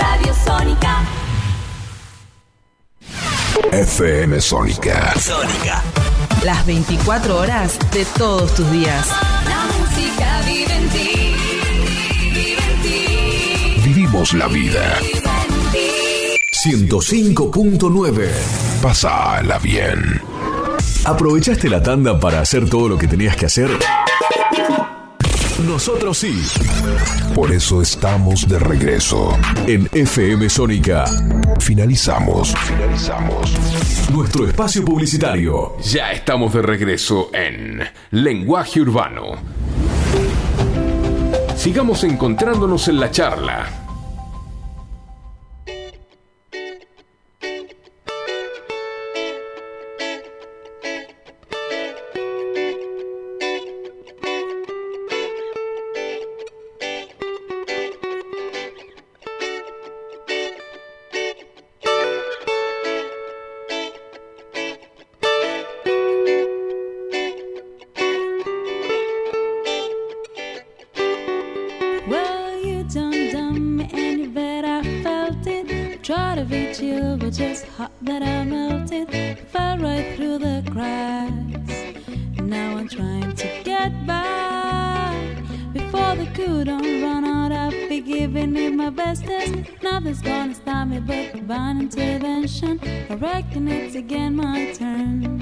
Radio Sónica. FM Sónica. Las 24 horas de todos tus días. La música vive en ti. Vive en ti. Vivimos la vida. 105.9. Pasala bien. ¿Aprovechaste la tanda para hacer todo lo que tenías que hacer? Nosotros sí. Por eso estamos de regreso. En FM Sónica, Finalizamos. Finalizamos. nuestro espacio publicitario. Ya estamos de regreso en Lenguaje Urbano. Sigamos encontrándonos en la charla. Well, you done done me any bad, I felt it. Try to beat you, but just hot that I melted. Fell right through the cracks. Now I'm trying to get by. Before the coup don't run out, I've been giving it my bestest. Nothing's gonna stop me but divine intervention. I reckon it's again my turn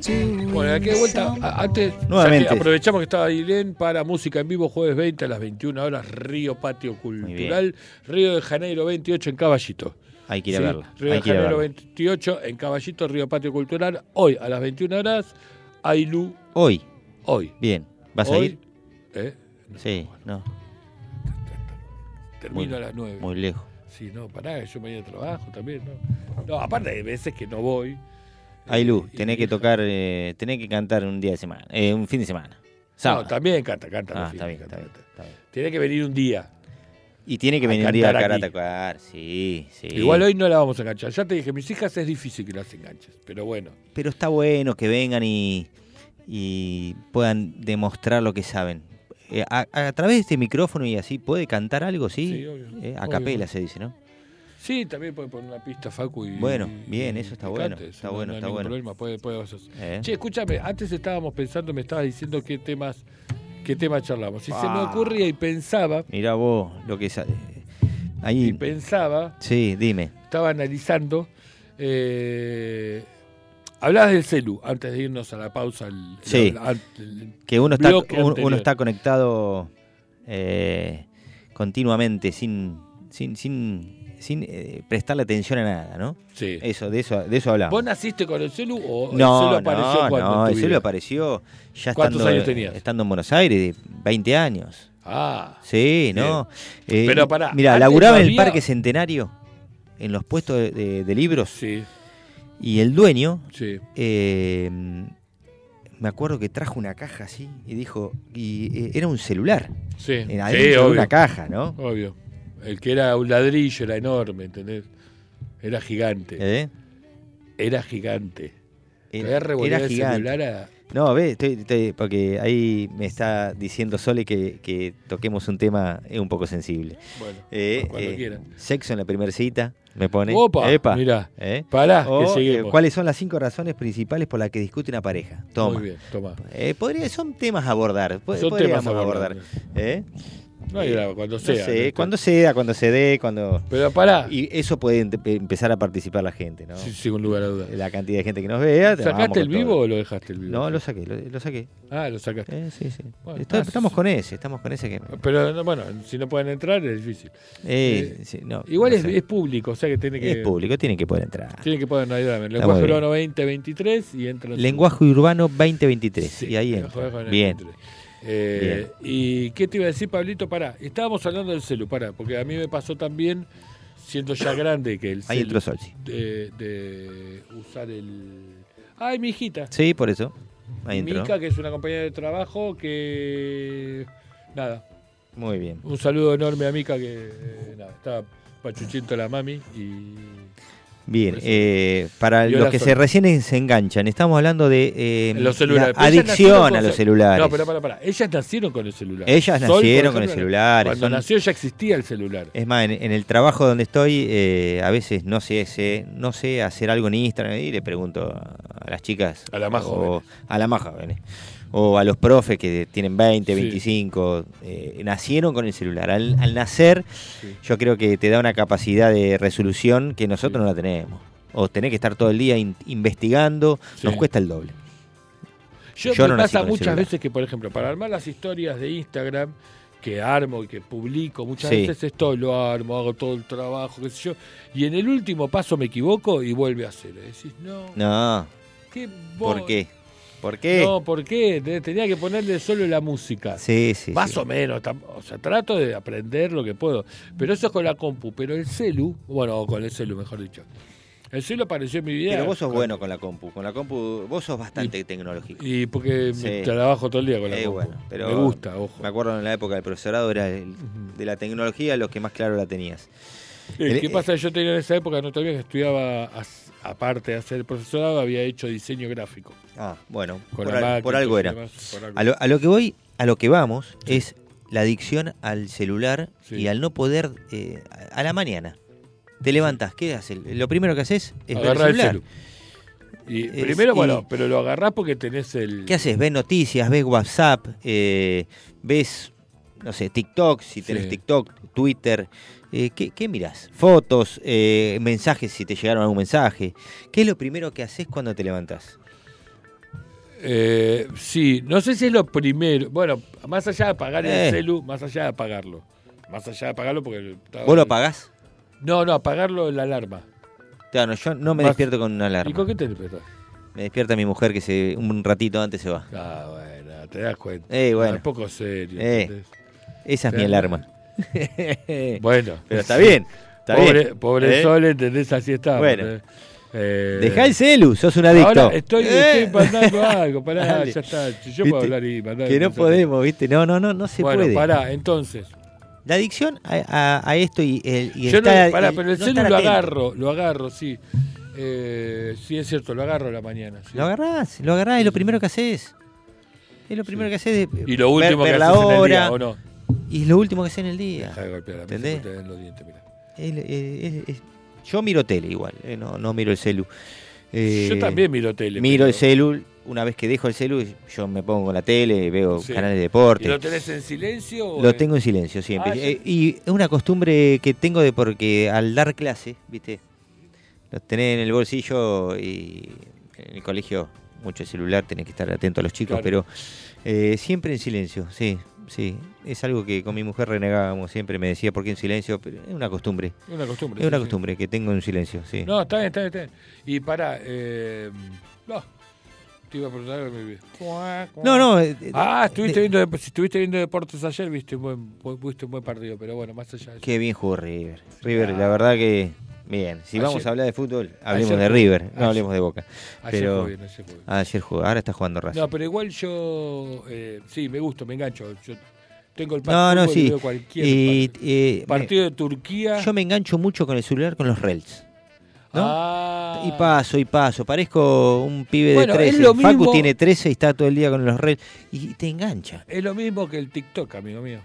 to Bueno, aquí de vuelta, a- antes Nuevamente. ya que aprovechamos que estaba Ailén para música en vivo jueves 20 a las 21 horas, Río Patio Cultural, Río de Janeiro 28 en Caballito. Hay que ir a Sí, verla. Río hay de que ir a Janeiro verla. 28 en Caballito, Río Patio Cultural, hoy a las 21 horas, Ailu, Hoy. hoy. Bien. ¿Vas a Hoy, ir? eh, Sí, no. termino Muy- a las 9. Muy lejos. Sí, no, pará, yo mañana trabajo también, ¿no? No, aparte hay veces que no voy. Ailu, tenés que tocar, eh, tenés que cantar un día de semana, eh, un fin de semana. Sábado. No, también canta, canta. Ah, los está fines, bien, canta, está bien, canta. está bien. Tiene que venir un día. Y tiene que A venir un día a cantar cara a aquí. tocar, sí, sí. Igual hoy no la vamos a enganchar. Ya te dije, mis hijas es difícil que las enganches, pero bueno. Pero está bueno que vengan y, y puedan demostrar lo que saben. Eh, a, a través de este micrófono y así, ¿puede cantar algo, sí? Sí, obvio, Eh, a obvio. capela se dice, ¿no? Sí, también puede poner una pista Facu y. Bueno, y- bien, y eso está que bueno, cantes. está No- bueno, no hay está ningún bueno. problema, puede- puede hacer eso. Eh. Che, escúchame, antes estábamos pensando, me estabas diciendo qué temas, qué temas charlamos. Y se me Ah. ocurría y pensaba, Mirá vos lo que sale. y Ahí, pensaba, sí, dime. estaba analizando. Eh, hablabas del celu antes de irnos a la pausa. el- Sí. el- el- el- Que uno está, bloque uno- anterior. uno está conectado eh, continuamente sin, sin, sin, sin eh, prestarle atención a nada, ¿no? Sí. Eso, de eso, de eso hablamos. ¿Vos naciste con el celu o el No, celu apareció no, cuando? no, en tu el celu vida? apareció ya ¿Cuántos estando, años tenías? estando en Buenos Aires, de 20 años. Ah, Sí, ¿no? Eh, Pero pará, Mira, antes laburaba no en el había- Parque Centenario, en los puestos de, de- de libros, sí, y el dueño, sí. eh, me acuerdo que trajo una caja así y dijo, y eh, era un celular, Sí, en sí, adentro de obvio, una caja, ¿no? obvio. El que era un ladrillo era enorme, ¿entendés? Era gigante, ¿Eh? era gigante. Era, Era, revolver era el gigante. celular a... No, ve, estoy- estoy- porque ahí me está diciendo Sole que, que toquemos un tema eh, un poco sensible. Bueno, Eh, cuando eh, quiera. Sexo en la primera cita, me pone. Opa, Epa. mirá. Eh. Pará, O, que eh, seguimos. ¿Cuáles son las cinco razones principales por las que discute una pareja? Toma. Muy bien, toma. Eh, podría- son temas a abordar. po- Son podríamos temas a abordar. abordar. ¿eh? No hay grado, cuando No sea. sé, ¿no? cuando sea, cuando se dé, cuando. Pero pará, Y eso puede ent- empezar a participar la gente, ¿no? sí, sí, con lugar a dudas. La cantidad de gente que nos vea. Eh, vamos ¿Sacaste con el vivo todo. o lo dejaste el vivo? No, lo saqué, lo, lo saqué. Ah, lo sacaste. Eh, sí, sí. Bueno, Está- ah, estamos sí. con ese, estamos con ese que. Pero no, bueno, si no pueden entrar es difícil. Eh, sí, no, Igual no es, sé. es público, o sea que tiene que... Es público, tienen que poder entrar. Tienen que poner ayudarme. Está Lenguaje muy bien. Urbano 2023 y entra. en su- Lenguaje Urbano 2023. Sí, y ahí Lenguaje entra. Urbano Bien. 2023. Eh, ¿Y qué te iba a decir, Pablito? Pará, estábamos hablando del celu, pará, porque a mí me pasó también, siendo ya grande, que el celu Ahí entró Solsi. de, de usar el. ¡Ay, mi hijita! Sí, por eso. Ahí mi entró. hija, que es una compañera de trabajo que. Nada, Muy bien. un saludo enorme a Mica, que. eh, Nada, estaba pachuchito la mami y. Bien, Por eso. eh, para Viola los que se Sol. recién en- se enganchan, estamos hablando de eh, los celulares. la Pero ellas nacieron adicción con a los cel- celulares. No, pero para, para. Ellas nacieron con el celular. Ellas Sol, por nacieron con el ejemplo, celular, Cuando son- Eh, nació ya existía el celular. Es más, en, en el trabajo donde estoy, eh, a veces no sé, sé- no sé hacer algo en Instagram y le pregunto a las chicas. A las más o- jóvenes. A las más jóvenes. O a los profes que tienen 20, Sí. 25, eh, nacieron con el celular. Al, al nacer, yo creo que te da una capacidad de resolución que nosotros no la tenemos. O tenés que estar todo el día in- investigando, Sí. nos cuesta el doble. Yo, Yo me no nací pasa con el muchas celular. veces que, por ejemplo, para armar las historias de Instagram que armo y que publico, muchas Sí. veces esto lo armo, hago todo el trabajo, qué sé yo, y en el último paso me equivoco y vuelve a hacer. Y Decís, no, No, ¿qué ¿por bo- qué? ¿Por qué? No, ¿por qué? Te- Tenía que ponerle solo la música. sí, sí. Más sí. o menos, tam- o sea, trato de aprender lo que puedo. Pero eso es con la compu, pero el celu, bueno, o con el celu, mejor dicho. El celu apareció en mi vida. Pero vos sos con- bueno con la compu. Con la compu, vos sos bastante tecnológico. Y porque me Sí. trabajo todo el día con la Eh, compu. bueno, pero me gusta, ojo. Me acuerdo en la época del profesorado era el- de la tecnología los que más claro la tenías. Eh, el- ¿Qué pasa? Yo tenía en esa época, no todavía que estudiaba, as- aparte de hacer el profesorado, había hecho diseño gráfico. Ah, bueno, Con por, la al- Mac y por algo todo era. eso demás, por algo. A lo, a lo que voy, a lo que vamos, es la adicción al celular Sí. y al no poder eh, a a la mañana. Te levantas, ¿qué haces? Lo primero que haces es ver el Agarrá el celular. celu. Y Es- primero, y- bueno, pero lo agarrás porque tenés el. ¿Qué haces? ¿Ves noticias? ¿Ves WhatsApp? eh, ¿Ves, no sé, TikTok? Si tenés Sí. TikTok, Twitter. eh, ¿qué, qué mirás? Fotos, eh, mensajes, si te llegaron algún mensaje. ¿Qué es lo primero que haces cuando te levantás? Eh, sí, no sé si es lo primero. Bueno, más allá de apagar Eh. el celu, más allá de apagarlo. Más allá de apagarlo porque... ¿Vos lo apagás? No, no, apagarlo la alarma. Claro, no, yo no me Más- despierto con una alarma. ¿Y con qué te despertás? Me despierta mi mujer que se un ratito antes se va. Ah, bueno, te das cuenta. Eh, bueno. Un poco serio. Eh, ¿entendés? esa es mi Claro. alarma. [laughs] Bueno. Pero está bien, está pobre bien. pobre Eh. Sol, ¿entendés? Así está. Bueno. Eh, Dejá el celu, sos un adicto. Ahora estoy, Eh. [laughs] estoy mandando algo, pará, Dale. ya está. Yo Viste, puedo hablar y mandar. Que no podemos, ¿viste? No, no, no, no se bueno, puede. pará, entonces. La adicción a, a- a esto y el. y yo estar- no, pará, el pero el no celu estar lo atento. agarro, lo agarro, sí. Eh, sí, es cierto, lo agarro a la mañana. sí. Lo agarrás, lo agarrás, es lo primero que haces. Es lo primero que haces. de- Y lo último ver- que ver la haces en el hora, día, ¿o no? Y es lo último que haces en el día. Deja de golpear la mesa, ¿Entendés? porque te ven los dientes, mirá. El- el- el- yo miro tele igual, eh, no, no miro el celu. Eh, Yo también miro tele, Miro el pero- celu, una vez que dejo el celu, yo me pongo con la tele, veo Sí. canales de deporte. ¿Y lo tenés en silencio? o Lo en- tengo en silencio siempre. Ah, ya. Eh, y es una costumbre que tengo de porque al dar clase, viste, los tenés en el bolsillo y en el colegio mucho celular, tenés que estar atento a los chicos, Claro. pero eh, siempre en silencio, sí, sí. Es algo que con mi mujer renegábamos siempre, me decía por qué en silencio, pero es una costumbre. Es una costumbre, Es sí, una sí. costumbre que tengo en silencio, sí. No, está bien, está bien, está bien. Y pará, eh, no, te iba a preguntar algo, me olvidé. No, no, eh, eh, Ah, estuviste, de- viendo, dep- si estuviste viendo deportes ayer, viste un buen, bu- viste un buen partido, pero bueno, más allá de eso. Qué bien jugó River. River, la verdad que bien. Si Ayer- vamos a hablar de fútbol, hablemos ayer de jugó- River, no ayer- hablemos de Boca. ayer Pero jugó bien, ayer jugó bien. Ah, ayer jugó, ahora está jugando Racing. No, pero igual yo, eh, sí, me gusta, me engancho. Yo tengo el No, partido no, sí. veo cualquier Y, par- eh, partido me- de Turquía. Yo me engancho mucho con el celular con los reels. ¿no? Ah. Y paso, y paso. Parezco un pibe Bueno, de es 13. lo Facu mismo- tiene 13 y está todo el día con los reels. Y te engancha. Es lo mismo que el TikTok, amigo mío.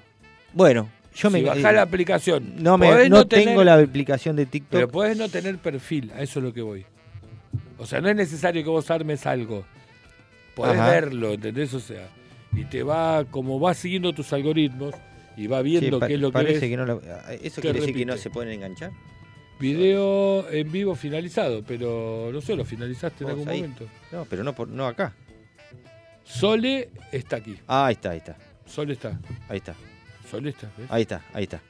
Bueno, yo me. eh, si bajás la aplicación, No, me, podés no, tener- tengo la aplicación de TikTok. Pero podés no tener perfil, a eso es lo que voy. O sea, no es necesario que vos armes algo. Podés Ajá. verlo, ¿entendés? O sea, y te va, como va siguiendo tus algoritmos y va viendo Sí, pa- qué es lo que parece ves. que no la- ah, ¿Eso te quiere decir que no repite. se pueden enganchar? Video en vivo finalizado, pero no sé, lo finalizaste en Vos algún ahí. momento. No, pero no, por- no acá. Sole está aquí. Ah, ahí está, ahí está. Sole está. Ahí está. Sole está. ¿ves? Ahí está, ahí está.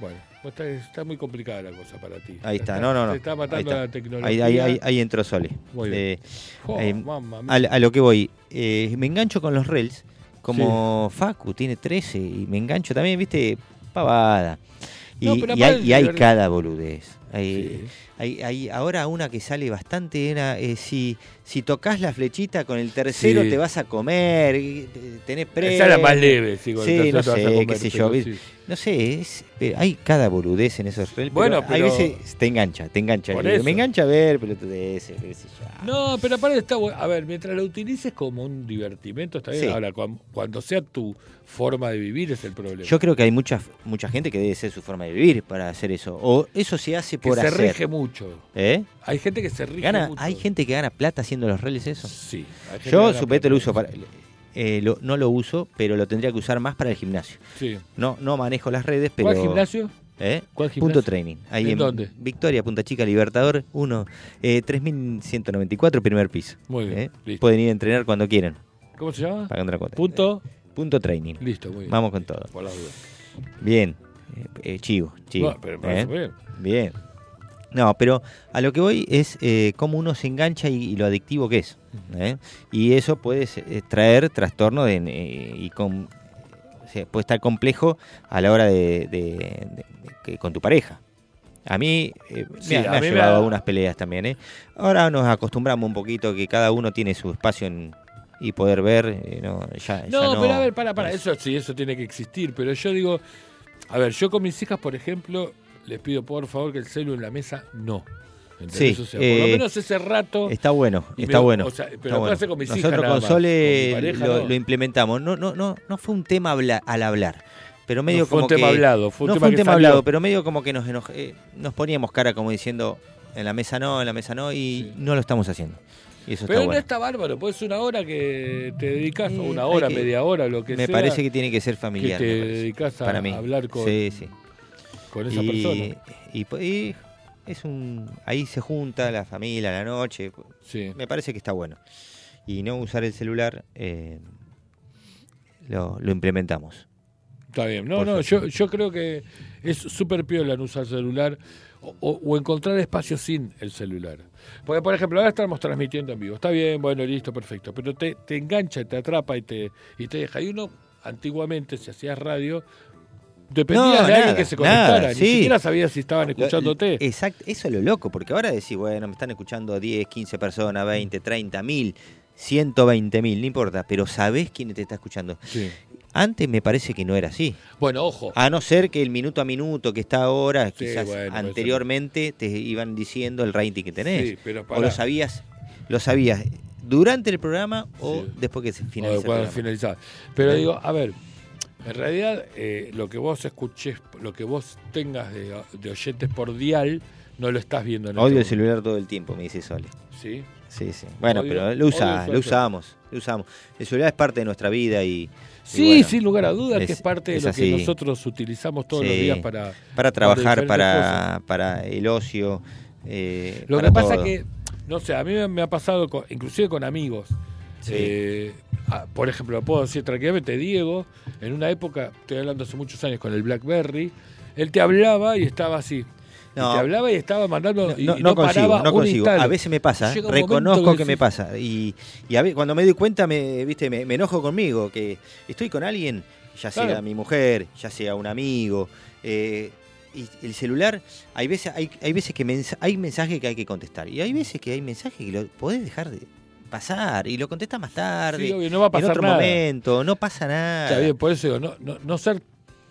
Bueno, vos estás- está, muy complicada la cosa para ti. Ahí Te está, no, no, no. Te está matando ahí está. la tecnología. Ahí, ahí, ahí, ahí entró Sole. Muy bien. Eh, Jo, eh, mamma a, mia. a lo que voy, eh, me engancho con los reels, como Facu tiene 13 y me engancho también, viste, pavada. Y, No, pero y hay, aparte, y hay Alberto. cada boludez. Hay, Sí. hay- hay- ahora una que sale bastante era, eh, si, si tocas la flechita con el tercero Sí. te vas a comer, eh, tenés pre Esa era más leve, sí, con el sí, tercero no te vas a sé, comer, qué sé pero yo. vi- sí. No sé, es- pero hay cada boludez en esos reels. Bueno, hay pero- veces te engancha, te engancha. Por Me eso. engancha a ver pelotudeces, qué sé yo. No, pero aparte está bueno. A ver, mientras lo utilices como un divertimento, está bien. Sí. Ahora, cuan- cuando sea tu forma de vivir es el problema. Yo creo que hay mucha, mucha gente que debe ser su forma de vivir para hacer eso. O eso se hace que por se hacer. rige mucho. ¿Eh? Hay gente que se rige Gana- mucho. hay gente que gana plata haciendo los reels eso. Sí. hay gente que Yo gana supete lo plata. uso para... eh, lo- no lo uso, pero lo tendría que usar más para el gimnasio. Sí. No, no manejo las redes, pero... ¿Cuál gimnasio? ¿Eh? ¿Cuál Punto gimnasio? Training. Ahí ¿En ¿En, dónde? Victoria, Punta Chica, Libertador 1, eh, 3194, primer piso. Muy bien, ¿Eh? listo. Pueden ir a entrenar cuando quieran, ¿Cómo se llama? pagando la cuota. Punto. Punto Training. Eh, Listo, muy bien. Vamos con todo. Por las dudas. Bien. Eh, eh, chivo, chivo. Bueno, pero parece ¿eh? muy bien. Bien. No, pero a lo que voy es eh, cómo uno se engancha y, y lo adictivo que es. ¿eh? Y eso puede se- eh, traer trastorno de- eh, y con, o sea, puede estar complejo a la hora de, de- de- que- con tu pareja. A mí eh, me Sí, ha- a me, mí ha me llevado ha- a unas peleas también. ¿eh? Ahora nos acostumbramos un poquito que cada uno tiene su espacio en- y poder ver. eh, no, ya, ya No, no- pero a ver, para, para, no es- eso sí, eso tiene que existir. Pero yo digo, a ver, yo con mis hijas, por ejemplo, les pido por favor que el celu en la mesa no. ¿Entendés? Sí, o sea, por lo eh, menos ese rato. Está bueno, Y está me- bueno. o sea, pero está lo puedo bueno. hacer con mis hijas Nosotros nada con más, con Sole mi pareja lo, no. lo implementamos. No, no, no, no fue un tema habla- al hablar. Pero medio fue un como tema que- hablado, fue un no tema fue un que tema salió. hablado, pero medio como que nos enoj- eh, nos poníamos cara como diciendo en la mesa no, en la mesa no, y no lo estamos haciendo. Y eso Pero está no bueno. está bárbaro, puede ser una hora que te dedicas, o Eh, una hay hora, que- media hora, lo que me sea. parece que tiene que ser familiar. que te me parece, dedicas a para mí. hablar con- Sí, sí. Con esa y, persona. y po- y es un ahí se junta la familia a la noche. Sí. Me parece que está bueno. y no usar el celular, eh, lo, lo implementamos. Está bien. No, Por no, yo, supuesto. yo creo que es súper piola no usar celular o, o- o encontrar espacio sin el celular. Porque, por ejemplo, ahora estamos transmitiendo en vivo. Está bien, bueno, listo, perfecto. Pero te, te engancha, te atrapa y te, y te deja. Y uno, antiguamente, si hacías radio, dependías No, de alguien nada, que se nada, conectara. Ni sí. eh, siquiera sabías si estaban escuchándote. Exacto, eso es lo loco, porque ahora decís, bueno, me están escuchando 10, 15 personas, 20, 30 mil, 120 mil, no importa, pero sabés quién te está escuchando. Sí. Antes me parece que no era así. Bueno, ojo. A no ser que el minuto a minuto que está ahora, Sí, quizás bueno, puede anteriormente te iban diciendo el rating que tenés. Sí, pero o pará. lo sabías, lo sabías durante el programa o después que se O de finalizó. el cuando programa. finalizaba. Pero Claro. digo, a ver, en realidad eh, lo que vos escuches, lo que vos tengas de, de oyentes por dial, no lo estás viendo en Odio el este celular todo el tiempo, me dice Sole. momento. ¿Sí? Sí, sí. Bueno, Odio- pero odio lo, usa- usar lo el celular. usamos, lo usamos. El celular es parte de nuestra vida y... y Sí, bueno, sin lugar a dudas, que es- es parte de es lo así. que nosotros utilizamos todos los Sí. días para... trabajar, diferentes para, para el ocio. eh, Lo para que pasa todo. que, no sé, a mí me- me ha pasado, con- inclusive con amigos. Sí. Eh, ah, por ejemplo, puedo decir tranquilamente, Diego, en una época, estoy hablando hace muchos años con el Blackberry, él te hablaba y estaba así. Y No. te hablaba y estaba mandando. y- no, y no consigo, paraba no un consigo. instante. A veces me pasa, Llega un reconozco momento que, me decís, pasa. Y, y a veces, cuando me doy cuenta, me, viste, me, me enojo conmigo, que estoy con alguien, ya sea Claro. mi mujer, ya sea un amigo. eh, y el celular, hay veces, hay, hay veces que mens- hay mensajes que hay que contestar. Y hay veces que hay mensajes que lo podés dejar de pasar y lo contestas más tarde. Sí, obvio, no va a pasar en otro nada. momento, no pasa nada. Está bien, por eso digo, no, no, no ser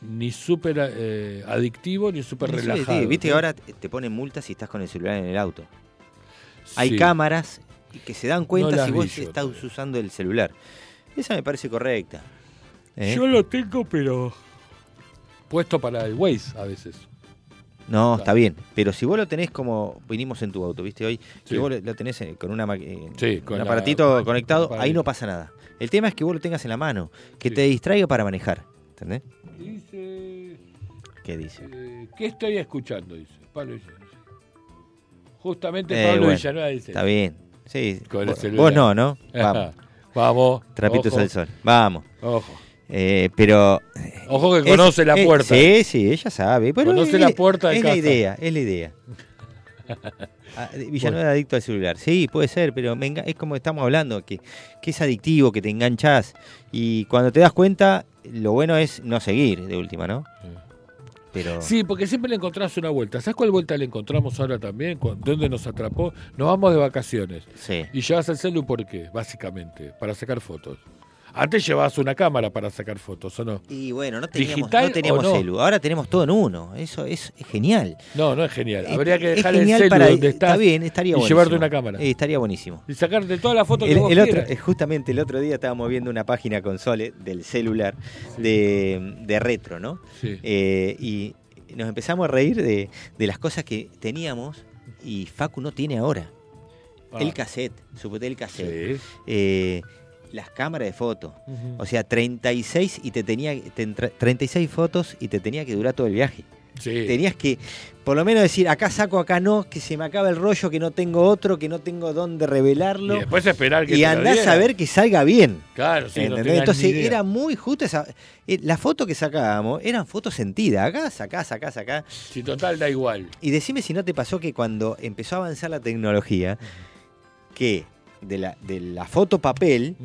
ni súper eh, adictivo ni súper Sí, sí, relajado. Viste que ¿no? ahora te te ponen multas si estás con el celular en el auto. Hay Sí. cámaras que se dan cuenta No las si vi vos yo estás usando el celular. Esa me parece correcta. ¿eh? Yo lo tengo, pero. Puesto para el Waze a veces. No, está bien. Pero si vos lo tenés como vinimos en tu auto, ¿viste? Hoy, Sí. si vos lo- lo tenés en- con, una, maqui- en- Sí, con un la- aparatito con- conectado, con el ahí no aparatito. pasa nada. El tema es que vos lo tengas en la mano, que Sí. te distraiga para manejar. ¿Entendés? Dice. ¿Qué dice? Eh, ¿Qué estoy escuchando? Dice Pablo Villanueva. Justamente Eh, Pablo bueno, Villanueva dice. Está bien. Sí, Con el vos, celular. vos [laughs] no, ¿no? Vamos. Vamos. Trapitos ojo, al sol. Vamos. Ojo. Eh, pero. Ojo que conoce la eh, puerta. sí, sí, ella sabe. Pero Conoce es- la puerta de Es casa. la idea, es [laughs] la idea. Ah, de- Villanueva es adicto al celular. Sí, puede ser, pero me enga- es como estamos hablando, que, que es adictivo, que te enganchás. Y cuando te das cuenta, lo bueno es no seguir de última, ¿no? Pero. Sí, porque siempre le encontrás una vuelta. ¿Sabes cuál vuelta le encontramos ahora también? Cu- ¿Dónde nos atrapó? Nos vamos de vacaciones. Sí. Y llevas el celu ¿por qué? Básicamente, para sacar fotos. Antes llevabas una cámara para sacar fotos, ¿o no? Y bueno, no teníamos, ¿Digital no teníamos o no? celu. Ahora tenemos todo en uno. Eso es, es genial. No, no es genial. Es- Habría que es dejar el genial celu para- donde estás Está bien, estaría y buenísimo. llevarte una cámara. Eh, estaría buenísimo. Y sacarte todas las fotos El- que vos el otro- quieras. eh, justamente el otro día estábamos viendo una página con Sole del celular de, de retro, ¿no? Sí. Eh, y nos empezamos a reír de, de las cosas que teníamos y Facu no tiene ahora. Ah. El cassette, suponete el cassette. Sí. Eh, las cámaras de fotos. Ujú. O sea, 36 y te tenía te entra- 36 fotos y te tenía que durar todo el viaje. Sí. Tenías que, por lo menos decir, acá saco, acá no, que se me acaba el rollo, que no tengo otro, que no tengo dónde revelarlo Y después esperar que y te la andás dieran. a ver que salga bien. Claro, sí, no ¿entendés? tenías ni Entonces idea. era muy justo esa. eh, la foto que sacábamos eran fotos sentidas. Acá, sacá, sacá, sacá. Si total da igual. Y decime si no te pasó que cuando empezó a avanzar la tecnología, que de la, de la foto papel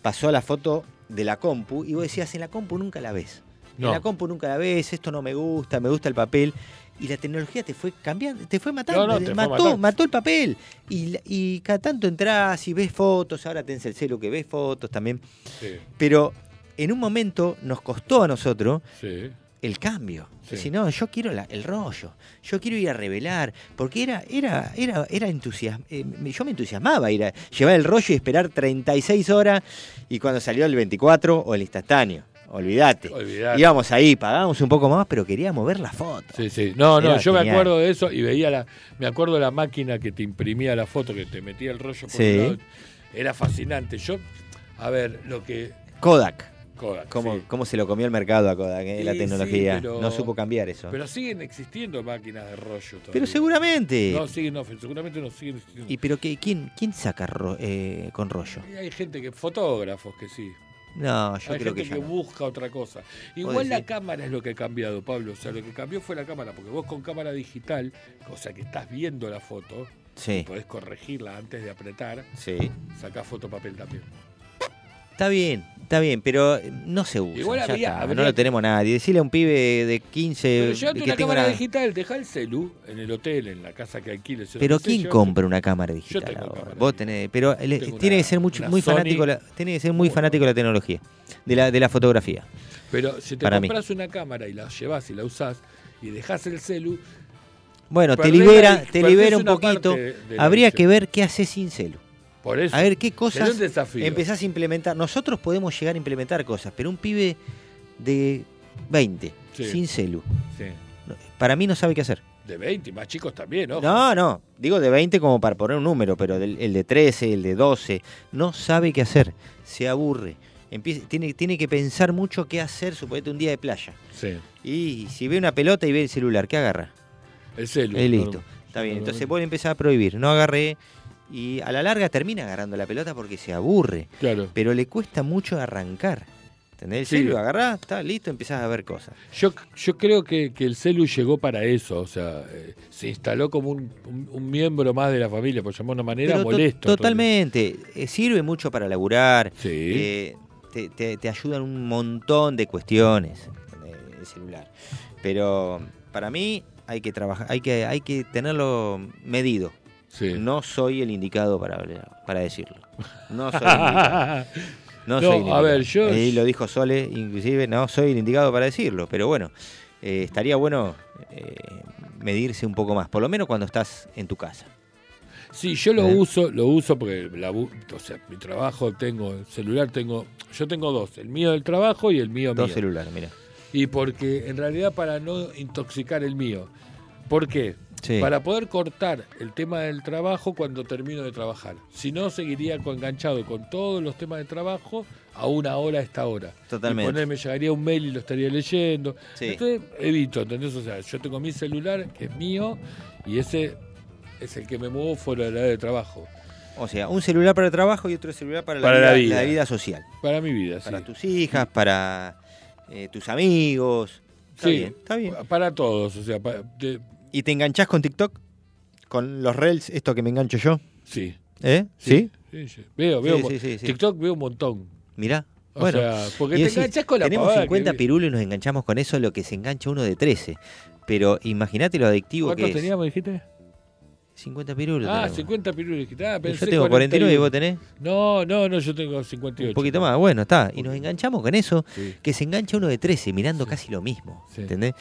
pasó a la foto de la compu y vos decías, en la compu nunca la ves. No. En la compu nunca la ves, esto no me gusta, me gusta el papel. Y la tecnología te fue cambiando, te fue matando, No, no, te fue mató, matando. mató el papel. Y, la- y cada tanto entrás y ves fotos, ahora tenés el celo que ves fotos también. Sí, Pero en un momento nos costó a nosotros sí. el cambio. Sí. Si no, yo quiero la- el rollo, yo quiero ir a revelar, porque era, era, era, era entusias- eh, me- yo me entusiasmaba ir a llevar el rollo y esperar 36 horas y cuando salió el 24 o el instantáneo, olvídate. Olvidate. Íbamos ahí, pagábamos un poco más, pero queríamos ver la foto. Sí, sí. No, no, Era yo me genial. acuerdo de eso y veía la. Me acuerdo la máquina que te imprimía la foto, que te metía el rollo por Sí. un lado. Era fascinante. Yo, a ver, lo que. Kodak. Kodak, ¿Cómo, sí. cómo se lo comió el mercado a Kodak, eh, la Sí, tecnología? sí, pero- No supo cambiar eso. Pero siguen existiendo máquinas de rollo. todavía. Pero seguramente. No, siguen, no, seguramente no siguen existiendo. ¿Y pero qué, quién, quién saca ro- eh, con rollo? Y hay gente que, fotógrafos que sí. No, yo hay creo gente que ya no. busca otra cosa. ¿Vos Igual decís? la cámara es lo que ha cambiado, Pablo. O sea, lo que cambió fue la cámara, porque vos con cámara digital, o sea que estás viendo la foto, Sí. y podés corregirla antes de apretar, Sí. sacás foto papel también. Eh, Está bien, está bien, pero eh, no se usa. Igual ya habría- está, habría- No lo tenemos nadie. Decirle a un pibe de Pero 15 que llévate una tenga cámara una- digital, dejá el celu en el hotel, en la casa que alquiles. yo Pero no sé, ¿quién llévate- compra una cámara digital tengo ahora? cámara Vos tenés, pero el- Tengo tiene una- que ser mucho, una muy Sony. fanático, la- tiene que ser muy fanático de la tecnología, de la de la fotografía. Pero si te Para mí. compras una cámara y la llevas y la usás y dejás el celu, Bueno, te Perdés la libera, di- te perdés libera un una poquito. parte de la Habría adicción. que ver qué haces sin celu. por eso. A ver qué sería cosas un desafío. empezás a implementar. Nosotros podemos llegar a implementar cosas, pero un pibe de 20 Sí. sin celu, Sí. no- para mí no sabe qué hacer. De 20, más chicos también, ¿no? No, no, digo de 20 como para poner un número, pero del- el de 13, el de 12, no sabe qué hacer, se aburre. Empieza- tiene, tiene que pensar mucho qué hacer, suponete un día de playa. Sí. Y si ve una pelota y ve el celular, ¿qué agarra? El celu. Eh, listo. claro. Está bien. Entonces Normalmente. vos le empezás a prohibir. No agarré. Y a la larga termina agarrando la pelota porque se aburre. Claro. Pero le cuesta mucho arrancar. ¿Entendés? El Sí. celu agarrás, está listo, empezás a ver cosas. Yo, yo creo que, que el celu llegó para eso, o sea, eh, se instaló como un, un- un miembro más de la familia, por llamarlo de una manera, Pero to- molesto. totalmente. Eh, Sirve mucho para laburar. Sí. Eh, te, te, te ayudan un montón de cuestiones eh, el celular. Pero para mí hay que trabajar, hay que, hay que tenerlo medido. Sí. No soy el indicado para, hablar- para decirlo. No [laughs] soy el indicado. No, No, soy el a indicado. ver, yo- Ahí lo dijo Sole, inclusive, no soy el indicado para decirlo, pero bueno, eh, estaría bueno eh, medirse un poco más, por lo menos cuando estás en tu casa. Sí, yo lo ¿Eh? uso, lo uso porque la, bu- o sea, mi trabajo tengo, el celular tengo, yo tengo dos, el mío del trabajo y el mío Dos mío. celulares, mira. Y porque en realidad para no intoxicar el mío. ¿Por qué? Sí. Para poder cortar el tema del trabajo cuando termino de trabajar. Si no, seguiría con- enganchado con todos los temas de trabajo a una hora a esta hora. Totalmente. Y ponerme, llegaría un mail y lo estaría leyendo. Sí. Entonces, evito, ¿entendés? O sea, yo tengo mi celular, que es mío, y ese es el que me muevo fuera de la área de trabajo. O sea, un celular para el trabajo y otro celular para la, Para vida, la la vida. vida. social. Para mi vida, sí. Para tus hijas, para eh, tus amigos. Está Sí, bien, está bien. Para todos, o sea, pa- de- ¿Y te enganchás con TikTok? ¿Con los reels, esto que me engancho yo? sí. ¿Eh? ¿Sí? Sí, sí. Veo, Sí, veo. sí, sí, sí. TikTok veo un montón. Mirá. O bueno, sea, porque y te decís, enganchás con la Tenemos pavada que 50 vi. pirulos y nos enganchamos con eso, lo que se engancha uno de 13. Pero imagínate lo adictivo que ¿Cuántos es. teníamos, dijiste? 50 pirulos. Ah, tenemos. 50 pirulos. Ah, Y pensé Yo tengo 49 y 41. vos tenés No, no, no, yo tengo 58. un poquito más. Bueno, está. Y nos Poquito. enganchamos con eso, Sí. que se engancha uno de 13, mirando casi lo mismo. Sí. ¿Entendés?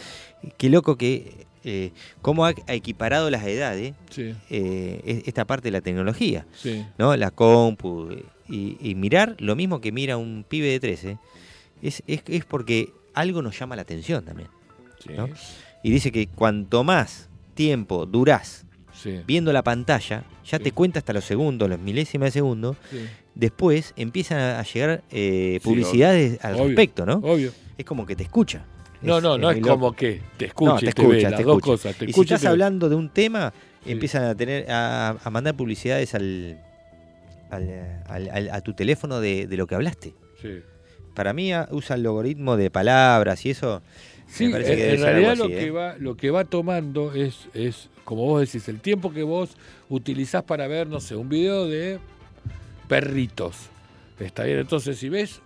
Qué loco que. eh, cómo ha ha equiparado las edades Sí, eh, es- esta parte de la tecnología. sí. ¿no? La compu. eh, Y, y mirar lo mismo que mira un pibe de 13 es, es, es porque algo nos llama la atención también. sí, ¿no? Y dice que cuanto más tiempo durás sí, viendo la pantalla, ya Sí. te cuenta hasta los segundos, los milésimas de segundo, sí. después empiezan a a llegar eh, Sí, publicidades al Obvio, respecto, ¿no? Obvio. Es como que te escucha. No, no, no es muy loco. como que te No, escucha y te, ve, las dos cosas. Te y si escucha y estás te ve. hablando de un tema, Sí. empiezan a tener a, a mandar publicidades al, al, eh, al- al- a tu teléfono de, de lo que hablaste. Sí. Para mí ah, usa el logaritmo de palabras y eso. Sí, me en, parece que debe en ser algo realidad así, lo, ¿eh? que va, lo que va tomando es, es, como vos decís, el tiempo que vos utilizás para ver, no sé, un video de perritos. Está bien, entonces si ves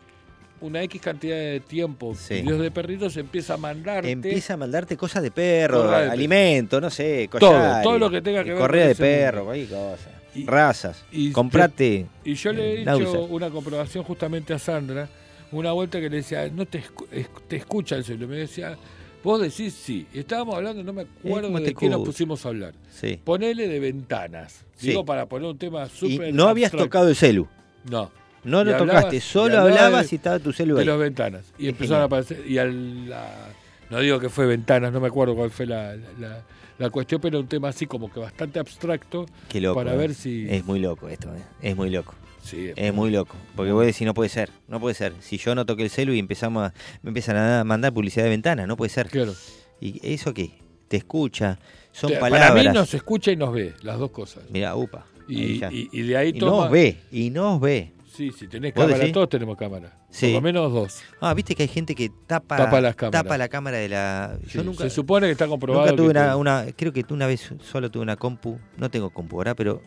una X cantidad de tiempo, Sí. videos de perritos, empieza a mandarte Empieza a mandarte cosas de perro, Corral de perro. alimento, no sé, Todo, collares, todo lo que tenga que ver Correa con de ese perro, mundo. cualquier cosa. Y- Razas. y- Comprate. Y yo le he Eh, hecho náusea. una comprobación justamente a Sandra, una vuelta que le decía, no te, escu- es- te escucha el celular. Me decía, vos decís sí. Y estábamos hablando, no me acuerdo ¿Eh? ¿cómo de te qué nos escucha? pusimos a hablar. Sí. Ponele de ventanas. Sí. Digo, para poner un tema Y súper. no habías abstracto. tocado el celu. No. No Y lo hablabas- tocaste, y solo hablaba hablabas de- y estaba tu De celular. las ventanas. Y empezaron genial. a aparecer. Y al, la- no digo que fue Ventanas, no me acuerdo cuál fue la, la- la cuestión, pero un tema así como que bastante abstracto Qué loco. para eh. ver si... Es muy loco esto, eh. es muy loco. Sí, es muy loco. Porque vos decís, no puede ser, no puede ser. Si yo no toqué el celu y empezamos a, me empiezan a mandar publicidad de ventana, no puede ser. Claro. ¿Y eso qué? Te escucha, son Te- palabras. Para mí nos escucha y nos ve, las dos cosas. Mirá, upa. Y, Ahí y- ya. y de ahí Y toma... nos ve, y nos ve. Sí, si tenés ¿Vos cámara, decís? todos tenemos cámara. Sí. Por lo menos dos. Ah, viste que hay gente que tapa, Tapa las cámaras. tapa la cámara de la. Yo Sí, nunca. se supone que está comprobado Nunca tuve que una, te- una- Creo que una vez solo tuve una compu. No tengo compu ahora, pero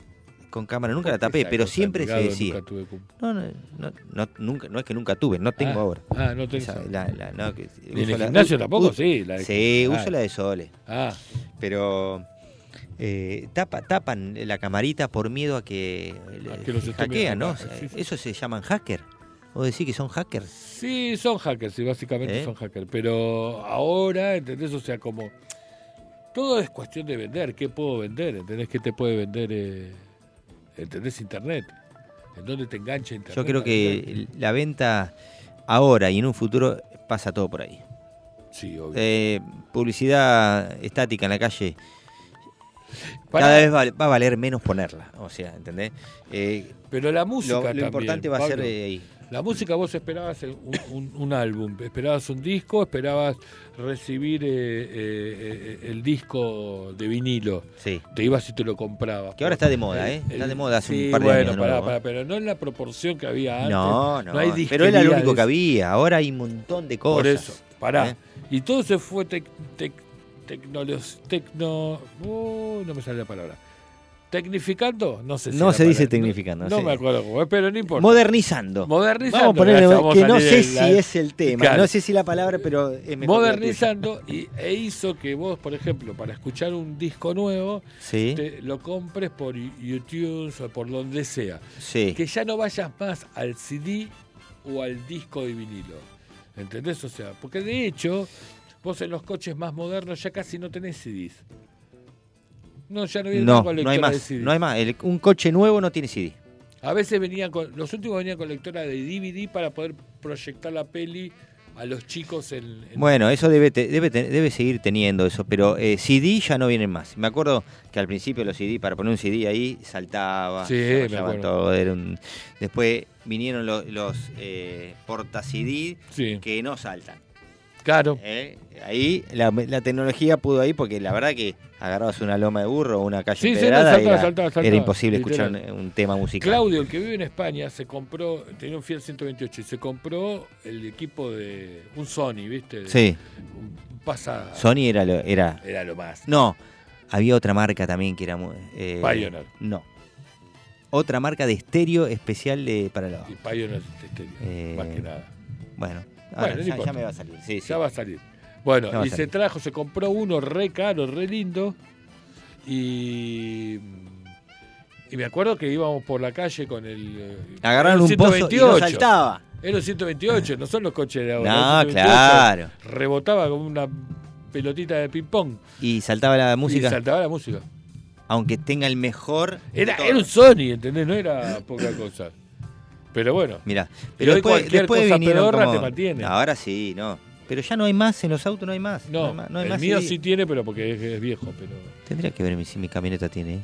con cámara nunca la tapé, Esa pero cosa, siempre se Delgado, decía. nunca tuve compu. No, no, no, no, nunca, no es que nunca tuve, no tengo Ah, ahora. ah, no tenés Esa- ahora. la- la- no, que- Ni en el uso la- gimnasio u- tampoco, u- sí, la de- sí, ah. uso la de Sole. Ah. Pero eh, tapa, tapan la camarita por miedo a que, A le- que los estén hackean, mirando. ¿no? Ah, sí, sí. Eso se llaman hacker. O decir que son hackers. Sí, son hackers, sí, básicamente ¿Eh? son hackers. Pero ahora, ¿entendés? O sea, como. Todo es cuestión de vender. ¿Qué puedo vender? ¿Entendés? ¿Qué te puede vender? eh, ¿Entendés? Internet. ¿En dónde te engancha Internet? Yo creo para vender? que la venta ahora y en un futuro pasa todo por ahí. Sí, obvio. Eh, publicidad estática en la calle. Para- Cada vez va, va a valer menos ponerla. O sea, ¿entendés? Eh, Pero la música. lo también, importante va a ser, Pablo. eh, ahí. La música, vos esperabas un, un- un álbum, esperabas un disco, esperabas recibir eh, eh, eh, el disco de vinilo. Sí. Te ibas y te lo comprabas. Que ahora está de moda, ¿eh? Está de moda hace un par de bueno, años de pará, nuevo, pará, ¿eh? pero no en la proporción que había antes. No, no. hay pero era lo disquerías único de ese- que había. Ahora hay un montón de cosas. Por eso, pará. ¿eh? Y todo se fue tec, tec- tecnolo- tecno. uh, no me sale la palabra. ¿Tecnificando? No sé si No la se dice palabra- tecnificando, No, sí. me acuerdo cómo es, pero no importa. Modernizando. Modernizando, Vamos a ponerle gracias, vamos que a no leer sé la- si es el tema, Claro. no sé si la palabra, pero es mejor modernizando y, e hizo que vos, por ejemplo, para escuchar un disco nuevo, Sí. te lo compres por YouTube o por donde sea. Sí. Que ya no vayas más al CD o al disco de vinilo. ¿Entendés? O sea, porque de hecho, vos en los coches más modernos ya casi no tenés CDs. No, ya no viene No, más con no hay lectora de más. CD. No hay más. El- un coche nuevo no tiene CD. A veces venían con. Los últimos venían con lectora de DVD para poder proyectar la peli a los chicos en. en- Bueno, eso debe, te- debe, te- debe seguir teniendo eso, pero eh, CD ya no vienen más. Me acuerdo que al principio los CD, para poner un CD ahí, saltaba, Sí, se me rayaban acuerdo. todo, era un- Después vinieron lo- los eh, porta CD Sí. que no saltan. Claro. ¿eh? Ahí la, la tecnología pudo ahí porque la verdad que agarrabas una loma de burro o una calle Sí, sí, no, empedrada, saltaba, era, saltaba, saltaba, era imposible literal. escuchar un, un tema musical. Claudio, el que vive en España, se compró, tenía un Fiat 128 y se compró el equipo de un Sony, ¿viste? Sí. Un pasa. Sony era lo, era Era lo más. No, había otra marca también que era muy- eh, Pioneer. No. Otra marca de estéreo especial de, para la Y Pioneer estéreo, Eh, más que nada. Bueno, ahora Bueno, no ya- ya, importa. me va a salir. Sí, sí. Ya va a salir. Bueno, Ya va a y se salir. trajo, se compró uno re caro, re lindo. Y. Y me acuerdo que íbamos por la calle con el. eh, Agarraron era un pozo y lo 128. saltaba. Era un 128, no son los coches de ahora. No, era un 128. claro. Rebotaba como una pelotita de ping-pong. Y saltaba la Y música, saltaba la música. aunque tenga el mejor. de Era, todo. era un Sony, ¿entendés? No era poca cosa. Pero bueno, Mirá, Y pero hoy después, cualquier después cosa vinieron pedorra como- te mantiene. Ahora sí, no. Pero ya no hay más, en los autos no hay más. no, hay más- no hay el más mío CD. sí tiene, pero porque es, es viejo, pero... Tendría que ver mi- si mi camioneta tiene. ¿eh?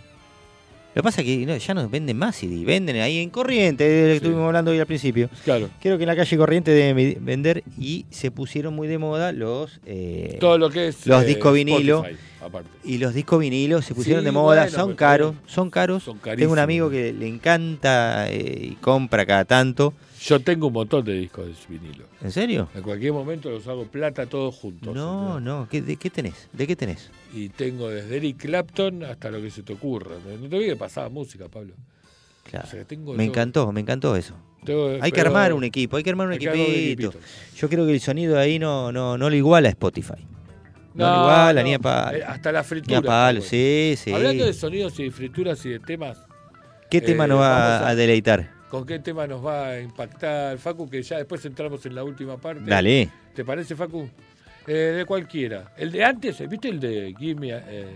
Lo que pasa es que no, ya no venden más CD, venden ahí en corriente, de lo que Sí. estuvimos hablando hoy al principio. Claro, Creo que en la calle corriente deben vi- vender y se pusieron muy de moda los. eh, todo lo que es... los discos vinilo. Spotify, aparte. Y los discos vinilos se pusieron Sí, de moda, bueno, son pero- caros, son caros. Son Tengo carísimos. un amigo que le encanta eh, y compra cada tanto. Yo tengo un montón de discos de vinilo. ¿En serio? En cualquier momento los hago plata todos juntos. No, ¿entendés? no, ¿qué, ¿de qué tenés? ¿De qué tenés? Y tengo desde Eric Clapton hasta lo que se te ocurra. No te vi que pasaba música, Pablo. Claro. O sea, tengo me todo. encantó, me encantó eso. Tengo- Hay que pero- armar un equipo, hay que armar un hay que armar un equipito. equipito. Yo creo que el sonido ahí no, no, no lo iguala a Spotify. No, lo iguala ni a palo. eh, Hasta la ni fritura. a palo, está bueno. sí, sí. Hablando de sonidos y de frituras y de temas, ¿Qué tema eh, nos va vamos a, a- deleitar? ¿con qué tema nos va a impactar, Facu? Que ya después entramos en la última parte. Dale. ¿Te parece, Facu? Eh, de cualquiera. El de antes, eh, ¿viste el de Give Me a, eh,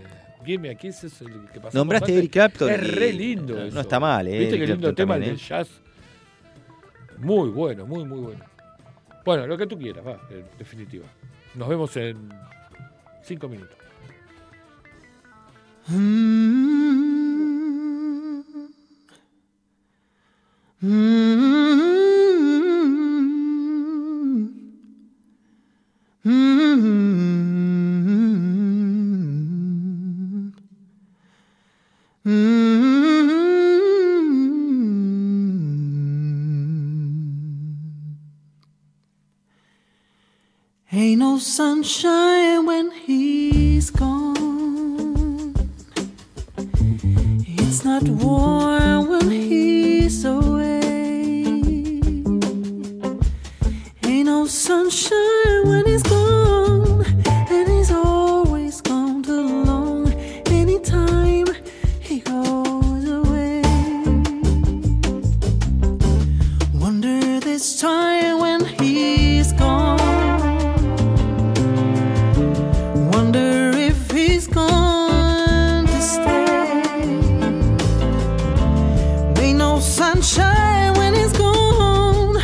Give Me a Kiss? Es el que pasó Nombraste a Eric Clapton Es y- re lindo. no eso. está mal, eh, ¿Viste Eric qué lindo Clapton tema también, el eh. de jazz? Muy bueno, muy, muy bueno. Bueno, lo que tú quieras, va, en definitiva. Nos vemos en cinco minutos. Hmm. Ain't no sunshine when he's gone. It's not warm when he's away. Ain't no sunshine when he's gone. And he's always gone too long. Anytime he goes away. Wonder this time when he's gone. Wonder if he's gone to stay. Ain't no sunshine when he's gone.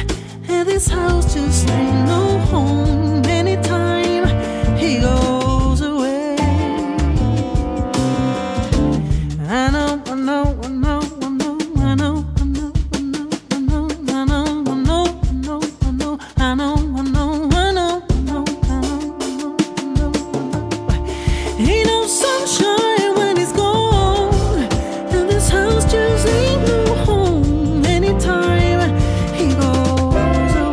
And this house just ain't no home. Anytime he goes away. I know, I know, I know, I know, I know, I know, I know, I know, I know, I know, I know, I know, I know, I know, I know, I know. Ain't no sunshine when he's gone. And this house just ain't no home anytime he goes away.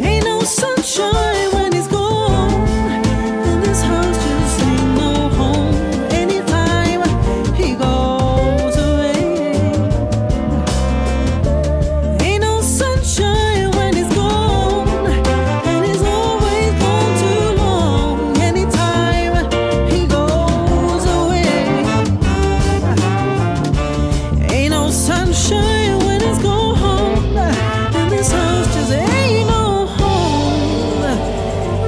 Ain't no sunshine when he's gone. And this house just ain't no home. Anytime he goes away. Ain't no sunshine when he's gone. And he's always gone too long. Anytime he goes away. Ain't no sunshine when he's gone. And this house just ain't no home.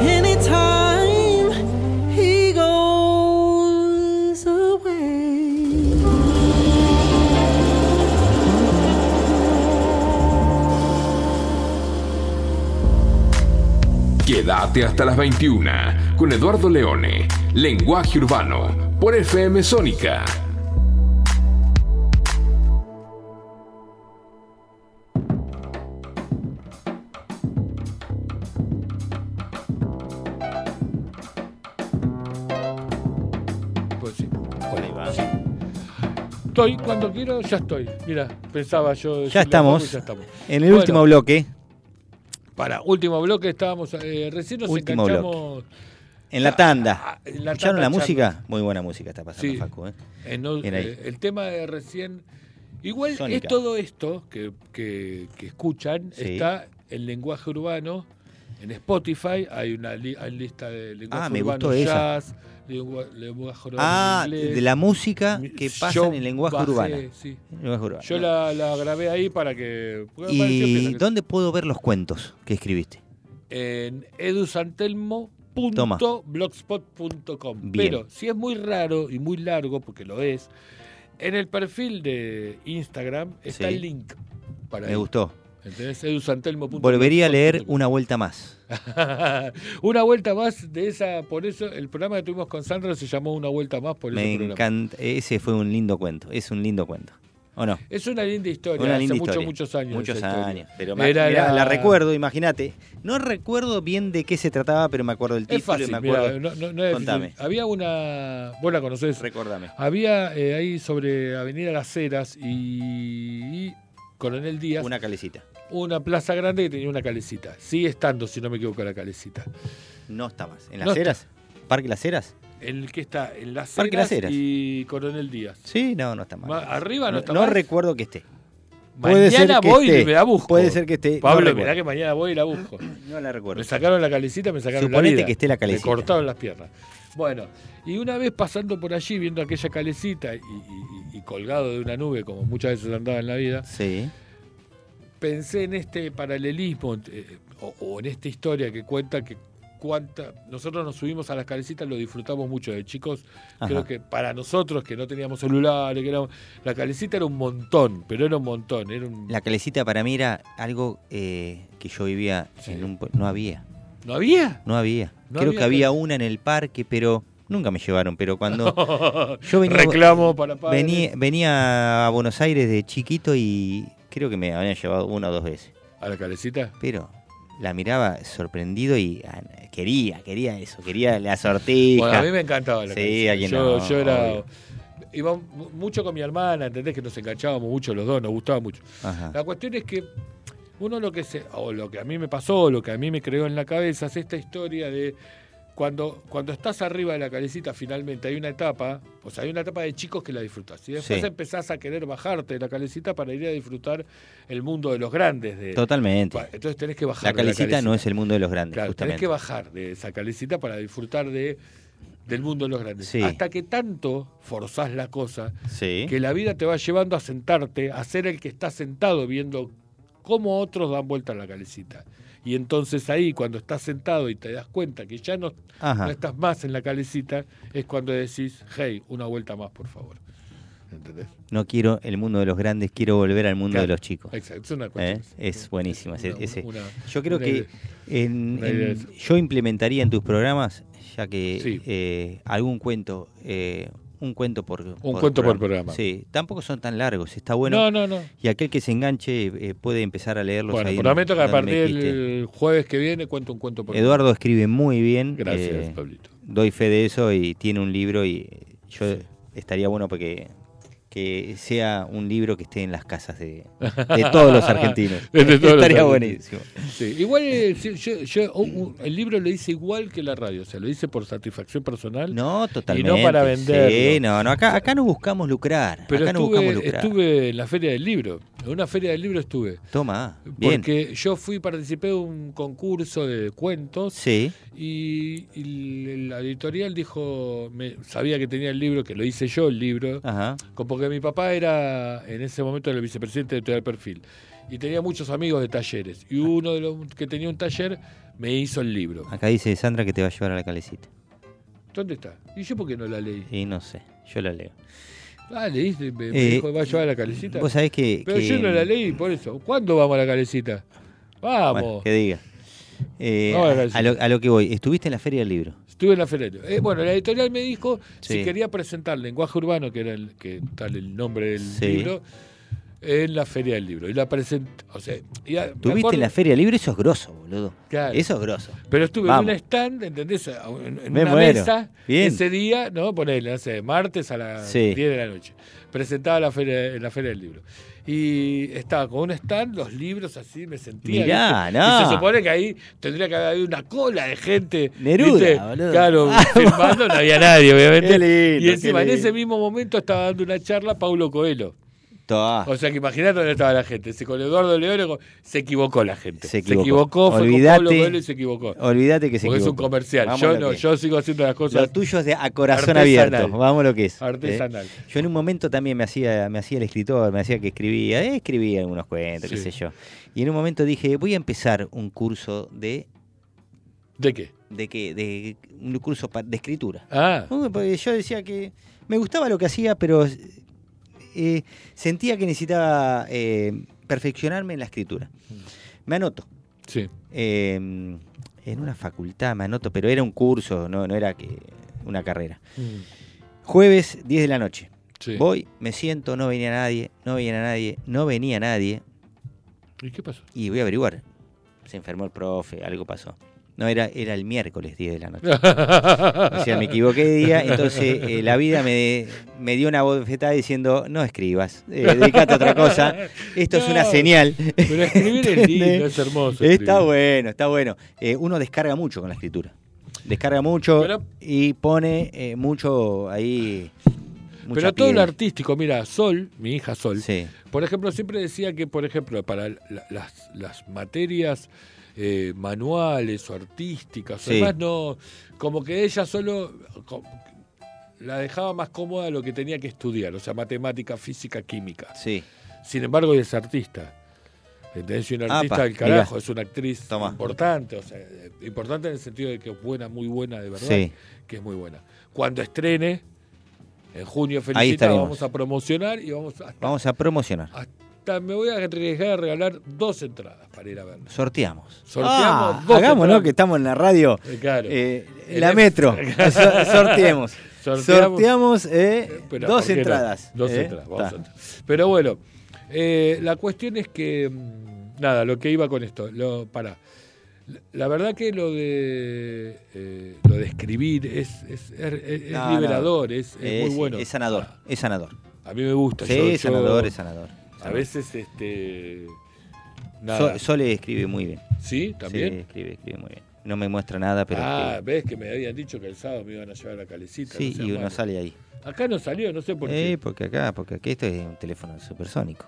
Anytime he goes away. Quédate hasta las 21 con Eduardo Leone, Lenguaje Urbano, por FM Sónica. Pues sí. Sí. Estoy cuando quiero, ya estoy. Mira, pensaba yo. decirle Ya a estamos. Facu, ya estamos. En el Bueno, último bloque, Para último bloque estábamos. eh, recién nos Último enganchamos. en la tanda. Ah, en la ¿Escucharon tanda la charla. música? Muy buena música está pasando, Sí. Facu. ¿eh? en o- Bien ahí. eh, el tema de recién. Igual es Sónica. todo esto que, que- que escuchan. Sí. Está en lenguaje urbano. En Spotify hay una li- hay lista de lenguaje Ah, me urbano gustó esa. jazz, lengua- lenguaje urbano Ah, inglés. de la música Mi- que pasa yo en el lenguaje bajé, urbano. sí. En lenguaje urbano. Yo la, la grabé ahí para que. porque me pareció ¿Y piola que- dónde puedo ver los cuentos que escribiste? en edusantelmo.blogspot.com. Bien. Pero si es muy raro y muy largo, porque lo es, en el perfil de Instagram está Sí. el link. Para Me ir. gustó. ¿Entendés? edusantelmo.com. Volvería a leer una vuelta más. [laughs] una vuelta más de esa, por eso el programa que tuvimos con Sandra se llamó Una vuelta más por ese Me programa. encanta. Ese fue un lindo cuento. Es un lindo cuento. ¿O no? Es una linda historia, Una hace linda muchos, historia. muchos años. Muchos esa historia. años. Pero Era ma- mirá, la- la... recuerdo, imagínate. No recuerdo bien de qué se trataba, pero me acuerdo del título. Es fácil, y me mirá, acuerdo. no- no- no es Contame. difícil. Había una. Vos la conocés. Recordame. Había eh, ahí sobre Avenida Las Heras y, y Coronel Díaz. Una calecita. Una plaza grande que tenía una calecita. Sigue estando, si no me equivoco, la calecita. No está más. ¿En No las está. Heras? ¿Parque Las Heras? El que está en Las Parque Heras, Las Heras. y Coronel Díaz. Sí, no, no está mal. Ma- arriba no está No más. recuerdo que esté. Puede ser Mañana que voy y esté. me la busco. Puede ser que esté. Pablo, No mirá que mañana voy y la busco. No la recuerdo. Me sacaron la calecita, me sacaron la Suponete vida. que esté la calecita. Me cortaron las piernas. Bueno, y una vez pasando por allí, viendo aquella calecita y, y- y- y colgado de una nube, como muchas veces andaba en la vida, Sí. pensé en este paralelismo eh, o, o en esta historia que cuenta que cuánta nosotros nos subimos a las calecitas lo disfrutamos mucho de chicos Ajá. creo que para nosotros que no teníamos celulares que éramos- la calecita era un montón pero era un montón era un- La calecita para mí era algo eh, que yo vivía en un... pue- No había. no había No había. No Creo había que había una en el parque, pero nunca me llevaron. [laughs] Pero cuando yo venía, Reclamo para padres. venía, venía a Buenos Aires de chiquito y creo que me habían llevado una o dos veces. a la calecita Pero la miraba sorprendido y ah, quería, quería eso, quería la sortija. Bueno, a mí me encantaba la Sí, calecita. a quien yo, no, yo era obvio. iba mu- mucho con mi hermana entendés que nos enganchábamos mucho los dos nos gustaba mucho Ajá. La cuestión es que uno lo que se, o lo que a mí me pasó, o lo que a mí me creó en la cabeza es esta historia de cuando, cuando estás arriba de la calecita finalmente hay una etapa, o sea, hay una etapa de chicos que la disfrutás. Y después Sí. empezás a querer bajarte de la calecita para ir a disfrutar el mundo de los grandes. De, Totalmente. Pa- Entonces tenés que bajar. La de la calecita no es el mundo de los grandes, Claro, tenés justamente. que bajar de esa calecita para disfrutar de, del mundo de los grandes. Sí. Hasta que tanto forzás la cosa Sí. que la vida te va llevando a sentarte, a ser el que está sentado viendo cómo otros dan vuelta a la calecita. Y entonces ahí, cuando estás sentado y te das cuenta que ya no, Ajá. no estás más en la calecita, es cuando decís, hey, una vuelta más, por favor. ¿Entendés? No quiero el mundo de los grandes, quiero volver al mundo Claro. de los chicos. Exacto, es una ¿Eh? cuestión. Es buenísimo. ese- Una- ese. una- yo creo una que idea. en- Una idea en- es- yo implementaría en tus programas, ya que Sí. eh, algún cuento, eh, un cuento por un cuento por programa. Sí, tampoco son tan largos, está bueno. No, no, no. Y aquel que se enganche eh, puede empezar a leerlos. Bueno, ahí prometo que a donde partir dijiste. del jueves que viene cuento un cuento por Eduardo escribe muy bien. Gracias, eh, Pablito. Doy fe de eso y tiene un libro y yo estaría bueno porque que sea un libro que esté en las casas de, de [laughs] todos los argentinos. De todos los estaría argentinos. buenísimo. Sí, igual eh, sí, yo, yo, un- un- el libro lo hice igual que la radio, o sea, lo hice por satisfacción personal. No, totalmente. Y no para vender. Sí, no, no, acá, acá no buscamos lucrar. Pero acá no buscamos estuve, lucrar. estuve en la feria del libro, en una feria del libro estuve. Toma, bien. Porque yo fui, participé de un concurso de cuentos Sí, y, y la editorial dijo, me, sabía que tenía el libro, que lo hice yo el libro, ajá. como porque mi papá era en ese momento el vicepresidente de Editorial Perfil y tenía muchos amigos de talleres y Ah. uno de los que tenía un taller me hizo el libro. Acá dice Sandra que te va a llevar a la calecita. ¿Dónde está? ¿Y yo por qué no la leí? Y no sé, yo la leo. Ah, leíste, me, me Eh, dijo, va a llevar a la calecita. Vos sabés que. Pero que- yo no la leí, por eso. ¿Cuándo vamos a la calecita? Vamos. Bueno, que diga. Eh, Vamos a la a, calecita. lo, a lo que voy, estuviste en la Feria del Libro. Estuve en la feria. Eh, bueno, la editorial me dijo Sí. si quería presentar Lenguaje Urbano, que era el, que tal el nombre del Sí. libro, en la feria del libro. Y la presenté. O sea, y a- me Tuviste acuerdo- en la Feria del Libro, eso es grosso, boludo. Claro. Eso es grosso. Pero estuve Vamos. en un stand, ¿entendés? A- En, en Me una muero. mesa Bien. ese día, ¿no? Ponele, no sé, martes a las Sí. 10 de la noche. Presentaba la feria, en la feria del libro. Y estaba con un stand, los libros así, me sentía. Mirá, ¿viste? no. Y se supone que ahí tendría que haber habido una cola de gente. Neruda, ¿viste? boludo. [laughs] Claro, [laughs] firmando, no había nadie, obviamente. Qué lindo, y encima, qué en lindo. ese mismo momento estaba dando una charla Paulo Coelho. Toá. O sea que imaginate dónde estaba la gente. Si con Eduardo León con- se equivocó la gente. Se equivocó. fue Olvídate- con Pablo Coelho y se equivocó. Olvídate que se Porque es un equivocó. comercial. Vamos yo lo no, que- yo sigo haciendo las cosas. Lo tuyo es de a corazón Artesanal. abierto. Vamos lo que es. ¿eh? Artesanal. Yo en un momento también me hacía, me hacía el escritor, me hacía que escribía, eh, escribía algunos cuentos, qué Sí. sé yo. Y en un momento dije, voy a empezar un curso de ¿De qué? de que de un curso pa- de escritura. Ah, Uy, Porque yo decía que me gustaba lo que hacía, pero eh, sentía que necesitaba eh, perfeccionarme en la escritura. Mm. Me anoto. Sí. Eh, en una facultad me anoto, pero era un curso, no, no era que una carrera. Jueves, 10 de la noche. Sí. Voy, me siento, no venía nadie, no venía nadie, no venía nadie. ¿Y qué pasó? Y voy a averiguar. Se enfermó el profe, algo pasó. No, era, era el miércoles 10 de la noche. [laughs] o sea, me equivoqué de día. Entonces, eh, la vida me, me dio una bofetada diciendo: No escribas, eh, dedicate a otra cosa. Esto es una No, señal. pero escribir es lindo, ¿Entendés? es hermoso Está escribir. bueno, está bueno. Eh, uno descarga mucho con la escritura. Descarga mucho Pero- y pone eh, mucho ahí. [laughs] mucha Pero todo piel. lo artístico, mira, Sol, mi hija Sol, por ejemplo, siempre decía que, por ejemplo, para la- las, las materias eh, manuales o artísticas, o Sí. demás, no, como que ella solo co- la dejaba más cómoda lo que tenía que estudiar, o sea, matemática, física, química. Sí. Sin embargo, es artista. ¿Entendés? Y un artista Apa, del carajo, mirá. es una actriz importante, o sea, eh, importante en el sentido de que es buena, muy buena, de verdad, Sí. que es muy buena. Cuando estrene, en junio Ahí felicita, estaremos. vamos a promocionar y vamos a, Vamos a promocionar. hasta me voy a arriesgar a regalar dos entradas para ir a verlo. Sorteamos. Sorteamos Ah, dos hagámoslo, entradas. que estamos en la radio. Eh, claro. Eh, El la F- [laughs] metro. [laughs] So- sorteemos. Sorteamos. Sorteamos, eh, Pero, ¿por dos qué no? entradas. Dos eh. entradas, vamos Ta. a- Pero bueno, eh, la cuestión es que. mm, Nada, lo que iba con esto. Lo, para. La verdad que lo de eh, lo de escribir es, es- es- es No, no. liberador, es, es muy bueno. Eh, Ah, Es sanador, es sanador. A mí me gusta. Sí, yo- es yo- sanador, es sanador. A veces, este. Nada. Sol, Sole escribe muy bien. ¿Sí? ¿También? Sí, escribe, escribe muy bien. No me muestra nada, pero ah, escribe. ves que me habían dicho que el sábado me iban a llevar a la calecita. Sí, no seas y uno malo. sale ahí. Acá no salió, no sé por qué. eh, porque acá, porque aquí esto es un teléfono [laughs] supersónico.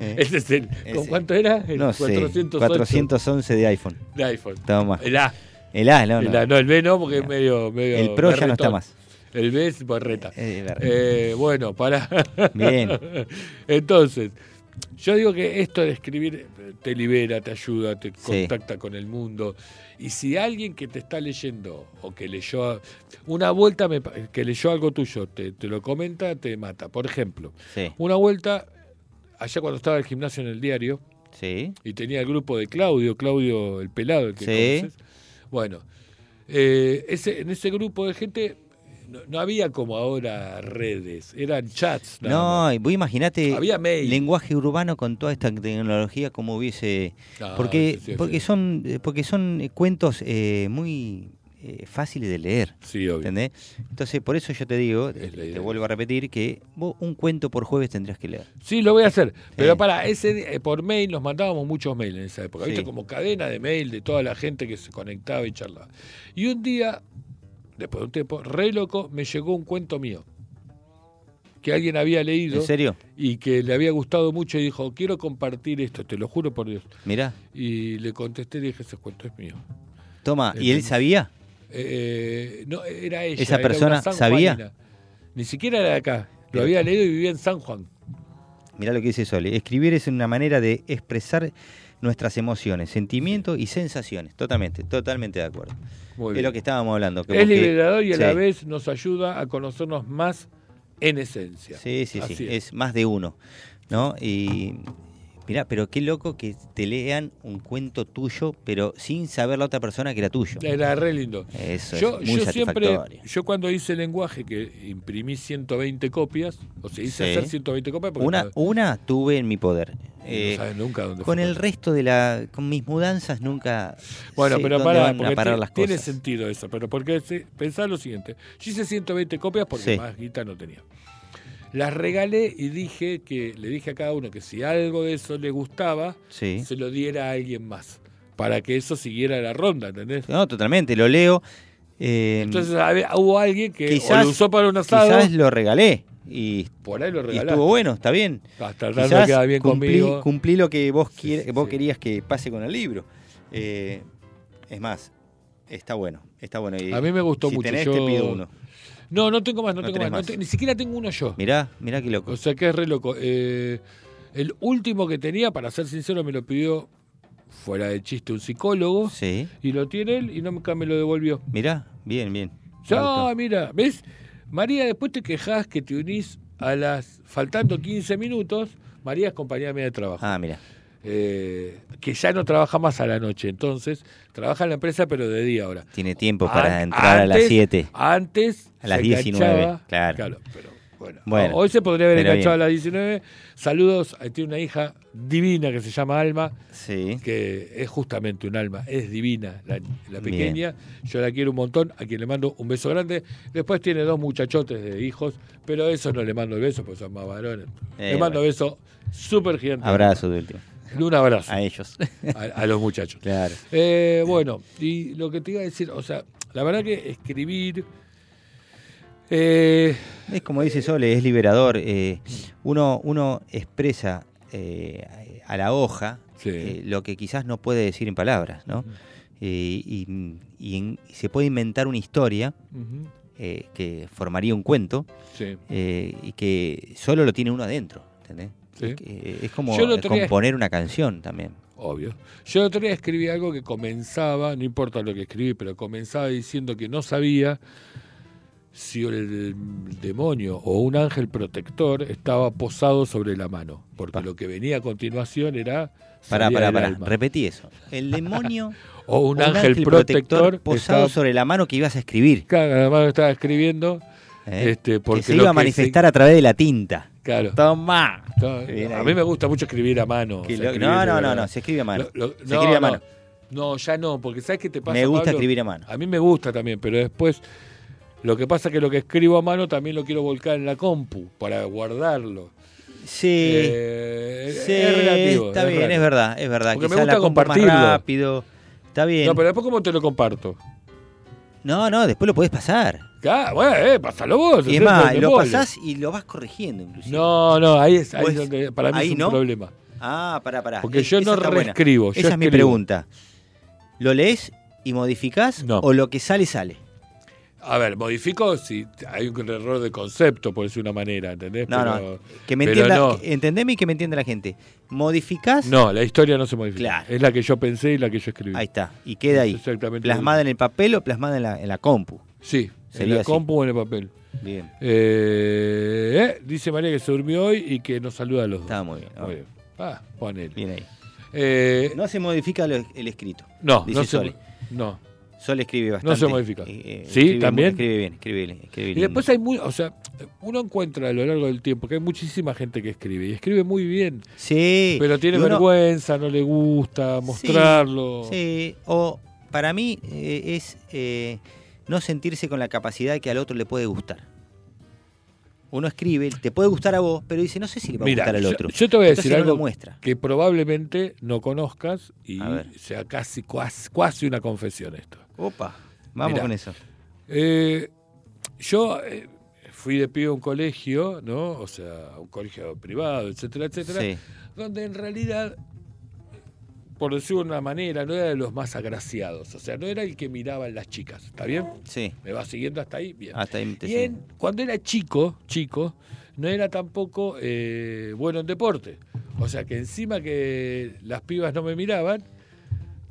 Eh, Ese Este es el- ¿Con ese. cuánto era? El no sé, 408. 411 de iPhone. De iPhone. Estaba más. El A. El A, no, no. El A, no, el B no, porque es medio, medio. El Pro ya no berretón. está más. El B es berreta. Eh, berreta. Eh, bueno, para. Bien. [laughs] Entonces, yo digo que esto de escribir eh, te libera, te ayuda, te contacta con el mundo. Y si alguien que te está leyendo o que leyó. Una vuelta me pa- que leyó algo tuyo, te, te lo comenta, te mata. Por ejemplo, Sí. una vuelta, allá cuando estaba el gimnasio en el diario, Sí. y tenía el grupo de Claudio, Claudio el pelado, el que Sí. conoces. Bueno, eh, ese, en ese grupo de gente no, no había como ahora redes, eran chats. nada más. No, y vos imaginate Había mail. lenguaje urbano con toda esta tecnología como hubiese No, porque sí, sí, porque sí. son eh, porque son eh, cuentos eh, muy eh, fáciles de leer. Sí, obvio. ¿entendés? Entonces, por eso yo te digo, eh, te vuelvo a repetir que vos un cuento por jueves tendrías que leer. Sí, lo voy a hacer. Pero Sí. para ese eh, por mail nos mandábamos muchos mails en esa época, Sí. ¿viste? Como cadena de mail de toda la gente que se conectaba y charlaba. Y un día, después de un tiempo, re loco, me llegó un cuento mío que alguien había leído. ¿En serio? Y que le había gustado mucho y dijo, quiero compartir esto, te lo juro por Dios. Mirá, Y le contesté y le dije, ese cuento es mío. toma, ¿y él Entendí. sabía? Eh, no, era ella. ¿Esa era una persona sanjuanina. sabía? Ni siquiera era de acá. Lo Pero- había leído y vivía en San Juan. Mirá lo que dice Sole, escribir es una manera de expresar nuestras emociones, sentimientos y sensaciones, totalmente, totalmente de acuerdo. Muy Es bien. lo que estábamos hablando. como que- es liberador y a la Sí. vez nos ayuda a conocernos más en esencia. Sí, sí, sí. Así Es. más de uno. ¿No? Y. Mirá, pero qué loco que te lean un cuento tuyo, pero sin saber la otra persona que era tuyo. Era re lindo. Eso Eh, yo, es muy yo siempre, satisfactorio. yo cuando hice lenguaje que imprimí 120 copias, o sea, hice Sí. hacer 120 copias porque Una, no- una tuve en mi poder. Eh, no sabes nunca dónde con fue. el resto de la. Con mis mudanzas nunca. Bueno, sé pero dónde para, van a porque parar ti- las tiene cosas. sentido eso, pero porque se- pensá lo siguiente, yo hice 120 copias porque Sí. más guita no tenía. Las regalé y dije que le dije a cada uno que si algo de eso le gustaba, Sí. se lo diera a alguien más, para que eso siguiera la ronda, ¿entendés? No, totalmente, lo leo. eh, Entonces a ver, hubo alguien que o quizás, lo usó para un asado, quizás lo regalé. Y, por ahí lo y regalaste. estuvo bueno, está bien. Hasta tanto Quizás queda bien cumplí, conmigo. cumplí lo que vos, quier- vos querías que pase con el libro. Eh, es más, está bueno. Está bueno. Y A mí me gustó si mucho, Tenés, yo- te pido uno. No, no tengo más, no, No tengo tenés más, no más. te- ni siquiera tengo uno yo. Mirá, mirá qué loco. O sea que es re loco. Eh, el último que tenía, para ser sincero, me lo pidió fuera de chiste un psicólogo Sí. y lo tiene él y nunca me lo devolvió. Mirá, bien, bien. Ya, Auto. mira, ¿ves? María, después te quejas que te unís a las, faltando 15 minutos, María es compañera mía de trabajo. eh, Ah, mira. que ya no trabaja más a la noche, entonces trabaja en la empresa pero de día ahora. Tiene tiempo para entrar a las [laughs] 7. Antes A las se 19, enganchaba- claro. pero bueno. Bueno, hoy se podría haber pero enganchado bien. a las 19. Saludos, eh, tiene una hija divina que se llama Alma, que es justamente un alma, es divina la, la pequeña. Yo la quiero un montón, a quien le mando un beso grande. Después tiene dos muchachotes de hijos, pero a esos no le mando el beso, porque son más varones. Eh, le mando beso súper gigante. Abrazo de último. Un abrazo. A ellos. [laughs] A, a los muchachos. Claro. Eh, bueno, y lo que te iba a decir, o sea, la verdad que escribir. eh, Es como dice Sole, es liberador. eh, uno, uno expresa eh, a la hoja eh, lo que quizás no puede decir en palabras, ¿no? Eh, y, y en- y se puede inventar una historia Ujú. eh, que formaría un cuento Sí. eh, y que solo lo tiene uno adentro, ¿entendés? Sí. Es, que, eh, es como Yo el otro día- componer una canción también. Obvio. Yo el otro día escribí algo que comenzaba, no importa lo que escribí, pero comenzaba diciendo que no sabía si el demonio o un ángel protector estaba posado sobre la mano. Porque lo que venía a continuación era. Pará, salida pará, del pará. alma. Repetí eso. El demonio. O [laughs] un, ángel, protector, posado estaba- sobre la mano que ibas a escribir. Claro, la mano que estaba escribiendo. ¿eh? Este, porque que se lo iba a que manifestar a través de la tinta. Claro. Toma. Bien A ahí. mí me gusta mucho escribir a mano. Que o sea, lo- escribir no, de no, no, verdad. no, se escribe a mano. Lo- lo- Se escribe a mano. No, ya no, porque ¿sabes qué te pasa? Me gusta Pablo? escribir a mano. A mí me gusta también, pero después lo que pasa es que lo que escribo a mano también lo quiero volcar en la compu para guardarlo. Sí. Eh, sí, es relativo, está es bien, raro. es verdad, es verdad. Porque me Quizá gusta la compro más compartirlo. rápido. Está bien. No, pero después cómo te lo comparto. No, no, después lo podés pasar. Ah, bueno, eh, pásalo vos. Y es hacete más, el lo embole. pasás y lo vas corrigiendo inclusive. No, no, ahí es, ahí Pues, es donde para mí ahí es un no. problema. Ah, pará, pará. Porque Eh, yo esa no está buena. reescribo, yo Esa es mi escribo. pregunta. ¿Lo lees y modificás o lo que sale, sale? A ver, modifico si hay un error de concepto, por decir una manera, ¿entendés? No, Pero- no. Que me pero entienda, no. que- entendeme y que me entienda la gente. ¿Modificás? No, la historia no se modifica. Es la que yo pensé y la que yo escribí. Ahí está. Y queda ahí. Exactamente. ¿Plasmada en el papel o plasmada en la, en la compu? Sí, en Sería la así. compu o en el papel. Bien. Eh, eh, dice María que se durmió hoy y que nos saluda a los dos. Está muy bien. Muy bien. Ah, ponele. Bien ahí. Eh, No se modifica lo- el escrito. No, dice no se Sole. mo- no. Sol escribe bastante. Eh, se modifica. Sí, escribe mu- también. Escribe bien, escribe bien. escribe Y lindo. después hay muy, o sea, uno encuentra a lo largo del tiempo que hay muchísima gente que escribe y escribe muy bien, Sí. pero tiene y uno- vergüenza, no le gusta Sí, mostrarlo. Sí, o para mí eh, es eh, no sentirse con la capacidad que al otro le puede gustar. Uno escribe, te puede gustar a vos, pero dice, no sé si le va a Mira, gustar al yo- otro. Yo, te voy a Entonces decir no lo algo muestra. que probablemente no conozcas y A ver. sea casi cuas- cuasi una confesión esto. Opa, vamos Mirá. con eso. Eh, yo eh, fui de pibe a un colegio, ¿no? O sea, un colegio privado, etcétera, etcétera, Sí. donde en realidad, por decirlo de una manera, no era de los más agraciados. O sea, no era el que miraban las chicas, ¿está bien? Sí, ¿Me vas siguiendo hasta ahí? Bien. hasta ahí te Y en- cuando era chico, chico, no era tampoco eh, bueno en deporte. O sea que encima que las pibas no me miraban,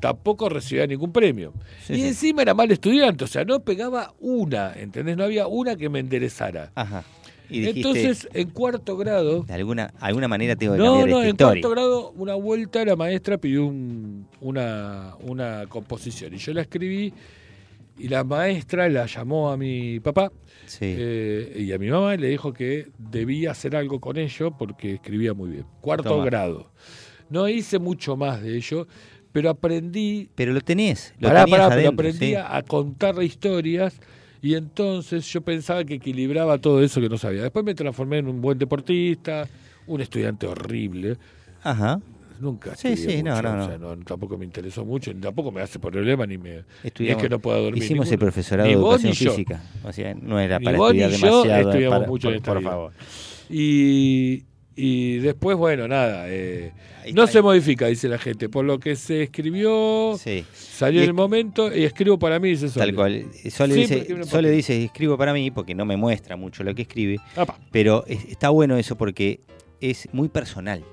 tampoco recibía ningún premio. Sí, y sí. encima era mal estudiante, o sea, no pegaba una, ¿entendés? No había una que me enderezara. Ajá. Y dijiste, Entonces, en cuarto grado, de alguna, alguna manera tengo que no, cambiar no, esta en historia. cuarto grado, una vuelta la maestra pidió un- una, una composición y yo la escribí y la maestra la llamó a mi papá Sí. eh, y a mi mamá y le dijo que debía hacer algo con ello porque escribía muy bien. Cuarto Toma. grado. No hice mucho más de ello, pero aprendí, Pero lo tenés, lo pará, tenías pará, pero adentro, aprendí sí. a contar historias y entonces yo pensaba que equilibraba todo eso que no sabía. Después me transformé en un buen deportista, un estudiante horrible. Ajá. Nunca Sí, estudié sí, no, mucho, no, o sea, tampoco me interesó mucho, ni tampoco me hace problema, ni me ni es Estudiamos- que no pueda dormir. Hicimos el ninguno. profesorado Ni de vos educación ni yo. física. O sea, no era Ni para vos ni estudiar yo demasiado. eh, estudiamos para- mucho en por, esta por vida. favor. Y, y después, bueno, nada, eh, no se modifica, dice la gente, por lo que se escribió, Sí. salió Y el es- momento y escribo para mí, dice Sole. Tal cual. Sole, Siempre dice, escribe una Sole parte. dice, escribo para mí porque no me muestra mucho lo que escribe. Apa. Pero es- está bueno eso porque es muy personal.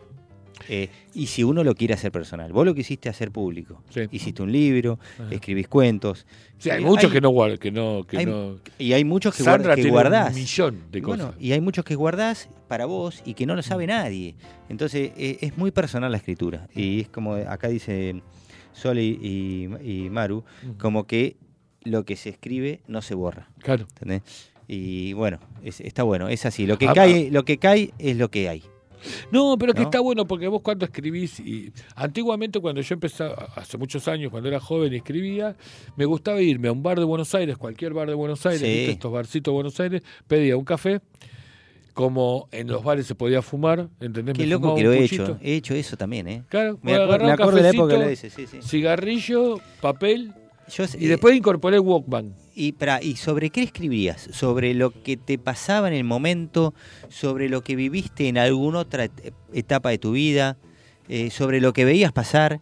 Eh, y si uno lo quiere hacer personal, vos lo quisiste hacer público. Hiciste un libro, Ajá. escribís cuentos. Sí, hay Eh, muchos que no guar- que no- que hay- no- Y hay muchos que, guar- Sandra que tiene un guardás. millón de Y bueno, cosas. y hay muchos que guardás para vos y que no lo sabe nadie. Entonces, eh, es muy personal la escritura. Y es como acá dice Sol y, y- y Maru, Mm. como que lo que se escribe no se borra. Claro. ¿Entendés? Y bueno, es- está bueno, es así. Lo que, Ah, cae, lo que cae es lo que hay. No, pero es que ¿No? está bueno porque vos cuando escribís, y antiguamente cuando yo empezaba, hace muchos años, cuando era joven y escribía, me gustaba irme a un bar de Buenos Aires, cualquier bar de Buenos Aires, Sí. ¿viste? estos barcitos de Buenos Aires, pedía un café, como en los bares se podía fumar, ¿entendés? Qué Me loco fumaba que un lo he puchito. hecho. He hecho eso también, ¿eh? Claro, voy me, a acu- agarrar me un acuerdo de la época cafecito, que lo hice, sí, sí. cigarrillo, papel, sé- y después incorporé el Walkman. Y, pará, ¿Y sobre qué escribías? ¿Sobre lo que te pasaba en el momento? ¿Sobre lo que viviste en alguna otra et- etapa de tu vida? Eh, ¿Sobre lo que veías pasar?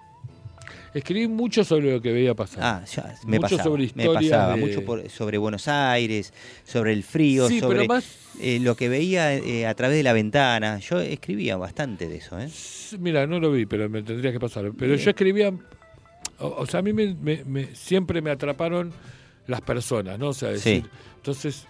Escribí mucho sobre lo que veía pasar. Ah, ya, me Mucho pasaba. sobre me historias pasaba de- mucho por- sobre Buenos Aires, sobre el frío, Sí, pero sobre más- eh, lo que veía eh, a través de la ventana. Yo escribía bastante de eso, ¿eh? Mira, no lo vi, pero me tendría que pasar. Pero Bien. yo escribía, o, o sea, a mí me- me- me- siempre me atraparon las personas, ¿no? O sea, Sí. decir, entonces,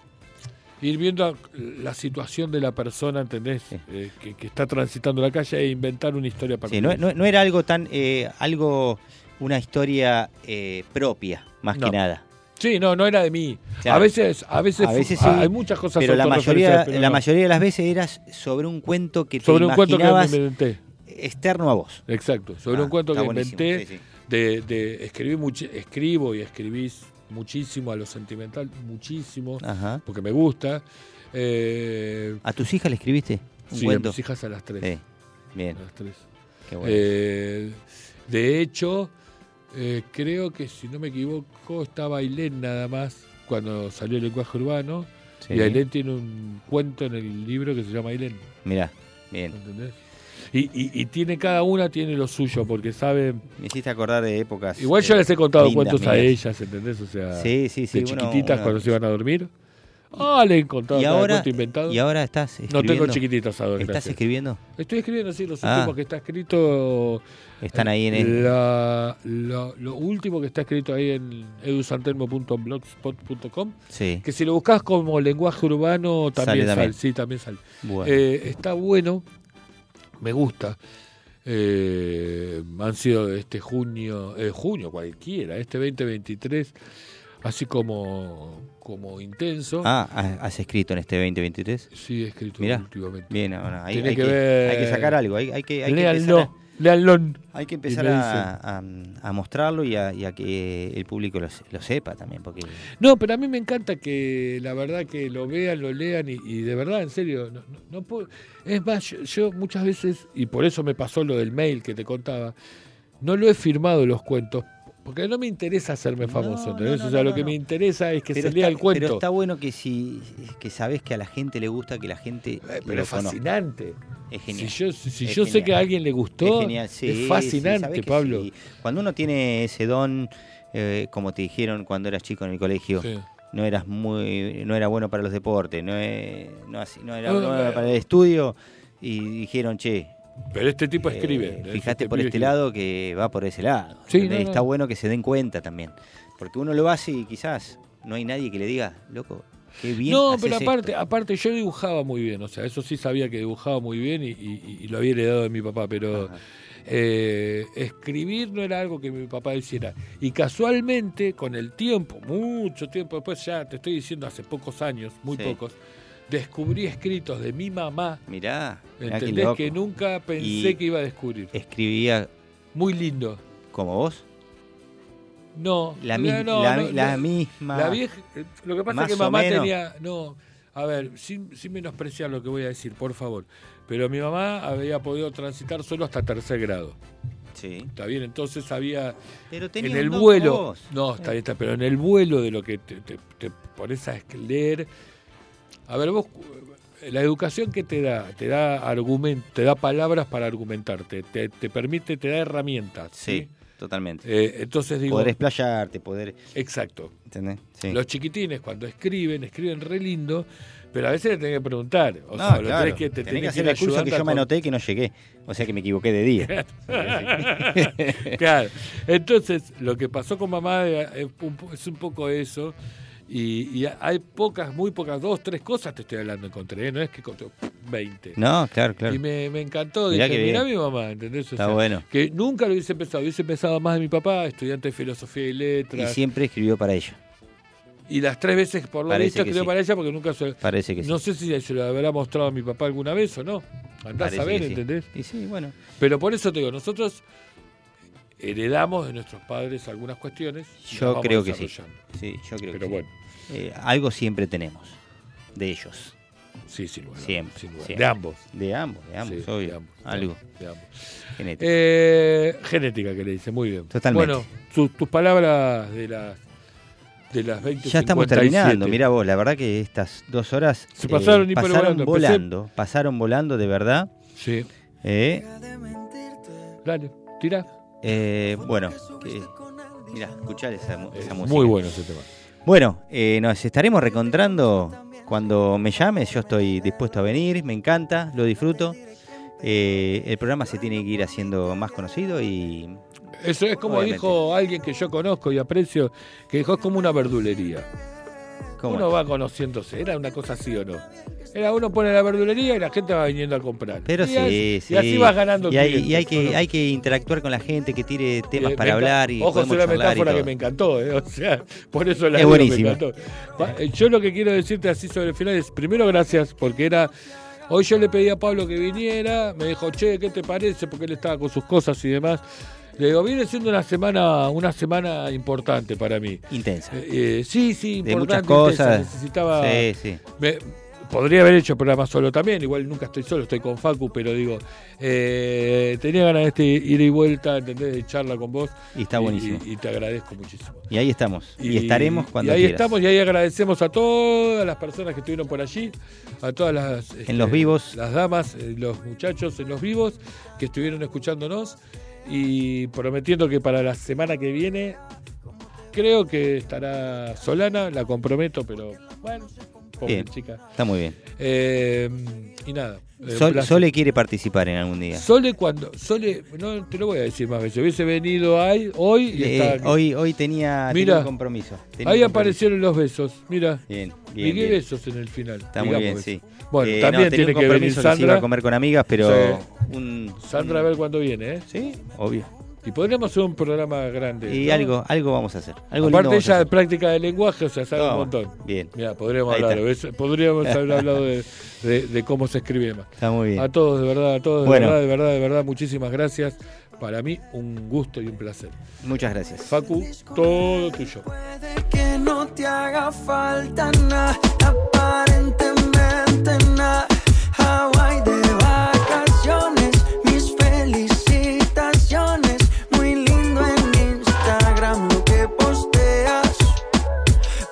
ir viendo a- la situación de la persona, ¿entendés? Eh, que, que está transitando la calle e inventar una historia para Sí, no, no- no era algo tan. eh, algo. Una historia eh, propia, más No. que nada. Sí, no, no era de mí. Claro. A veces, a veces, sí, hay muchas cosas Pero la mayoría, autorreferenciales, pero la no. mayoría de las veces era sobre un cuento que te sobre un cuento que me imaginabas inventé. externo a vos. Exacto, sobre Ah, un cuento que está buenísimo, inventé, sí, sí. de, de escribí muchi- escribo y escribís muchísimo a lo sentimental, muchísimo, Ajá. porque me gusta. Eh, ¿A tus hijas le escribiste un sí, a cuento? mis hijas a las tres. Sí, bien. A las tres. Qué bueno. Eh, de hecho, eh, creo que si no me equivoco, estaba Ailén nada más cuando salió el lenguaje urbano. Sí. Y Ailén tiene un cuento en el libro que se llama Ailén. Mirá, bien. ¿entendés? Y, y- y tiene cada una tiene lo suyo, porque sabe. Me hiciste acordar de épocas. Igual yo eh, les he contado lindas cuentos a mías. ellas, ¿entendés? O sea, Sí, sí, sí, de uno- chiquititas uno- cuando se iban a dormir. Ah, le he contado Y cada ahora- cuento inventado. y ahora estás No tengo escribiendo. chiquititas ahora. ¿Estás gracias. escribiendo? Estoy escribiendo, sí, los Ah. últimos que está escrito. Están ahí en el- la- lo, lo último que está escrito ahí en edusantelmo.blogspot.com. Sí. Que si lo buscas como lenguaje urbano, también sale. Sale también. sí, también sale. Bueno. Eh, está bueno, me gusta. Eh, han sido este junio, eh, junio cualquiera, este 2023, así como, como intenso. Ah, ¿has- ¿has escrito en este 2023? Sí, he escrito Mirá, últimamente. Bien, ahora hay, Tiene hay que que, ver- hay que sacar algo. Hay, hay que, hay que Léanlo, empezar a- léanlo. Hay Y que empezar me a, a- a mostrarlo y a, y a que el público lo, se- lo sepa también. Porque No, pero a mí me encanta que la verdad que lo vean, lo lean y, y de verdad, en serio, no, no- no puedo- Es más, yo, yo muchas veces, y por eso me pasó lo del mail que te contaba, no lo he firmado los cuentos, porque no me interesa hacerme famoso, ¿entendés? no, o sea, no, lo no, que no. me interesa es que pero se lea está- el cuento. Eh, Pero está bueno que si que sabes que a la gente le gusta, que la gente. Eh, pero lo es conozca. fascinante. Es genial. Si yo- si Es yo sé que a alguien le gustó, es, genial, sí, es sí, fascinante, sabés que Pablo. sí. Cuando uno tiene ese don, eh, como te dijeron cuando eras chico en el colegio. Sí. No eras muy, no era bueno para los deportes, no, eh, no, así- no era No, bueno no, no. para el estudio y dijeron, che, Pero este tipo eh, escribe. ¿eh? Fijate Este por pibe este escribe. lado que va por ese lado. Sí, ¿entendés? no, no. Está bueno que se den cuenta también. Porque uno lo hace y quizás no hay nadie que le diga, loco, qué bien. No, haces pero esto". aparte, aparte yo dibujaba muy bien, o sea, eso sí sabía que dibujaba muy bien y, y- y lo había heredado de mi papá, pero eh, escribir no era algo que mi papá hiciera. Y casualmente, con el tiempo, mucho tiempo después, ya te estoy diciendo hace pocos años, muy Sí. pocos, descubrí escritos de mi mamá, Mirá, mirá qué ¿entendés? loco. Que nunca pensé Y- que iba a descubrir. Escribía Muy lindo. como vos. No, La no, mis- no, la- no, la no. misma- La vieja, eh, lo que pasa más es que o mamá menos. tenía. No, a ver, sin, sin menospreciar lo que voy a decir, por favor. Pero mi mamá había podido transitar solo hasta tercer grado. Sí. Está bien, entonces había. Pero tenía en un el don vuelo. vos. No, está bien, está, pero en el vuelo de lo que te, te- te pones a leer. A ver, vos. La educación que te da, te da argumen- te da palabras para argumentarte, te, te permite, te da herramientas. Sí, Totalmente. Eh, entonces digo- Poder explayarte, poder. Exacto. ¿Entendés? Sí. Los chiquitines cuando escriben, escriben re lindo, pero a veces le tenés que preguntar. O No, sea, lo claro. tenés que, te Tenés que tenés hacer ir el curso que ayudando a yo me con- anoté que no llegué. O sea que me equivoqué de día. [laughs] claro. Entonces, lo que pasó con mamá es un, po- es un poco eso. Y, y hay pocas, muy pocas, dos, tres cosas te estoy hablando, encontré. ¿eh? No es que encontré 20. No, claro, claro. Y me, me encantó. Mirá dije, qué mirá mi bien". mamá, ¿entendés? O Está sea, bueno. Que nunca lo hubiese pensado. Hubiese pensado más de mi papá, estudiante de filosofía y Y letras. Y, siempre escribió para ella. las tres veces, por lo Parece visto, que creo sí. para ella porque nunca se. Parece que no sé si se lo habrá mostrado a mi papá alguna vez o no. Andás Parece a ver, que sí. ¿entendés? Y sí, bueno. Pero por eso te digo, nosotros heredamos de nuestros padres algunas cuestiones. y las Yo vamos creo que sí. desarrollando. Sí, yo creo Pero que bueno. sí. Eh, algo siempre tenemos de ellos. Sí, sin lugar. Siempre, sin lugar. siempre. De ambos. De ambos, de ambos, Sí, obvio. de ambos, de algo. ambos, de ambos. Genético. Eh, genética que le dice, muy bien. Totalmente. Bueno, su- tus palabras de las de las 20 Ya estamos 57. terminando, mirá vos, la verdad que estas dos horas eh, Se pasaron y fueron pasaron volando. Empecé- volando, pasaron volando de verdad. Sí. Eh, Dale, tira. eh, bueno, que- mirá, escuchar esa, mu- esa música. Eh, Muy bueno ese tema. Bueno, eh, nos estaremos reencontrando cuando me llames. Yo estoy dispuesto a venir, me encanta, lo disfruto. Eh, el programa se tiene que ir haciendo más conocido y. Eso es como Obviamente. dijo alguien que yo conozco y aprecio, que dijo es como una verdulería. ¿Cómo uno es? va conociéndose, era una cosa así o no. Era uno pone la verdulería y la gente va viniendo a comprar. Pero y sí, así, sí. Y así vas ganando Y hay, clientes, y hay ¿o no? que, hay que interactuar con la gente, que tire temas Eh, para me enca- hablar y Ojo, es podemos una charlar y metáfora todo. que me encantó, eh, o sea, [laughs] por eso la Es digo, buenísima. me encantó. Pa- eh, Yo lo que quiero decirte así sobre el final es, primero gracias, porque era, hoy yo le pedí a Pablo que viniera, me dijo, che, ¿qué te parece? Porque él estaba con sus cosas y demás. Le digo, viene siendo una semana, una semana importante para mí. Intensa. Eh, eh, sí, sí, De muchas importante, intensa, cosas. Necesitaba. Sí, sí. Me- podría haber hecho programa solo también, igual nunca estoy solo, estoy con Facu, pero digo, eh, tenía ganas de este ir y vuelta, ¿entendés? De charla con vos. Y está buenísimo. Y, y te agradezco muchísimo. Y ahí estamos. Y, estaremos cuando Y ahí quieras. estamos, y ahí agradecemos a todas las personas que estuvieron por allí, a todas las. este, los vivos. Las damas, eh, los muchachos en los vivos que estuvieron escuchándonos y prometiendo que para la semana que viene. Creo que estará Solana, la comprometo, pero bueno, pobre Bien. chica. Está muy bien. Eh, y nada. eh, Sol- placer. Sole quiere participar en algún día. Sole cuando. Sole, no te lo voy a decir más veces. Hubiese venido ahí, hoy y Eh, estaba aquí. hoy, hoy tenía, tenía Mira, un compromiso. Tenía Ahí un compromiso. aparecieron los besos, mira. Bien, y bien, qué bien. besos en el final. Está muy bien, digamos sí. eso. Bueno, Eh, no, también tenía tiene que venir un compromiso se Sandra. iba a comer con amigas, pero Sí. un, Sandra a ver cuándo viene, ¿eh? Sí, obvio. Y podríamos hacer un programa grande. Y ¿no? algo, algo vamos a hacer. Algo lindo Aparte vamos a ella de hacer. práctica de lenguaje, o sea, sabe un Toma, montón. bien. Mira, podríamos Ahí hablar, está. ¿ves? [laughs] podríamos haber hablado de, de- de cómo se escribe más. Está muy bien. A todos, de verdad, a todos, de Bueno. verdad, de verdad, de verdad, muchísimas gracias. Para mí, un gusto y un placer. Muchas gracias. Facu, todo tuyo. que no te haga falta nada, aparentemente nada. Hawái de vacaciones, mis felicitaciones. Muy lindo en Instagram lo que posteas.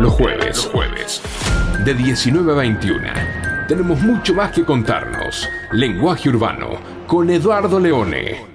Los jueves, jueves, de 19 a 21. Tenemos mucho más que contarnos. Lenguaje Urbano, con Eduardo Leone.